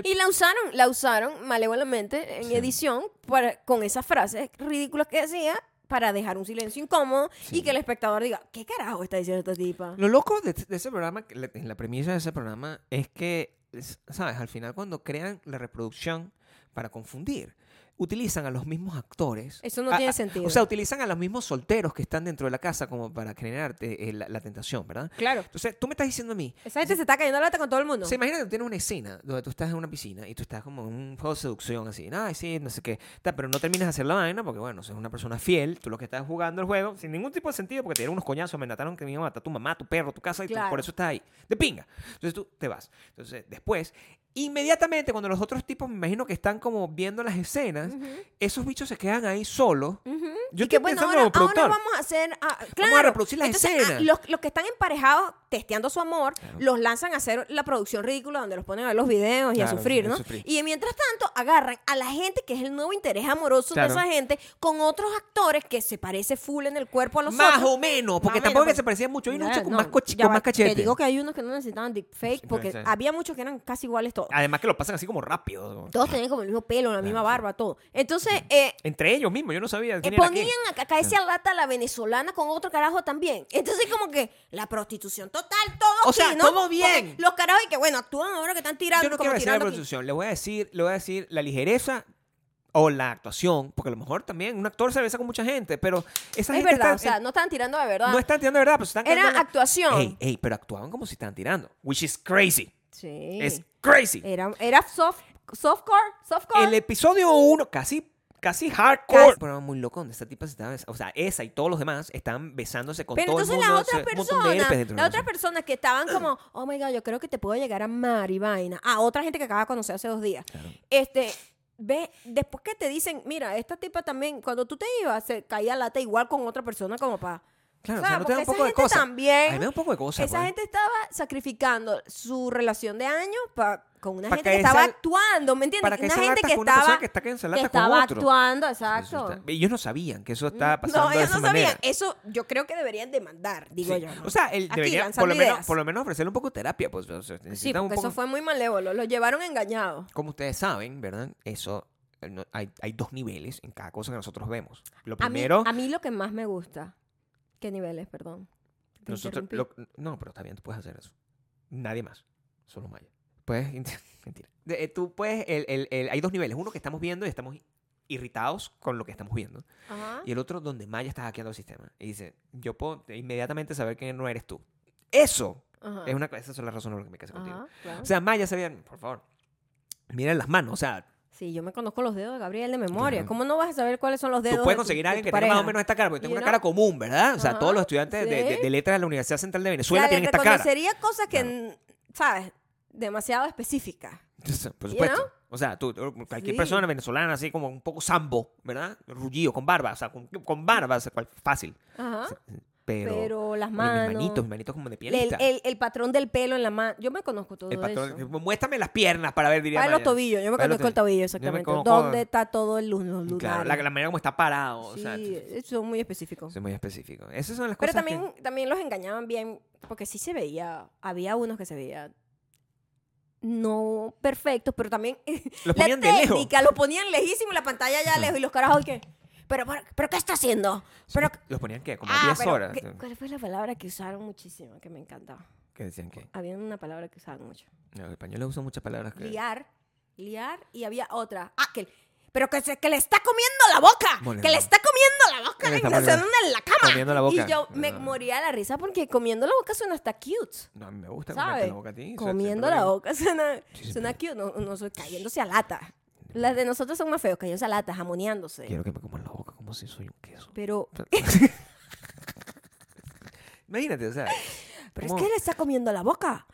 [SPEAKER 1] Y la usaron, la usaron malévolamente en
[SPEAKER 2] Sí.
[SPEAKER 1] edición para, con esas frases ridículas que decía para dejar un silencio incómodo
[SPEAKER 2] Sí.
[SPEAKER 1] y que el espectador diga, ¿qué carajo está diciendo esta tipa?
[SPEAKER 2] Lo loco de, de ese programa, que la, la premisa de ese programa es que, es- ¿sabes? Al final cuando crean la reproducción para confundir, utilizan a los mismos actores.
[SPEAKER 1] Eso no
[SPEAKER 2] a-
[SPEAKER 1] tiene
[SPEAKER 2] a-
[SPEAKER 1] sentido.
[SPEAKER 2] O sea, utilizan a los mismos solteros que están dentro de la casa como para generarte eh, la, la tentación, ¿verdad?
[SPEAKER 1] claro.
[SPEAKER 2] Entonces, tú me estás diciendo a mí,
[SPEAKER 1] Esa gente se está cayendo la lata con todo el mundo.
[SPEAKER 2] se imagina que tú tienes una escena donde tú estás en una piscina y tú estás como en un juego de seducción así, ay, sí, no sé qué, tal, pero no terminas de hacer la vaina porque, bueno, es una persona fiel, tú lo que estás jugando el juego sin ningún tipo de sentido porque te dieron unos coñazos, me mataron que me iban a matar tu mamá, tu perro, tu casa y tú-
[SPEAKER 1] Claro.
[SPEAKER 2] por eso estás ahí, de pinga. Entonces tú te vas. Entonces después, inmediatamente cuando los otros tipos, me imagino que están como viendo las escenas, esos bichos se quedan ahí solos.
[SPEAKER 1] Ujú.
[SPEAKER 2] Yo
[SPEAKER 1] Y que
[SPEAKER 2] estoy
[SPEAKER 1] bueno, ahora,
[SPEAKER 2] pensando como productor.
[SPEAKER 1] ahora vamos a hacer. ah, claro,
[SPEAKER 2] reproducir las
[SPEAKER 1] Entonces, ah,
[SPEAKER 2] escenas.
[SPEAKER 1] los, los que están emparejados, testeando su amor,
[SPEAKER 2] Claro.
[SPEAKER 1] los lanzan a hacer la producción ridícula donde los ponen a ver los videos y a
[SPEAKER 2] Claro,
[SPEAKER 1] sufrir,
[SPEAKER 2] a
[SPEAKER 1] ¿no?
[SPEAKER 2] sufrir.
[SPEAKER 1] Y mientras tanto, agarran a la gente que es el nuevo interés amoroso
[SPEAKER 2] Claro.
[SPEAKER 1] de esa gente con otros actores que se parece full en el cuerpo a los
[SPEAKER 2] Más
[SPEAKER 1] otros.
[SPEAKER 2] o menos, porque
[SPEAKER 1] Más o menos,
[SPEAKER 2] tampoco
[SPEAKER 1] pues.
[SPEAKER 2] que se parecían mucho. Hay unos
[SPEAKER 1] Ya,
[SPEAKER 2] muchos con,
[SPEAKER 1] no,
[SPEAKER 2] más, cochi-
[SPEAKER 1] ya
[SPEAKER 2] con
[SPEAKER 1] va,
[SPEAKER 2] más cachete.
[SPEAKER 1] Te digo que hay unos que no necesitaban deepfake
[SPEAKER 2] Sí,
[SPEAKER 1] porque
[SPEAKER 2] puede ser.
[SPEAKER 1] había muchos que eran casi iguales todos.
[SPEAKER 2] Además que lo pasan así como rápido.
[SPEAKER 1] Todos tenían como el mismo pelo, la misma
[SPEAKER 2] sí.
[SPEAKER 1] barba, todo. Entonces, eh,
[SPEAKER 2] Entre ellos mismos, yo no sabía.
[SPEAKER 1] Eh,
[SPEAKER 2] quién era quién.
[SPEAKER 1] ponían a, a esa
[SPEAKER 2] Ah.
[SPEAKER 1] lata a la venezolana con otro carajo también. Entonces, como que la prostitución total, todo
[SPEAKER 2] O
[SPEAKER 1] aquí,
[SPEAKER 2] sea,
[SPEAKER 1] ¿no?
[SPEAKER 2] todo bien.
[SPEAKER 1] Porque los carajos y que, bueno, actúan ahora que están tirando.
[SPEAKER 2] Yo no
[SPEAKER 1] como
[SPEAKER 2] quiero decir la
[SPEAKER 1] tirando aquí.
[SPEAKER 2] prostitución. Le voy a decir, le voy a decir la ligereza o la actuación, porque a lo mejor también un actor se besa con mucha gente, pero esa
[SPEAKER 1] Es
[SPEAKER 2] gente
[SPEAKER 1] verdad,
[SPEAKER 2] está-
[SPEAKER 1] o sea, no están tirando de verdad.
[SPEAKER 2] no están tirando de verdad, pero se están
[SPEAKER 1] Era
[SPEAKER 2] quedando en la-
[SPEAKER 1] actuación.
[SPEAKER 2] Ey, ey, pero actuaban como si estaban tirando, which is crazy.
[SPEAKER 1] sí. Eh,
[SPEAKER 2] Es crazy.
[SPEAKER 1] Era, era soft, softcore, softcore.
[SPEAKER 2] El episodio 1 casi casi hardcore.
[SPEAKER 1] Casi.
[SPEAKER 2] Un programa muy loco donde esta tipa se estaba, bes- o sea, esa y todos los demás están besándose con
[SPEAKER 1] pero
[SPEAKER 2] todo
[SPEAKER 1] entonces
[SPEAKER 2] el
[SPEAKER 1] las
[SPEAKER 2] mundo,
[SPEAKER 1] otras
[SPEAKER 2] o sea, un montón de herpes
[SPEAKER 1] personas,
[SPEAKER 2] dentro
[SPEAKER 1] las
[SPEAKER 2] de la
[SPEAKER 1] otras
[SPEAKER 2] relación.
[SPEAKER 1] personas que estaban como, oh my god, yo creo que te puedo llegar a amar y vaina. A otra gente que acaba de conocer hace dos días.
[SPEAKER 2] Claro.
[SPEAKER 1] Este, ve, después que te dicen, mira, esta tipa también, cuando tú te ibas, se caía lata igual con otra persona como para...
[SPEAKER 2] Claro, o sea, no te da un
[SPEAKER 1] esa
[SPEAKER 2] poco de
[SPEAKER 1] gente
[SPEAKER 2] cosa. pues. A mí me
[SPEAKER 1] también,
[SPEAKER 2] da un poco de cosa.
[SPEAKER 1] esa
[SPEAKER 2] pues.
[SPEAKER 1] gente estaba sacrificando su relación de años pa- con una
[SPEAKER 2] Pa'
[SPEAKER 1] gente que
[SPEAKER 2] que
[SPEAKER 1] estaba
[SPEAKER 2] esa-
[SPEAKER 1] actuando, ¿me entiendes?
[SPEAKER 2] para que
[SPEAKER 1] una
[SPEAKER 2] esa
[SPEAKER 1] gente
[SPEAKER 2] lata
[SPEAKER 1] que
[SPEAKER 2] con una persona
[SPEAKER 1] estaba,
[SPEAKER 2] que está que se
[SPEAKER 1] que
[SPEAKER 2] lata con
[SPEAKER 1] estaba
[SPEAKER 2] otro.
[SPEAKER 1] actuando,
[SPEAKER 2] Eso
[SPEAKER 1] exacto. Mm.
[SPEAKER 2] está- Ellos no sabían que eso estaba pasando
[SPEAKER 1] no,
[SPEAKER 2] de
[SPEAKER 1] ellos
[SPEAKER 2] esa
[SPEAKER 1] no sabían.
[SPEAKER 2] manera.
[SPEAKER 1] Eso yo creo que deberían demandar, digo
[SPEAKER 2] Sí.
[SPEAKER 1] yo. ¿no?
[SPEAKER 2] O sea, él
[SPEAKER 1] Aquí
[SPEAKER 2] debería por
[SPEAKER 1] lanzando
[SPEAKER 2] lo, menos,
[SPEAKER 1] ideas.
[SPEAKER 2] por lo menos ofrecerle un poco de terapia. Pues, o sea,
[SPEAKER 1] sí,
[SPEAKER 2] necesita un
[SPEAKER 1] porque
[SPEAKER 2] poco-
[SPEAKER 1] eso fue muy malévolo. Lo llevaron engañado.
[SPEAKER 2] Como ustedes saben, ¿verdad? Eso, eh, no- hay, hay dos niveles en cada cosa que nosotros vemos. Lo
[SPEAKER 1] A mí,
[SPEAKER 2] primero,
[SPEAKER 1] a mí lo que más me gusta. ¿Qué niveles, perdón? Te
[SPEAKER 2] nosotros...
[SPEAKER 1] interrumpí.
[SPEAKER 2] lo- no, pero está bien, tú puedes hacer eso. Nadie más, solo Maya. Puedes... Mentira. De- eh, tú puedes... el- el- el- hay dos niveles. Uno que estamos viendo y estamos irritados con lo que estamos viendo.
[SPEAKER 1] Ajá.
[SPEAKER 2] Y el otro donde Maya está hackeando el sistema. Y dice, yo puedo inmediatamente saber que no eres tú. Eso
[SPEAKER 1] Ajá.
[SPEAKER 2] es una, esas son las razones por las que me casé contigo.
[SPEAKER 1] Ajá, claro.
[SPEAKER 2] O sea, Maya se veían, por favor, miren las manos. O sea,
[SPEAKER 1] Sí, yo me conozco los dedos de Gabriel de memoria.
[SPEAKER 2] Claro.
[SPEAKER 1] ¿Cómo no vas a saber cuáles son los dedos?
[SPEAKER 2] tú
[SPEAKER 1] de
[SPEAKER 2] puedes
[SPEAKER 1] tu-
[SPEAKER 2] conseguir
[SPEAKER 1] de
[SPEAKER 2] a alguien
[SPEAKER 1] tu
[SPEAKER 2] que tenga más o
[SPEAKER 1] pareja?
[SPEAKER 2] menos esta cara, porque tengo
[SPEAKER 1] You
[SPEAKER 2] una
[SPEAKER 1] know?
[SPEAKER 2] cara común, ¿verdad? O sea,
[SPEAKER 1] Ajá,
[SPEAKER 2] todos los estudiantes de, de-
[SPEAKER 1] sí.
[SPEAKER 2] de letras de la Universidad Central de
[SPEAKER 1] O
[SPEAKER 2] Venezuela
[SPEAKER 1] sea, le
[SPEAKER 2] tienen esta cara.
[SPEAKER 1] reconocería cosas que, ¿sabes? Demasiado específicas.
[SPEAKER 2] Entonces, Por
[SPEAKER 1] You
[SPEAKER 2] supuesto. O sea, tú, tú- cualquier
[SPEAKER 1] Sí.
[SPEAKER 2] persona venezolana así como un poco sambo, ¿verdad? Rullido, con barba, o sea, con, con barba, o sea, cual- fácil.
[SPEAKER 1] Ajá.
[SPEAKER 2] Pero,
[SPEAKER 1] Pero, las
[SPEAKER 2] oye, mis
[SPEAKER 1] manos.
[SPEAKER 2] manitos, mis manitos como de
[SPEAKER 1] el,
[SPEAKER 2] pielita.
[SPEAKER 1] el- el patrón del pelo en la mano. Yo me conozco todo
[SPEAKER 2] El patrón,
[SPEAKER 1] eso.
[SPEAKER 2] muéstrame las piernas para ver, diría
[SPEAKER 1] Para los
[SPEAKER 2] Maya.
[SPEAKER 1] tobillos. Yo me
[SPEAKER 2] Para los
[SPEAKER 1] conozco el tobillo, exactamente.
[SPEAKER 2] conozco-
[SPEAKER 1] ¿Dónde está todo el luz
[SPEAKER 2] Claro, la, la manera como está parado. o sea,
[SPEAKER 1] sí, eso es muy específico.
[SPEAKER 2] es muy específico. Esas son las
[SPEAKER 1] Pero
[SPEAKER 2] cosas que-
[SPEAKER 1] también, también los engañaban bien, porque sí se veía, había unos que se veían no perfectos, pero también
[SPEAKER 2] Los
[SPEAKER 1] la
[SPEAKER 2] ponían de lejos.
[SPEAKER 1] técnica, los ponían lejísimo, la pantalla ya lejos, y los carajos que, pero, pero, pero ¿qué está haciendo?
[SPEAKER 2] sí,
[SPEAKER 1] Pero,
[SPEAKER 2] los ponían que como
[SPEAKER 1] ah,
[SPEAKER 2] 10
[SPEAKER 1] pero,
[SPEAKER 2] horas.
[SPEAKER 1] ¿qué- ¿Cuál fue la palabra que usaron muchísimo, que me encantaba?
[SPEAKER 2] Que decían que.
[SPEAKER 1] Había una palabra que usaban mucho.
[SPEAKER 2] No, el español usa muchas palabras que.
[SPEAKER 1] Liar, liar, y había otra, ah, que, pero que, se- que le está comiendo la boca,
[SPEAKER 2] Moliendo.
[SPEAKER 1] que le está comiendo la boca,
[SPEAKER 2] Le
[SPEAKER 1] en
[SPEAKER 2] está
[SPEAKER 1] no sé
[SPEAKER 2] moliendo-
[SPEAKER 1] dónde, en la cama.
[SPEAKER 2] comiendo la boca.
[SPEAKER 1] Y yo me
[SPEAKER 2] Ah.
[SPEAKER 1] moría de la risa porque comiendo la boca suena hasta cute.
[SPEAKER 2] No, a mí me gusta comerte
[SPEAKER 1] ¿Sabes?
[SPEAKER 2] la boca a ti. o sea,
[SPEAKER 1] Comiendo
[SPEAKER 2] siempre
[SPEAKER 1] la
[SPEAKER 2] lo digo.
[SPEAKER 1] boca suena,
[SPEAKER 2] Sí,
[SPEAKER 1] suena cute, no, no soy cayéndose a lata. Las de nosotros son más feos, cayéndose a lata, jamoneándose.
[SPEAKER 2] Quiero que me coman la boca como si soy un queso.
[SPEAKER 1] Pero,
[SPEAKER 2] Imagínate, o sea.
[SPEAKER 1] pero es
[SPEAKER 2] ¿cómo?
[SPEAKER 1] que le está comiendo la boca.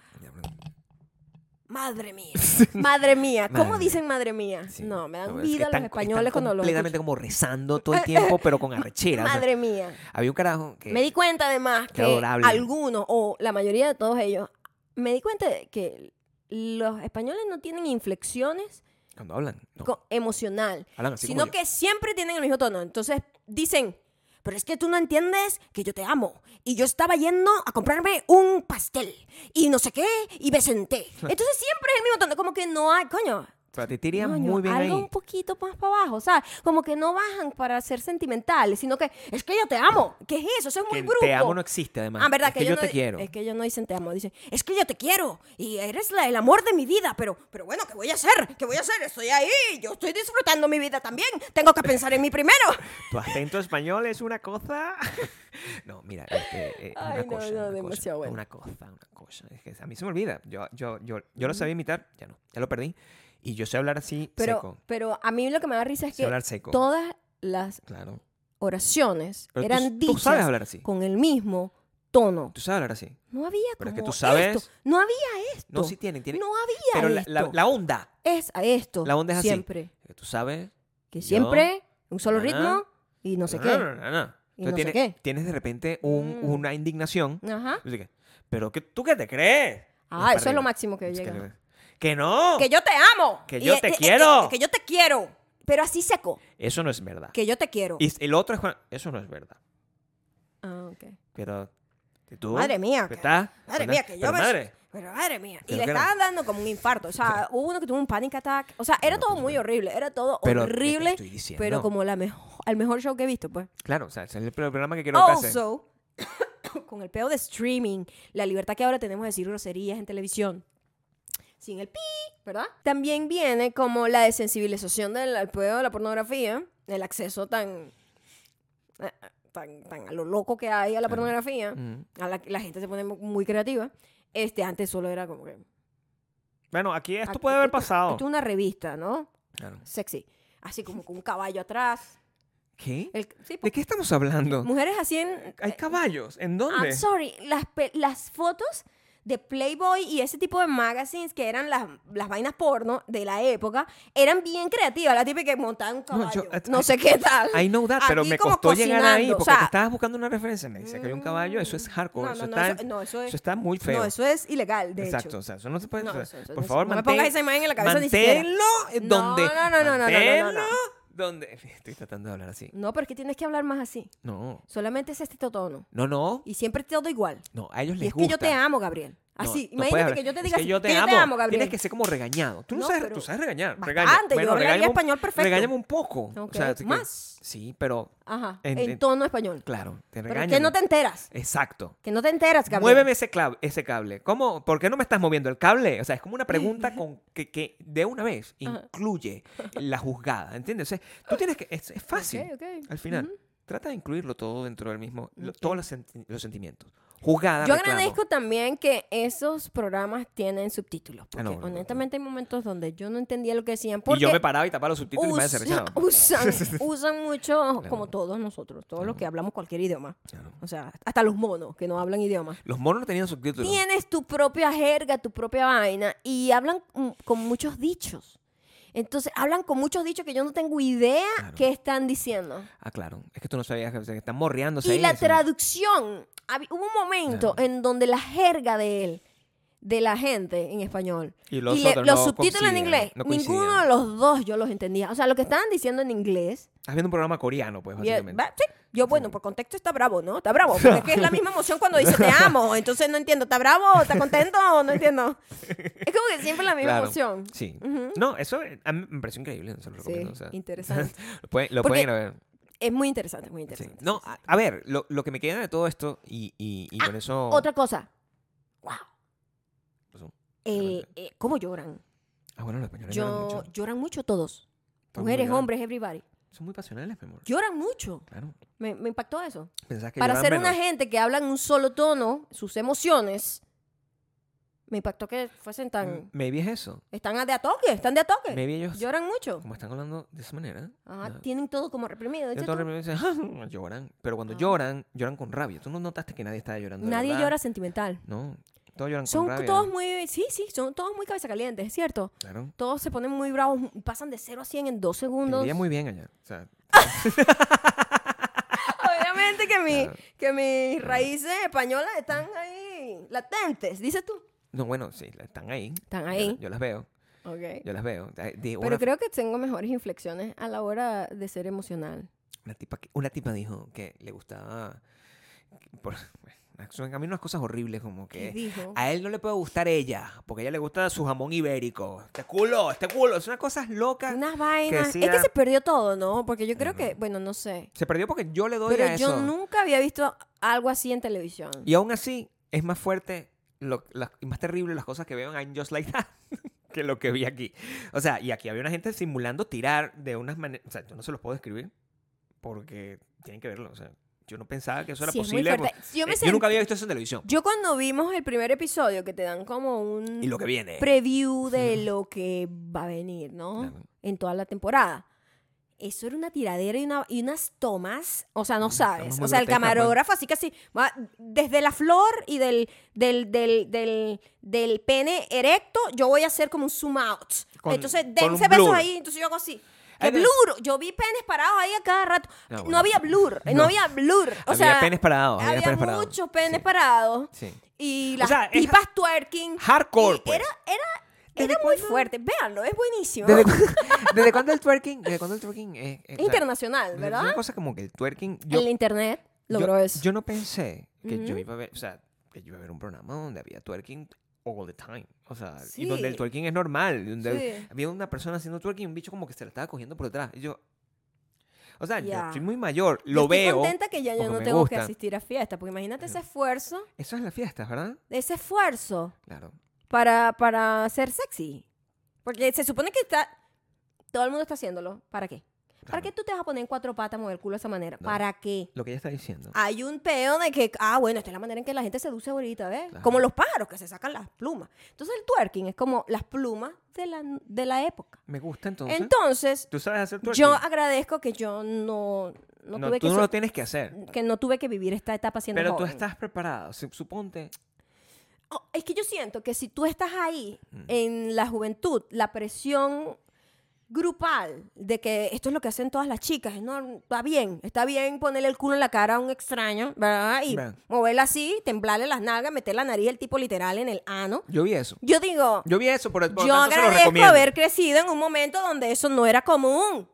[SPEAKER 1] Madre mía. Madre mía. ¿Cómo
[SPEAKER 2] Madre mía.
[SPEAKER 1] dicen madre mía?
[SPEAKER 2] Sí.
[SPEAKER 1] No, me dan
[SPEAKER 2] No, es que
[SPEAKER 1] vida los
[SPEAKER 2] están-
[SPEAKER 1] españoles
[SPEAKER 2] están
[SPEAKER 1] cuando lo
[SPEAKER 2] Completamente como rezando todo el tiempo, pero con arrechera. o sea,
[SPEAKER 1] Madre mía.
[SPEAKER 2] había un carajo que.
[SPEAKER 1] Me di cuenta además
[SPEAKER 2] Eh, qué
[SPEAKER 1] que
[SPEAKER 2] adorable.
[SPEAKER 1] algunos, o la mayoría de todos ellos, me di cuenta de que los españoles no tienen inflexiones
[SPEAKER 2] Cuando hablan. No,
[SPEAKER 1] co- emocional,
[SPEAKER 2] hablan así
[SPEAKER 1] sino
[SPEAKER 2] como yo.
[SPEAKER 1] que siempre tienen el mismo tono. Entonces dicen, pero es que tú no entiendes que yo te amo. Y yo estaba yendo a comprarme un pastel y no sé qué, y me senté. Entonces siempre es el mismo tono, como que no hay, coño,
[SPEAKER 2] Pero te tiría
[SPEAKER 1] Coño,
[SPEAKER 2] muy bien
[SPEAKER 1] algo
[SPEAKER 2] ahí.
[SPEAKER 1] un poquito más para abajo, o sea, como que no bajan para ser sentimentales, sino que es que yo te amo, ¿qué es eso? Eso es muy
[SPEAKER 2] Que
[SPEAKER 1] grupo.
[SPEAKER 2] te amo no existe, además.
[SPEAKER 1] Ah, verdad
[SPEAKER 2] Es que, yo
[SPEAKER 1] ellos
[SPEAKER 2] te
[SPEAKER 1] no-
[SPEAKER 2] quiero.
[SPEAKER 1] Es que ellos no dicen te amo, dicen, es que yo te quiero y eres la- el amor de mi vida, pero, pero bueno, ¿qué voy a hacer? ¿Qué voy a hacer? Estoy ahí, yo estoy disfrutando mi vida también, tengo que pensar en mí primero.
[SPEAKER 2] Tu acento español es una cosa. no, mira, este, eh,
[SPEAKER 1] Ay,
[SPEAKER 2] una
[SPEAKER 1] no,
[SPEAKER 2] cosa.
[SPEAKER 1] no,
[SPEAKER 2] una
[SPEAKER 1] demasiado
[SPEAKER 2] cosa,
[SPEAKER 1] bueno.
[SPEAKER 2] Una cosa, una cosa. Es que a mí se me olvida. Yo, yo, yo, yo lo sabía imitar, ya no, ya lo perdí. Y yo sé hablar así,
[SPEAKER 1] Pero,
[SPEAKER 2] seco.
[SPEAKER 1] pero a mí lo que me da risa es
[SPEAKER 2] Sé
[SPEAKER 1] que
[SPEAKER 2] hablar seco.
[SPEAKER 1] todas las
[SPEAKER 2] Claro.
[SPEAKER 1] oraciones
[SPEAKER 2] Pero tú-
[SPEAKER 1] eran
[SPEAKER 2] tú, sabes
[SPEAKER 1] dichas
[SPEAKER 2] hablar así.
[SPEAKER 1] con el mismo tono.
[SPEAKER 2] Tú sabes hablar así.
[SPEAKER 1] No había
[SPEAKER 2] Pero es que
[SPEAKER 1] como
[SPEAKER 2] tú sabes-
[SPEAKER 1] esto, no había esto.
[SPEAKER 2] No, sí tienen, tienen.
[SPEAKER 1] No había
[SPEAKER 2] pero la,
[SPEAKER 1] esto.
[SPEAKER 2] la, la onda.
[SPEAKER 1] es a esto.
[SPEAKER 2] La onda es así.
[SPEAKER 1] siempre.
[SPEAKER 2] que Tú sabes.
[SPEAKER 1] Que
[SPEAKER 2] Yo-
[SPEAKER 1] siempre, un solo
[SPEAKER 2] Ajá. Ah.
[SPEAKER 1] ritmo y no sé
[SPEAKER 2] No,
[SPEAKER 1] qué.
[SPEAKER 2] no,
[SPEAKER 1] Y
[SPEAKER 2] no, no.
[SPEAKER 1] no sé
[SPEAKER 2] Entonces tienes,
[SPEAKER 1] qué.
[SPEAKER 2] tienes de repente un-
[SPEAKER 1] Mm.
[SPEAKER 2] una indignación.
[SPEAKER 1] Ajá.
[SPEAKER 2] Así que, Pero que, tú qué te crees.
[SPEAKER 1] Ah,
[SPEAKER 2] para
[SPEAKER 1] eso es lo
[SPEAKER 2] arriba.
[SPEAKER 1] máximo que
[SPEAKER 2] Es que-
[SPEAKER 1] llega.
[SPEAKER 2] que no.
[SPEAKER 1] Que yo te amo.
[SPEAKER 2] Que yo te
[SPEAKER 1] eh, eh,
[SPEAKER 2] quiero.
[SPEAKER 1] eh, Que yo te quiero. Pero así seco.
[SPEAKER 2] Eso no es verdad.
[SPEAKER 1] Que yo te quiero.
[SPEAKER 2] Y el otro es cuando- Eso no es verdad.
[SPEAKER 1] Ah, ok.
[SPEAKER 2] Pero. que tú-
[SPEAKER 1] Madre mía,
[SPEAKER 2] que
[SPEAKER 1] que-
[SPEAKER 2] estás-
[SPEAKER 1] Madre
[SPEAKER 2] pero-
[SPEAKER 1] mía, que yo
[SPEAKER 2] pero
[SPEAKER 1] me...
[SPEAKER 2] madre,
[SPEAKER 1] Pero madre mía. Y
[SPEAKER 2] Pero
[SPEAKER 1] le
[SPEAKER 2] que no.
[SPEAKER 1] estaban dando como un infarto. O sea, hubo uno que tuvo un panic attack. O sea, era
[SPEAKER 2] Pero,
[SPEAKER 1] todo
[SPEAKER 2] pues,
[SPEAKER 1] muy
[SPEAKER 2] bueno.
[SPEAKER 1] horrible. Era todo
[SPEAKER 2] Pero, ¿qué te
[SPEAKER 1] horrible.
[SPEAKER 2] estoy diciendo?
[SPEAKER 1] Pero como la mejor, el mejor show que he visto, pues.
[SPEAKER 2] Claro, o sea, ese es el programa que quiero que pase.
[SPEAKER 1] Also, con el pedo de streaming, la libertad que ahora tenemos de decir groserías en televisión, sin el pi, ¿verdad? También viene como la desensibilización del al pedo de la pornografía, el acceso tan, eh, tan, tan a lo loco que hay a la
[SPEAKER 2] Claro.
[SPEAKER 1] pornografía,
[SPEAKER 2] Mm.
[SPEAKER 1] a la, la gente se pone mu- muy creativa. Este, antes solo era como que...
[SPEAKER 2] Bueno, aquí esto
[SPEAKER 1] aquí-
[SPEAKER 2] puede haber
[SPEAKER 1] esto-
[SPEAKER 2] pasado.
[SPEAKER 1] Esto es una revista, ¿no?
[SPEAKER 2] Claro.
[SPEAKER 1] Sexy. Así como con un caballo atrás.
[SPEAKER 2] ¿Qué?
[SPEAKER 1] El- eh, sí, pues,
[SPEAKER 2] ¿De qué estamos hablando?
[SPEAKER 1] mujeres así en...
[SPEAKER 2] Hay caballos. ¿En dónde?
[SPEAKER 1] I'm sorry, las, pe- las fotos de Playboy y ese tipo de magazines que eran las, las vainas porno de la época eran bien creativas. La típica que montaba un
[SPEAKER 2] No, yo-
[SPEAKER 1] caballo. No, sé qué tal.
[SPEAKER 2] I know that, pero
[SPEAKER 1] Aquí
[SPEAKER 2] me
[SPEAKER 1] como
[SPEAKER 2] costó llegar ahí
[SPEAKER 1] cocinando, o
[SPEAKER 2] porque
[SPEAKER 1] sea- mm,
[SPEAKER 2] te estabas buscando una referencia. Me dice que hay un caballo, eso es hardcore.
[SPEAKER 1] No,
[SPEAKER 2] eso,
[SPEAKER 1] no, no,
[SPEAKER 2] está,
[SPEAKER 1] eso- no, eso es-
[SPEAKER 2] está muy feo.
[SPEAKER 1] No, eso es ilegal, de
[SPEAKER 2] Exacto,
[SPEAKER 1] hecho.
[SPEAKER 2] o sea, eso no se puede.
[SPEAKER 1] No,
[SPEAKER 2] o sea,
[SPEAKER 1] eso- eso-
[SPEAKER 2] por
[SPEAKER 1] eso-
[SPEAKER 2] favor,
[SPEAKER 1] no me
[SPEAKER 2] mantén-
[SPEAKER 1] pongas esa imagen en la cabeza ni siquiera.
[SPEAKER 2] manténlo en
[SPEAKER 1] No,
[SPEAKER 2] donde.
[SPEAKER 1] no, no, no, no, no, no, no, no.
[SPEAKER 2] manténlo donde. Estoy tratando de hablar así.
[SPEAKER 1] No, pero es que tienes que hablar más así.
[SPEAKER 2] No,
[SPEAKER 1] Solamente es este tono.
[SPEAKER 2] no, no.
[SPEAKER 1] Y siempre todo igual.
[SPEAKER 2] No, a ellos
[SPEAKER 1] Y
[SPEAKER 2] les
[SPEAKER 1] es que
[SPEAKER 2] gusta.
[SPEAKER 1] yo te amo, Gabriel.
[SPEAKER 2] No,
[SPEAKER 1] Así,
[SPEAKER 2] no puedes
[SPEAKER 1] imagínate
[SPEAKER 2] hablar.
[SPEAKER 1] que yo te
[SPEAKER 2] Es
[SPEAKER 1] diga así,
[SPEAKER 2] yo te, amo.
[SPEAKER 1] Gabriel.
[SPEAKER 2] Tienes que ser como regañado. Tú no,
[SPEAKER 1] No,
[SPEAKER 2] sabes,
[SPEAKER 1] pero
[SPEAKER 2] tú sabes regañar.
[SPEAKER 1] bastante,
[SPEAKER 2] Regaña.
[SPEAKER 1] yo hablaría
[SPEAKER 2] regáñame un-
[SPEAKER 1] español perfecto.
[SPEAKER 2] Regáñame un poco. O
[SPEAKER 1] Ok,
[SPEAKER 2] sea, así que-
[SPEAKER 1] más.
[SPEAKER 2] sí, pero
[SPEAKER 1] Ajá,
[SPEAKER 2] En-
[SPEAKER 1] en,
[SPEAKER 2] en-
[SPEAKER 1] tono español.
[SPEAKER 2] claro, te
[SPEAKER 1] Pero es
[SPEAKER 2] regañan.
[SPEAKER 1] que no te enteras.
[SPEAKER 2] Exacto.
[SPEAKER 1] Que no te enteras, Gabriel.
[SPEAKER 2] Muéveme ese, clav- ese cable. ¿Cómo? ¿Por qué no me estás moviendo el cable? O sea, es como una pregunta con que, que de una vez
[SPEAKER 1] Ajá.
[SPEAKER 2] incluye la juzgada, ¿entiendes? O sea, tú tienes que... Es, es fácil,
[SPEAKER 1] Ok, ok.
[SPEAKER 2] al final.
[SPEAKER 1] Ujú.
[SPEAKER 2] Trata de incluirlo todo dentro del mismo, lo-
[SPEAKER 1] Ok.
[SPEAKER 2] todos los, senti- los sentimientos. Juzgada,
[SPEAKER 1] Yo
[SPEAKER 2] reclamo.
[SPEAKER 1] agradezco también que esos programas tienen subtítulos. Porque
[SPEAKER 2] Ah, no, bueno,
[SPEAKER 1] honestamente hay momentos donde yo no entendía lo que decían.
[SPEAKER 2] Y
[SPEAKER 1] Porque
[SPEAKER 2] yo me paraba y tapaba los subtítulos y me
[SPEAKER 1] usa-
[SPEAKER 2] desarrollaba.
[SPEAKER 1] usan, usan mucho, como
[SPEAKER 2] Claro.
[SPEAKER 1] todos nosotros, todos los que hablamos cualquier idioma.
[SPEAKER 2] Claro.
[SPEAKER 1] O sea, hasta los monos que no hablan idiomas.
[SPEAKER 2] Los monos no tenían subtítulos.
[SPEAKER 1] Tienes tu propia jerga, tu propia vaina y hablan mm, con muchos dichos. Entonces, hablan con muchos dichos que yo no tengo idea
[SPEAKER 2] Claro.
[SPEAKER 1] qué están diciendo.
[SPEAKER 2] Ah, claro. Es que tú no sabías que o sea, que están morreándose
[SPEAKER 1] Y
[SPEAKER 2] ahí,
[SPEAKER 1] la
[SPEAKER 2] eso.
[SPEAKER 1] traducción. Hab- Hubo un momento en donde la jerga de él, de la gente en español,
[SPEAKER 2] Y
[SPEAKER 1] y,
[SPEAKER 2] los
[SPEAKER 1] le-
[SPEAKER 2] otros
[SPEAKER 1] los
[SPEAKER 2] no
[SPEAKER 1] subtítulos en
[SPEAKER 2] coincidían,
[SPEAKER 1] inglés,
[SPEAKER 2] no coincidían.
[SPEAKER 1] ninguno de los dos yo los entendía. O sea, lo que estaban diciendo en inglés,
[SPEAKER 2] Estás viendo un programa coreano, pues,
[SPEAKER 1] y-
[SPEAKER 2] básicamente.
[SPEAKER 1] va- sí, yo, bueno, por contexto está bravo, ¿no? Está bravo, porque es que es la misma emoción cuando dice te amo, entonces no entiendo, ¿está bravo? ¿Está contento? No entiendo. Es como que siempre la misma
[SPEAKER 2] Claro.
[SPEAKER 1] emoción.
[SPEAKER 2] Sí.
[SPEAKER 1] Ujú.
[SPEAKER 2] No, eso eh, a mí me pareció increíble. Se lo
[SPEAKER 1] Sí,
[SPEAKER 2] recomiendo. o sea.
[SPEAKER 1] interesante.
[SPEAKER 2] lo pueden, lo
[SPEAKER 1] Porque-
[SPEAKER 2] pueden ir a ver.
[SPEAKER 1] Es muy interesante, muy
[SPEAKER 2] Sí.
[SPEAKER 1] interesante.
[SPEAKER 2] No, a, a ver, lo, lo que me queda de todo esto y, y, y
[SPEAKER 1] Ah,
[SPEAKER 2] con eso.
[SPEAKER 1] Otra cosa. Wow.
[SPEAKER 2] Pasó.
[SPEAKER 1] Eh, eh, ¿Cómo lloran?
[SPEAKER 2] Ah, bueno, los españoles lloran
[SPEAKER 1] Yo,
[SPEAKER 2] mucho.
[SPEAKER 1] lloran mucho todos.
[SPEAKER 2] Todos
[SPEAKER 1] Mujeres,
[SPEAKER 2] lloran.
[SPEAKER 1] hombres, everybody.
[SPEAKER 2] Son muy pasionales, mi amor.
[SPEAKER 1] Lloran mucho.
[SPEAKER 2] Claro.
[SPEAKER 1] Me, me impactó eso.
[SPEAKER 2] Pensás que
[SPEAKER 1] Para
[SPEAKER 2] lloran
[SPEAKER 1] ser una
[SPEAKER 2] menos.
[SPEAKER 1] gente que habla en un solo tono, sus emociones, me impactó que fuesen tan...
[SPEAKER 2] M- Mm, Maybe es eso.
[SPEAKER 1] Están de a toque, están de a toque.
[SPEAKER 2] Maybe ellos,
[SPEAKER 1] Lloran mucho.
[SPEAKER 2] como están hablando de esa manera,
[SPEAKER 1] Ajá,
[SPEAKER 2] no.
[SPEAKER 1] tienen todo como reprimido.
[SPEAKER 2] de
[SPEAKER 1] ¿viste
[SPEAKER 2] todo
[SPEAKER 1] tú?
[SPEAKER 2] repente dicen, lloran. Pero cuando
[SPEAKER 1] Ah.
[SPEAKER 2] lloran, lloran con rabia. Tú no notaste que nadie estaba llorando. de
[SPEAKER 1] Nadie
[SPEAKER 2] verdad?
[SPEAKER 1] llora sentimental.
[SPEAKER 2] No, todos lloran
[SPEAKER 1] Son
[SPEAKER 2] con rabia.
[SPEAKER 1] todos muy... Sí, sí, son todos muy cabeza caliente, es cierto.
[SPEAKER 2] Claro.
[SPEAKER 1] Todos se ponen muy bravos, pasan de 0 a 100 en dos
[SPEAKER 2] Te
[SPEAKER 1] segundos.
[SPEAKER 2] iría muy bien allá. O sea,
[SPEAKER 1] Obviamente que, mi,
[SPEAKER 2] Claro.
[SPEAKER 1] que mis raíces españolas están ahí latentes, dices tú.
[SPEAKER 2] no, bueno, sí, la- están ahí.
[SPEAKER 1] Están
[SPEAKER 2] Yo-
[SPEAKER 1] ahí.
[SPEAKER 2] Yo, las veo.
[SPEAKER 1] Ok.
[SPEAKER 2] Yo las veo. Ay, de
[SPEAKER 1] Pero
[SPEAKER 2] una,
[SPEAKER 1] creo que tengo mejores inflexiones a la hora de ser emocional.
[SPEAKER 2] una tipa que- una tipa dijo que le gustaba. por- a mí unas cosas horribles como
[SPEAKER 1] ¿Qué
[SPEAKER 2] que.
[SPEAKER 1] dijo?
[SPEAKER 2] A él no le puede gustar ella, porque a ella le gusta su jamón ibérico. Este culo, este culo. Son unas cosas locas.
[SPEAKER 1] Unas vainas.
[SPEAKER 2] decía-
[SPEAKER 1] Es que se perdió todo, ¿no? Porque yo creo
[SPEAKER 2] Ujú.
[SPEAKER 1] que, bueno, no sé.
[SPEAKER 2] Se perdió porque yo le doy a
[SPEAKER 1] Pero
[SPEAKER 2] eso.
[SPEAKER 1] yo nunca había visto algo así en televisión.
[SPEAKER 2] Y aún así, es más fuerte lo- las- y más terrible las cosas que veo en I'm Just Like That que lo que vi aquí. O sea, y aquí había una gente simulando tirar de unas maneras. O sea, yo no se los puedo describir porque tienen que verlo. O sea, yo no pensaba que eso era
[SPEAKER 1] Sí, es muy
[SPEAKER 2] posible.
[SPEAKER 1] fuerte.
[SPEAKER 2] porque-
[SPEAKER 1] Yo, me
[SPEAKER 2] eh,
[SPEAKER 1] sent-
[SPEAKER 2] nunca había visto eso en televisión.
[SPEAKER 1] yo cuando vimos el primer episodio que te dan como un
[SPEAKER 2] Y lo que viene.
[SPEAKER 1] preview de
[SPEAKER 2] Ujú.
[SPEAKER 1] lo que va a venir, ¿no?
[SPEAKER 2] Claro.
[SPEAKER 1] En toda la temporada. Eso era una tiradera y, una- y unas tomas, o sea, no
[SPEAKER 2] Estamos
[SPEAKER 1] sabes.
[SPEAKER 2] muy
[SPEAKER 1] O sea, el
[SPEAKER 2] grotescas, man.
[SPEAKER 1] camarógrafo así casi, va desde la flor y del, del, del, del, del pene erecto, yo voy a hacer como un zoom out.
[SPEAKER 2] Con-
[SPEAKER 1] entonces,
[SPEAKER 2] con un
[SPEAKER 1] dense besos
[SPEAKER 2] blur.
[SPEAKER 1] ahí, entonces yo hago así.
[SPEAKER 2] Ay,
[SPEAKER 1] ¡Qué
[SPEAKER 2] no.
[SPEAKER 1] blur! Yo vi penes parados ahí a cada rato.
[SPEAKER 2] No,
[SPEAKER 1] No,
[SPEAKER 2] Ah, bueno.
[SPEAKER 1] había blur, no,
[SPEAKER 2] No.
[SPEAKER 1] había blur. O
[SPEAKER 2] había
[SPEAKER 1] sea,
[SPEAKER 2] penes parados. Había,
[SPEAKER 1] había
[SPEAKER 2] penes parados.
[SPEAKER 1] muchos penes
[SPEAKER 2] Sí,
[SPEAKER 1] parados.
[SPEAKER 2] Sí.
[SPEAKER 1] Y
[SPEAKER 2] O
[SPEAKER 1] las
[SPEAKER 2] sea, es-
[SPEAKER 1] tipas twerking.
[SPEAKER 2] Hardcore.
[SPEAKER 1] Y
[SPEAKER 2] pues.
[SPEAKER 1] Era, era,
[SPEAKER 2] ¿Desde
[SPEAKER 1] era muy
[SPEAKER 2] cuándo?
[SPEAKER 1] fuerte. Véanlo, es buenísimo.
[SPEAKER 2] ¿Desde, cu- desde cuándo el twerking? ¿Desde cuándo el twerking es, es- o
[SPEAKER 1] Es
[SPEAKER 2] sea,
[SPEAKER 1] Internacional,
[SPEAKER 2] Es
[SPEAKER 1] ¿verdad?
[SPEAKER 2] una cosa como que el twerking. yo-
[SPEAKER 1] El internet logró
[SPEAKER 2] yo,
[SPEAKER 1] eso.
[SPEAKER 2] Yo no pensé que yo
[SPEAKER 1] Ujú.
[SPEAKER 2] iba a ver, o sea, que yo iba a ver un programa donde había twerking all the time. O sea, y
[SPEAKER 1] Sí.
[SPEAKER 2] donde el twerking es normal. Donde
[SPEAKER 1] Sí.
[SPEAKER 2] había una persona haciendo twerking y un bicho como que se la estaba cogiendo por detrás. Y yo. O sea, yo
[SPEAKER 1] Ya.
[SPEAKER 2] estoy muy mayor,
[SPEAKER 1] Yo
[SPEAKER 2] lo
[SPEAKER 1] estoy
[SPEAKER 2] veo.
[SPEAKER 1] contenta que ya yo
[SPEAKER 2] porque
[SPEAKER 1] no
[SPEAKER 2] me
[SPEAKER 1] tengo que
[SPEAKER 2] gusta.
[SPEAKER 1] asistir a fiestas, porque imagínate ese esfuerzo,
[SPEAKER 2] Eso es las fiestas, ¿verdad?
[SPEAKER 1] ese esfuerzo
[SPEAKER 2] Claro.
[SPEAKER 1] para, para ser sexy. Porque se supone que está, todo el mundo está haciéndolo. ¿Para qué? ¿Para
[SPEAKER 2] Claro.
[SPEAKER 1] qué tú te vas a poner en cuatro patas, mover el culo de esa manera?
[SPEAKER 2] No.
[SPEAKER 1] ¿Para qué?
[SPEAKER 2] Lo que ella está diciendo.
[SPEAKER 1] Hay un peo de que, ah, bueno, esta es la manera en que la gente seduce ahorita, ¿ves?
[SPEAKER 2] Claro.
[SPEAKER 1] Como los pájaros que se sacan las plumas. Entonces el twerking es como las plumas de la, de la época.
[SPEAKER 2] Me gusta entonces.
[SPEAKER 1] Entonces,
[SPEAKER 2] ¿Tú sabes hacer twerking?
[SPEAKER 1] yo agradezco que yo no, no,
[SPEAKER 2] No,
[SPEAKER 1] tuve
[SPEAKER 2] tú
[SPEAKER 1] que,
[SPEAKER 2] no
[SPEAKER 1] so-
[SPEAKER 2] lo tienes que hacer.
[SPEAKER 1] que no tuve que vivir esta etapa siendo
[SPEAKER 2] Pero tú
[SPEAKER 1] joven.
[SPEAKER 2] estás preparado. Su- Suponte.
[SPEAKER 1] Oh, es que yo siento que si tú estás ahí
[SPEAKER 2] Mm.
[SPEAKER 1] en la juventud, la presión grupal de que esto es lo que hacen todas las chicas, no, está bien, está bien ponerle el culo en la cara a un extraño, ¿verdad? Y
[SPEAKER 2] Bueno.
[SPEAKER 1] moverla así, temblarle las nalgas, meter la nariz el tipo literal en el ano.
[SPEAKER 2] Yo vi eso.
[SPEAKER 1] Yo digo,
[SPEAKER 2] Yo vi eso, por el por
[SPEAKER 1] yo
[SPEAKER 2] tanto se lo
[SPEAKER 1] agradezco
[SPEAKER 2] recomiendo.
[SPEAKER 1] haber crecido en un momento donde eso no era común.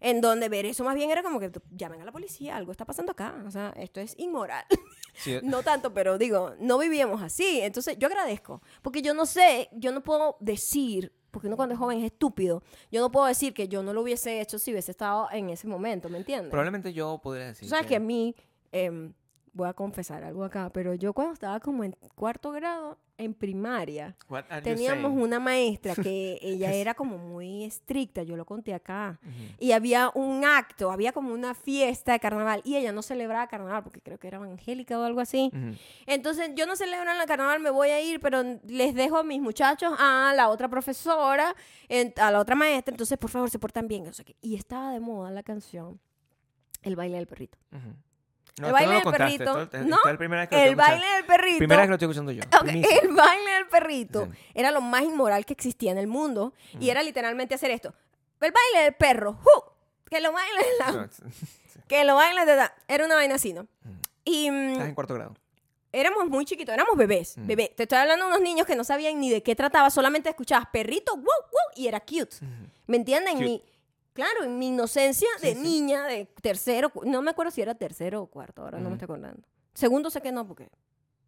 [SPEAKER 1] En donde ver eso más bien era como que tú, llamen a la policía, algo está pasando acá. O sea, esto es inmoral.
[SPEAKER 2] Sí.
[SPEAKER 1] No tanto, pero digo, no vivíamos así. Entonces, yo agradezco. Porque yo no sé, yo no puedo decir, porque uno cuando es joven es estúpido, yo no puedo decir que yo no lo hubiese hecho si hubiese estado en ese momento, ¿me entiendes?
[SPEAKER 2] Probablemente yo podría decir.
[SPEAKER 1] Tú sabes que a mí, em, voy a confesar algo acá, pero yo cuando estaba como en cuarto grado, en primaria,
[SPEAKER 2] What are you
[SPEAKER 1] teníamos
[SPEAKER 2] saying?
[SPEAKER 1] una maestra que ella era como muy estricta, yo lo conté acá.
[SPEAKER 2] Mm-hmm.
[SPEAKER 1] Y había un acto, había como una fiesta de carnaval y ella no celebraba carnaval porque creo que era evangélica o algo así.
[SPEAKER 2] Ujú.
[SPEAKER 1] Entonces, yo no celebro en la carnaval, me voy a ir, pero les dejo a mis muchachos a la otra profesora, en- a la otra maestra, entonces por favor se portan bien. no sé qué. Y estaba de moda la canción El baile del perrito.
[SPEAKER 2] Ujú.
[SPEAKER 1] El
[SPEAKER 2] tú
[SPEAKER 1] baile
[SPEAKER 2] lo
[SPEAKER 1] del
[SPEAKER 2] contaste,
[SPEAKER 1] perrito,
[SPEAKER 2] esto- esto
[SPEAKER 1] ¿no?
[SPEAKER 2] es la primera vez que lo
[SPEAKER 1] El
[SPEAKER 2] estoy escuchando.
[SPEAKER 1] baile del perrito.
[SPEAKER 2] Primera vez que lo estoy escuchando yo.
[SPEAKER 1] Ok,
[SPEAKER 2] Primicia.
[SPEAKER 1] el baile del perrito
[SPEAKER 2] Sí.
[SPEAKER 1] era lo más inmoral que existía en el mundo
[SPEAKER 2] Mm.
[SPEAKER 1] y era literalmente hacer esto. El baile del perro, ¡ju! que lo baile la-
[SPEAKER 2] No, sí.
[SPEAKER 1] que lo baile de la- era una vaina así, ¿no?
[SPEAKER 2] Mm.
[SPEAKER 1] Y mm,
[SPEAKER 2] Estás en cuarto grado.
[SPEAKER 1] éramos muy chiquitos, éramos bebés,
[SPEAKER 2] Mm.
[SPEAKER 1] bebé. Te estoy hablando de unos niños que no sabían ni de qué trataba, solamente escuchabas perrito, wow, wow, y era cute. ¿Me entienden?
[SPEAKER 2] Cute.
[SPEAKER 1] Mi- claro, en mi inocencia de
[SPEAKER 2] Sí, sí.
[SPEAKER 1] niña, de tercero, cu- no me acuerdo si era tercero o cuarto, ahora no
[SPEAKER 2] Ujú.
[SPEAKER 1] me estoy acordando. Segundo sé que no, porque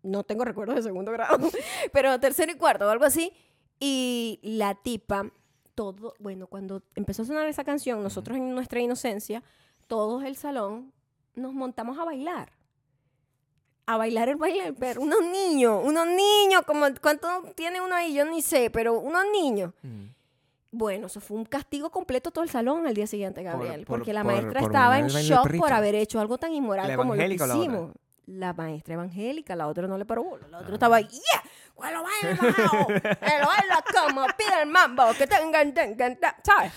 [SPEAKER 1] no tengo recuerdos de segundo grado, pero tercero y cuarto o algo así. Y la tipa, todo, bueno, cuando empezó a sonar esa canción, nosotros en nuestra inocencia, todos el salón nos montamos a bailar. A bailar el baile del perro. Unos niños, unos niños, como, ¿cuánto tiene uno ahí? Yo ni sé, pero unos niños Bueno, eso fue un castigo completo todo el salón al día siguiente,
[SPEAKER 2] Por-
[SPEAKER 1] Gabriel,
[SPEAKER 2] por-
[SPEAKER 1] porque la
[SPEAKER 2] por-
[SPEAKER 1] maestra
[SPEAKER 2] por
[SPEAKER 1] estaba
[SPEAKER 2] bailar
[SPEAKER 1] en
[SPEAKER 2] el baile del
[SPEAKER 1] shock
[SPEAKER 2] perrito.
[SPEAKER 1] por haber hecho algo tan inmoral
[SPEAKER 2] ¿La
[SPEAKER 1] como lo que
[SPEAKER 2] evangélica o la otra?
[SPEAKER 1] hicimos. La maestra evangélica, la otra no le paró bola,
[SPEAKER 2] Ah.
[SPEAKER 1] la otra estaba ahí, yeah, cuál lo baila bajao, que lo baila como pide el mambo, que tengan, tengan, ta-", ¿sabes?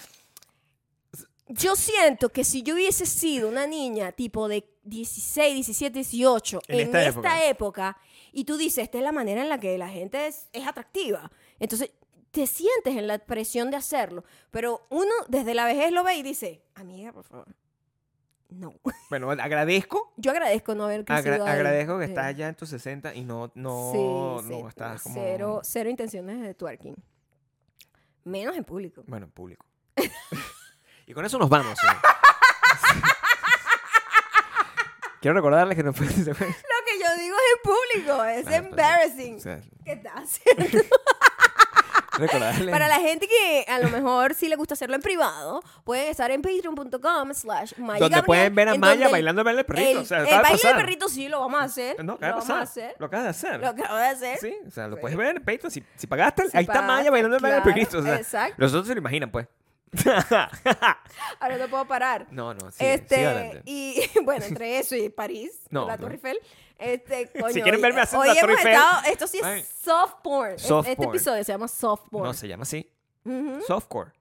[SPEAKER 1] Yo siento que si yo hubiese sido una niña tipo de 16, 17, 18
[SPEAKER 2] En
[SPEAKER 1] en,
[SPEAKER 2] esta
[SPEAKER 1] esta,
[SPEAKER 2] época.
[SPEAKER 1] época. y tú dices, esta es la manera en la que la gente es, es atractiva, entonces te sientes en la presión de hacerlo, pero uno desde la vejez lo ve y dice, amiga, por favor, no.
[SPEAKER 2] Bueno, agradezco.
[SPEAKER 1] Yo agradezco no haber crecido
[SPEAKER 2] agra-
[SPEAKER 1] ahí.
[SPEAKER 2] agradezco que
[SPEAKER 1] Sí.
[SPEAKER 2] estás ya en tus 60 y no, no,
[SPEAKER 1] Sí,
[SPEAKER 2] no
[SPEAKER 1] sí,
[SPEAKER 2] estás como.
[SPEAKER 1] cero, cero intenciones de twerking. Menos en público.
[SPEAKER 2] Bueno, en público. y con eso nos vamos. ¿eh? Quiero recordarles que no pueden. se pueden-
[SPEAKER 1] Lo que yo digo es en público, es
[SPEAKER 2] Claro,
[SPEAKER 1] embarrassing.
[SPEAKER 2] o sea,
[SPEAKER 1] ¿Qué estás haciendo?
[SPEAKER 2] recordarles.
[SPEAKER 1] Para la gente que a lo mejor sí le gusta hacerlo en privado, pueden estar en patreon.com slash Maya
[SPEAKER 2] donde
[SPEAKER 1] Gabriel,
[SPEAKER 2] pueden ver a
[SPEAKER 1] en
[SPEAKER 2] Maya
[SPEAKER 1] donde el-
[SPEAKER 2] bailando el baile del perrito.
[SPEAKER 1] El,
[SPEAKER 2] o sea,
[SPEAKER 1] el
[SPEAKER 2] acaba de
[SPEAKER 1] baile del
[SPEAKER 2] pasar.
[SPEAKER 1] perrito sí lo vamos a hacer.
[SPEAKER 2] No, acaba
[SPEAKER 1] lo vamos
[SPEAKER 2] de pasar.
[SPEAKER 1] a hacer.
[SPEAKER 2] Lo acabas de hacer.
[SPEAKER 1] Lo acabo de hacer.
[SPEAKER 2] Sí, o sea, lo
[SPEAKER 1] Sí.
[SPEAKER 2] puedes ver en Patreon. Si, si pagaste,
[SPEAKER 1] Si
[SPEAKER 2] ahí está Maya
[SPEAKER 1] pagaste,
[SPEAKER 2] bailando el baile del
[SPEAKER 1] claro,
[SPEAKER 2] perrito. O sea,
[SPEAKER 1] exacto.
[SPEAKER 2] Los otros se lo imaginan, pues.
[SPEAKER 1] Ahora no puedo parar.
[SPEAKER 2] no, no, sí, sigue
[SPEAKER 1] este
[SPEAKER 2] adelante.
[SPEAKER 1] y bueno entre eso y París
[SPEAKER 2] No,
[SPEAKER 1] la
[SPEAKER 2] no.
[SPEAKER 1] Torre Eiffel este coño
[SPEAKER 2] quieren
[SPEAKER 1] hoy-
[SPEAKER 2] verme haciendo
[SPEAKER 1] hoy
[SPEAKER 2] la Torre
[SPEAKER 1] hemos
[SPEAKER 2] Eiffel,
[SPEAKER 1] estado- esto sí es
[SPEAKER 2] ay.
[SPEAKER 1] soft porn Es-
[SPEAKER 2] Soft
[SPEAKER 1] este
[SPEAKER 2] porn.
[SPEAKER 1] episodio se llama soft porn
[SPEAKER 2] No, se llama así.
[SPEAKER 1] Ujú.
[SPEAKER 2] Softcore.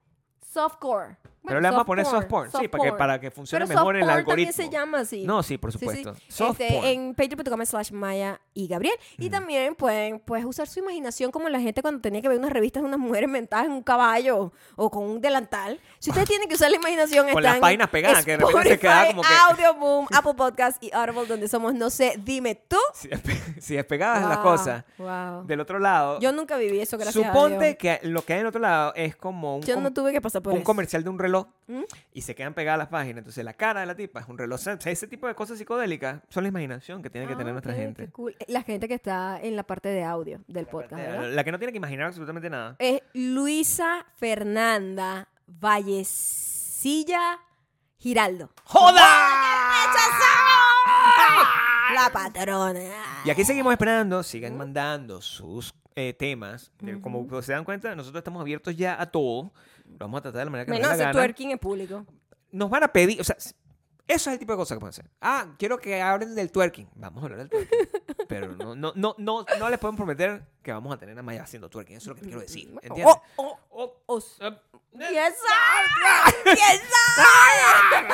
[SPEAKER 1] softcore
[SPEAKER 2] Pero le vamos a poner soft porn. Sí, para que, para que funcione mejor el algoritmo.
[SPEAKER 1] también se llama así
[SPEAKER 2] No, sí, por
[SPEAKER 1] Sí, sí.
[SPEAKER 2] supuesto. Soft
[SPEAKER 1] Este,
[SPEAKER 2] porn.
[SPEAKER 1] en patreon.com slash maya y gabriel y también pueden pues usar su imaginación como la gente cuando tenía que ver unas revistas de unas mujeres mentadas en un caballo o con un delantal si ustedes tienen que usar la imaginación
[SPEAKER 2] Con
[SPEAKER 1] están
[SPEAKER 2] las
[SPEAKER 1] en
[SPEAKER 2] páginas pegadas, que de repente se
[SPEAKER 1] Spotify,
[SPEAKER 2] queda como que-
[SPEAKER 1] audio boom apple podcast y audible donde somos no sé dime tú
[SPEAKER 2] Si, despe- si despegabas las
[SPEAKER 1] Wow,
[SPEAKER 2] cosas
[SPEAKER 1] wow.
[SPEAKER 2] del otro lado,
[SPEAKER 1] yo nunca viví eso gracias a
[SPEAKER 2] suponte
[SPEAKER 1] Dios
[SPEAKER 2] que lo que hay del otro lado es como un,
[SPEAKER 1] yo
[SPEAKER 2] com-
[SPEAKER 1] no tuve que pasar por
[SPEAKER 2] un
[SPEAKER 1] eso
[SPEAKER 2] comercial de un reloj
[SPEAKER 1] ¿Mm?
[SPEAKER 2] y se quedan pegadas las páginas. Entonces, la cara de la tipa es un reloj. O sea, ese tipo de cosas psicodélicas son la imaginación que tiene que
[SPEAKER 1] Ah,
[SPEAKER 2] tener nuestra
[SPEAKER 1] ok, qué
[SPEAKER 2] gente. Eh,
[SPEAKER 1] cool. la gente que está en la parte de audio del podcast ¿verdad?
[SPEAKER 2] La que no tiene que imaginar absolutamente nada.
[SPEAKER 1] es Luisa Fernanda Vallecilla Giraldo.
[SPEAKER 2] ¡Joda!
[SPEAKER 1] La patrona.
[SPEAKER 2] Y aquí seguimos esperando, sigan mandando sus eh, temas. Eh, Como se dan cuenta, nosotros estamos abiertos ya a todo. Lo vamos a tratar de la manera que
[SPEAKER 1] Menos
[SPEAKER 2] nos dé
[SPEAKER 1] hacer
[SPEAKER 2] la gana.
[SPEAKER 1] twerking en público.
[SPEAKER 2] Nos van a pedir, o sea, s- eso es el tipo de cosas que pueden hacer. Ah, quiero que hablen del twerking. Vamos a hablar del twerking. Pero no, no, no, no, no les podemos prometer que vamos a tener a Maya haciendo twerking. Eso es lo que quiero decir. ¿Entiendes?
[SPEAKER 1] Mm, Oh, oh,
[SPEAKER 2] Oh,
[SPEAKER 1] oh.
[SPEAKER 2] eh, ¡Ah!
[SPEAKER 1] ¿Quién sabe? ¿Quién sabe?